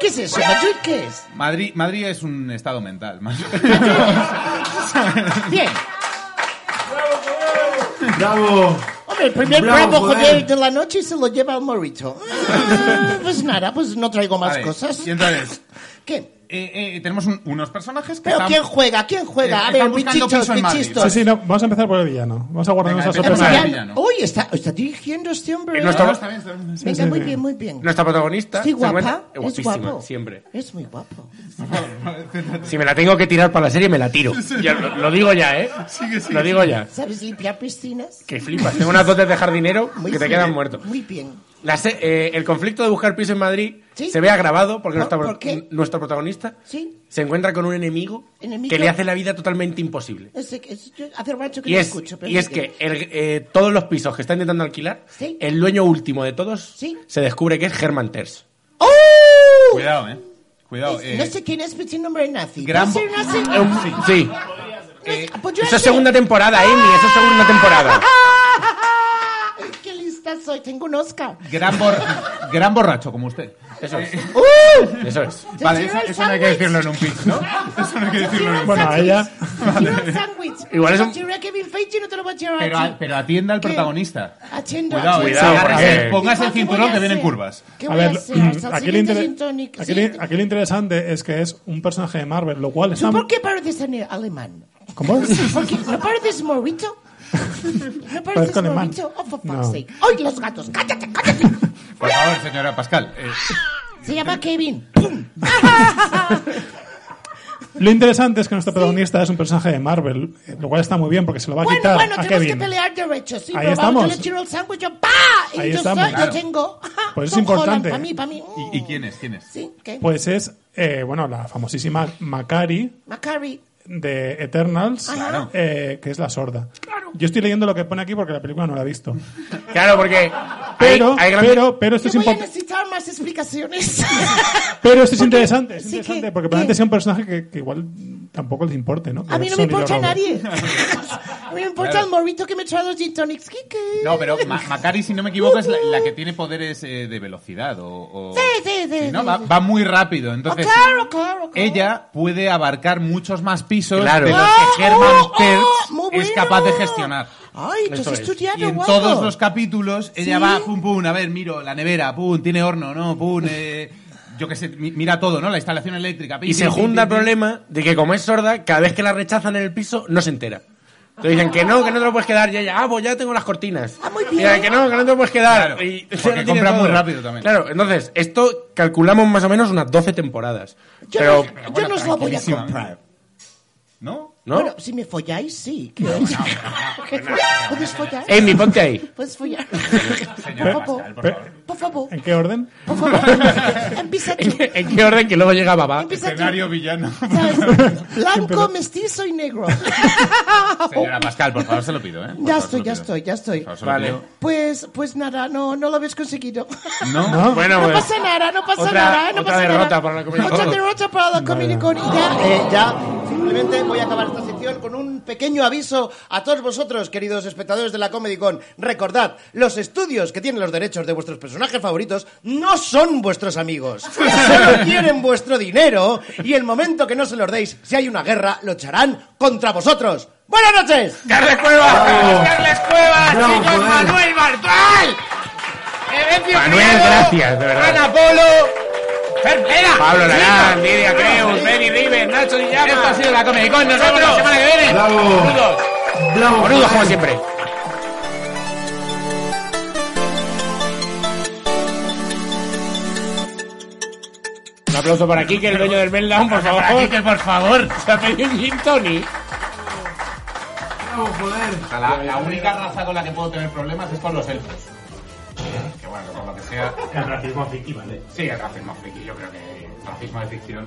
S11: ¿Qué es eso? ¿Madrid qué es?
S3: Madrid, Madrid es un estado mental. más-
S11: Bien.
S13: ¡Bravo!
S11: Hombre, el primer
S13: Bravo,
S11: bravo
S13: joder.
S11: joder de la noche se lo lleva al morrito. Ah, pues nada, pues no traigo
S3: A
S11: más
S3: ver,
S11: cosas.
S3: Y entonces,
S11: ¿Qué?
S3: eh, eh, tenemos un- unos personajes que
S11: ¿Pero
S3: están- Ah,
S11: quién juega? ¿Quién juega? A
S3: Están
S11: ver,
S3: buscando
S11: bichitos,
S3: piso en Madrid.
S11: bichitos.
S10: Sí, sí, no, vamos a empezar por el villano. Vamos a guardar
S3: Venga,
S10: nuestra
S3: empecemos
S10: sorpresa.
S3: ya.
S10: Sí,
S3: villano.
S11: Eh, pues Uy, está, está dirigiendo este hombre.
S2: Eh, no está-
S3: No, está bien, está bien.
S11: Venga,
S10: sí,
S11: muy
S10: sí.
S11: bien, muy bien.
S2: Nuestra protagonista.
S11: ¿Estoy
S2: se
S11: guapa?
S2: encuentra-
S11: Es
S2: Guapísima,
S11: guapo.
S2: siempre.
S11: Es muy guapo.
S2: Si me la tengo que tirar para la serie, me la tiro. Ya, lo, lo digo ya, ¿eh? lo digo ya.
S11: ¿Sabes limpiar piscinas?
S2: Que flipas. Tengo unas dotes de jardinero
S11: Muy
S2: que te
S11: bien.
S2: quedan muerto.
S11: Muy bien.
S2: La se- eh, el conflicto de buscar piso en Madrid
S11: Sí.
S2: se ve agravado porque
S11: ¿Por-
S2: nuestra-
S11: por qué?
S2: nuestro protagonista
S11: Sí.
S2: se encuentra con un enemigo,
S11: Enemigo.
S2: que le hace la vida totalmente imposible.
S11: Es, es- yo hace rato que
S2: Y
S11: no
S2: es,
S11: escucho. pero
S2: y es
S11: sí
S2: que el- eh, todos los pisos que está intentando alquilar,
S11: Sí.
S2: el dueño último de todos
S11: Sí.
S2: se descubre que es Herman Terz.
S11: ¡Oh!
S8: Cuidado, eh. Cuidado.
S11: Es-
S8: eh,
S11: No sé quién es, pero tiene nombre nazi.
S8: Gran- eh,
S11: ¿Puede ser nazi?
S2: Sí. sí.
S11: Pues
S2: Eso
S11: yo
S2: es
S11: Ah, sé.
S2: eh, segunda temporada, Amy, eso es segunda temporada.
S11: Ay, ¡Qué lista soy! Tengo un Oscar.
S3: Gran, bor- gran borracho, como usted.
S2: Eso es.
S11: ¡Uh!
S2: Eso es.
S11: Te Vale, quiero eso- el eso no hay que sándwich. decirlo
S3: en un pitch, ¿no? Eso no hay que decirlo en un
S10: Bueno, a ella.
S11: Quiero un sándwich.
S3: Igual es
S11: Te lo
S3: un-
S11: tiré a Kevin Feige y no te lo voy a tirar
S3: Pero,
S11: a
S3: a-
S11: ti.
S3: pero atienda al
S11: ¿Qué?
S3: protagonista.
S11: Atiendo,
S3: Cuidado,
S11: atiendo.
S3: cuidado, porque-
S8: Póngase el
S11: ¿Qué voy
S8: cinturón
S11: a
S8: que vienen
S11: hacer?
S8: curvas.
S11: ¿Qué
S10: A
S11: voy a
S10: ver, mm,
S11: hacer? Salsita
S10: aquí, lo inter-
S11: gin tonic.
S10: aquí lo-
S11: Sí.
S10: aquí lo interesante es que es un personaje de Marvel, lo cual está...
S11: ¿Tú por qué pareces ane- alemán?
S10: ¿Cómo es?
S11: ¿Por qué? ¿No pareces morrito? ¿No pareces
S10: Parezco alemán.
S11: morrito? Oh, for fuck's
S10: No.
S11: sake. ¡Ay, los gatos! ¡Cállate, cállate!
S8: Por favor, señora Pascal. eh,
S11: Se llama Kevin.
S10: Lo interesante es que nuestro protagonista es un personaje de Marvel, eh, lo cual está muy bien porque se lo va a
S11: Bueno,
S10: quitar
S11: bueno,
S10: a
S11: tenemos que
S10: Kevin.
S11: pelear derechos. Sí,
S10: Ahí
S11: pero vamos, yo
S10: estamos.
S11: le tiro el sándwich, yo ¡pa! Y
S10: Ahí
S11: yo
S10: estamos.
S11: soy,
S10: Claro.
S11: yo tengo.
S10: Pues es importante.
S11: Para mí, para mí.
S8: ¿Y, y quién es? ¿Quién es?
S11: Sí, ¿qué?
S10: Pues es, eh, bueno, la famosísima Macari
S11: Macari.
S10: de Eternals,
S11: Ajá.
S10: eh, que es la sorda. Yo estoy leyendo lo que pone aquí porque la película no la he visto.
S2: Claro, porque
S10: Pero,
S2: hay grandes-
S10: pero, pero esto
S11: Yo
S10: es
S11: voy a
S10: importante.
S11: necesitar más explicaciones.
S10: Pero esto es interesante, es
S11: sí
S10: interesante
S11: que-
S10: porque probablemente sea un personaje que, que igual tampoco les importe, ¿no?
S11: A mí no me importa a nadie. a mí me importa
S8: Claro.
S11: el morrito que me trae los gin tonics. ¿Qué, qué?
S8: No, pero Ma- Macari, si no me equivoco, es la, la que tiene poderes eh, de velocidad. O, o-
S11: Sí, sí, sí,
S8: ¿no?
S11: sí,
S8: Va,
S11: sí.
S8: va muy rápido.
S11: Oh,
S8: Entonces,
S11: claro, claro, claro.
S8: ella puede abarcar muchos más pisos
S2: Claro.
S8: de los que
S11: Ah,
S8: Herman
S11: oh, oh,
S8: Terz
S11: muy
S8: es
S11: bueno.
S8: capaz de gestionar.
S11: Ay, tú has
S2: Eso es.
S11: estudiado,
S8: Y en
S11: guapo.
S8: todos los capítulos ella
S11: Sí.
S8: va pum pum, a ver, miro la nevera, pum, tiene horno, no, pum, eh, yo qué sé, mi- mira todo, ¿no? La instalación eléctrica. pim,
S2: Y se
S8: pim, pim,
S2: junta el
S8: pim, pim.
S2: problema de que como es sorda, cada vez que la rechazan en el piso, no se entera. Te dicen que no, que no te lo puedes quedar. Y ella, ah, pues ya tengo las cortinas.
S11: Ah, muy
S2: Y
S11: bien.
S2: ella, que no, que no te lo puedes quedar.
S8: Claro,
S2: Y-
S8: porque
S2: ya lo tiene
S8: compra muy
S2: todo.
S8: rápido también.
S2: Claro, entonces, esto calculamos más o menos unas 12 temporadas.
S11: Yo,
S2: pero,
S11: no- yo no os la voy a
S8: tranquilísima.
S11: comprar.
S8: ¿No?
S2: ¿no?
S11: Bueno, si me folláis, sí. ¿Puedes follar?
S2: Amy, ponte ahí.
S11: ¿Puedes follar?
S8: Señora
S11: Por favor.
S8: Pascal, por favor.
S11: Por favor,
S10: ¿En qué orden?
S11: por favor. Empieza tú.
S2: ¿En qué, en qué orden que luego llega Babá?
S11: Empieza tú.
S8: Escenario villano.
S11: ¿Sabes? Blanco, mestizo y negro.
S8: Señora Pascal, por favor, se lo pido, ¿eh? Por favor,
S11: Ya
S8: se
S11: estoy,
S8: lo
S11: ya
S8: pido.
S11: estoy, ya estoy.
S8: Por favor, se lo
S2: Vale.
S8: pido.
S11: Pues, pues nada, no, no lo habéis conseguido.
S8: No.
S2: Bueno,
S11: No
S2: pues,
S11: pasa nada, no pasa
S2: Otra-
S11: nada, ¿eh? no
S2: otra
S11: pasa
S2: derrota
S11: nada.
S2: para la Comic
S11: Otra
S2: Con.
S11: derrota para la Comic Con. Y ya, eh,
S14: Eh, ya, simplemente voy a acabar esta sección con un pequeño aviso a todos vosotros, queridos espectadores de la Comedy Con. Recordad, los estudios que tienen los derechos de vuestros personajes favoritos no son vuestros amigos. Solo quieren vuestro dinero y el momento que no se los deis, si hay una guerra, lo echarán contra vosotros. ¡Buenas noches!
S2: ¡Carles Cuevas!
S1: Oh.
S2: ¡Vamos, Carles Cuevas!
S6: Bravo,
S2: ¡Chicos,
S6: joder.
S2: Manuel Bartual! ¡Evencio
S1: Manuel,
S2: Criado!
S1: gracias, de verdad.
S2: ¡Ana Polo! ¡Fer Pera!
S1: Pablo Larán,
S2: Lidia
S1: Lidia Creus, Benny Rives, Nacho Guillama.
S2: Esto ha sido la Comic Con. Nos vemos la semana que viene.
S6: Bravo.
S2: Menudos.
S6: Bravo.
S2: Menudos como siempre. Un aplauso para Kike, el dueño del Meltdown, por favor. Para Kike, por favor. Se ha pedido un gin tonic.
S6: Bravo, joder.
S8: O sea, la, la única raza con la que puedo tener problemas es con los elfos. Que bueno, que por lo que sea.
S15: El racismo friki, vale.
S8: Sí, el racismo friki, yo creo que el racismo de ficción.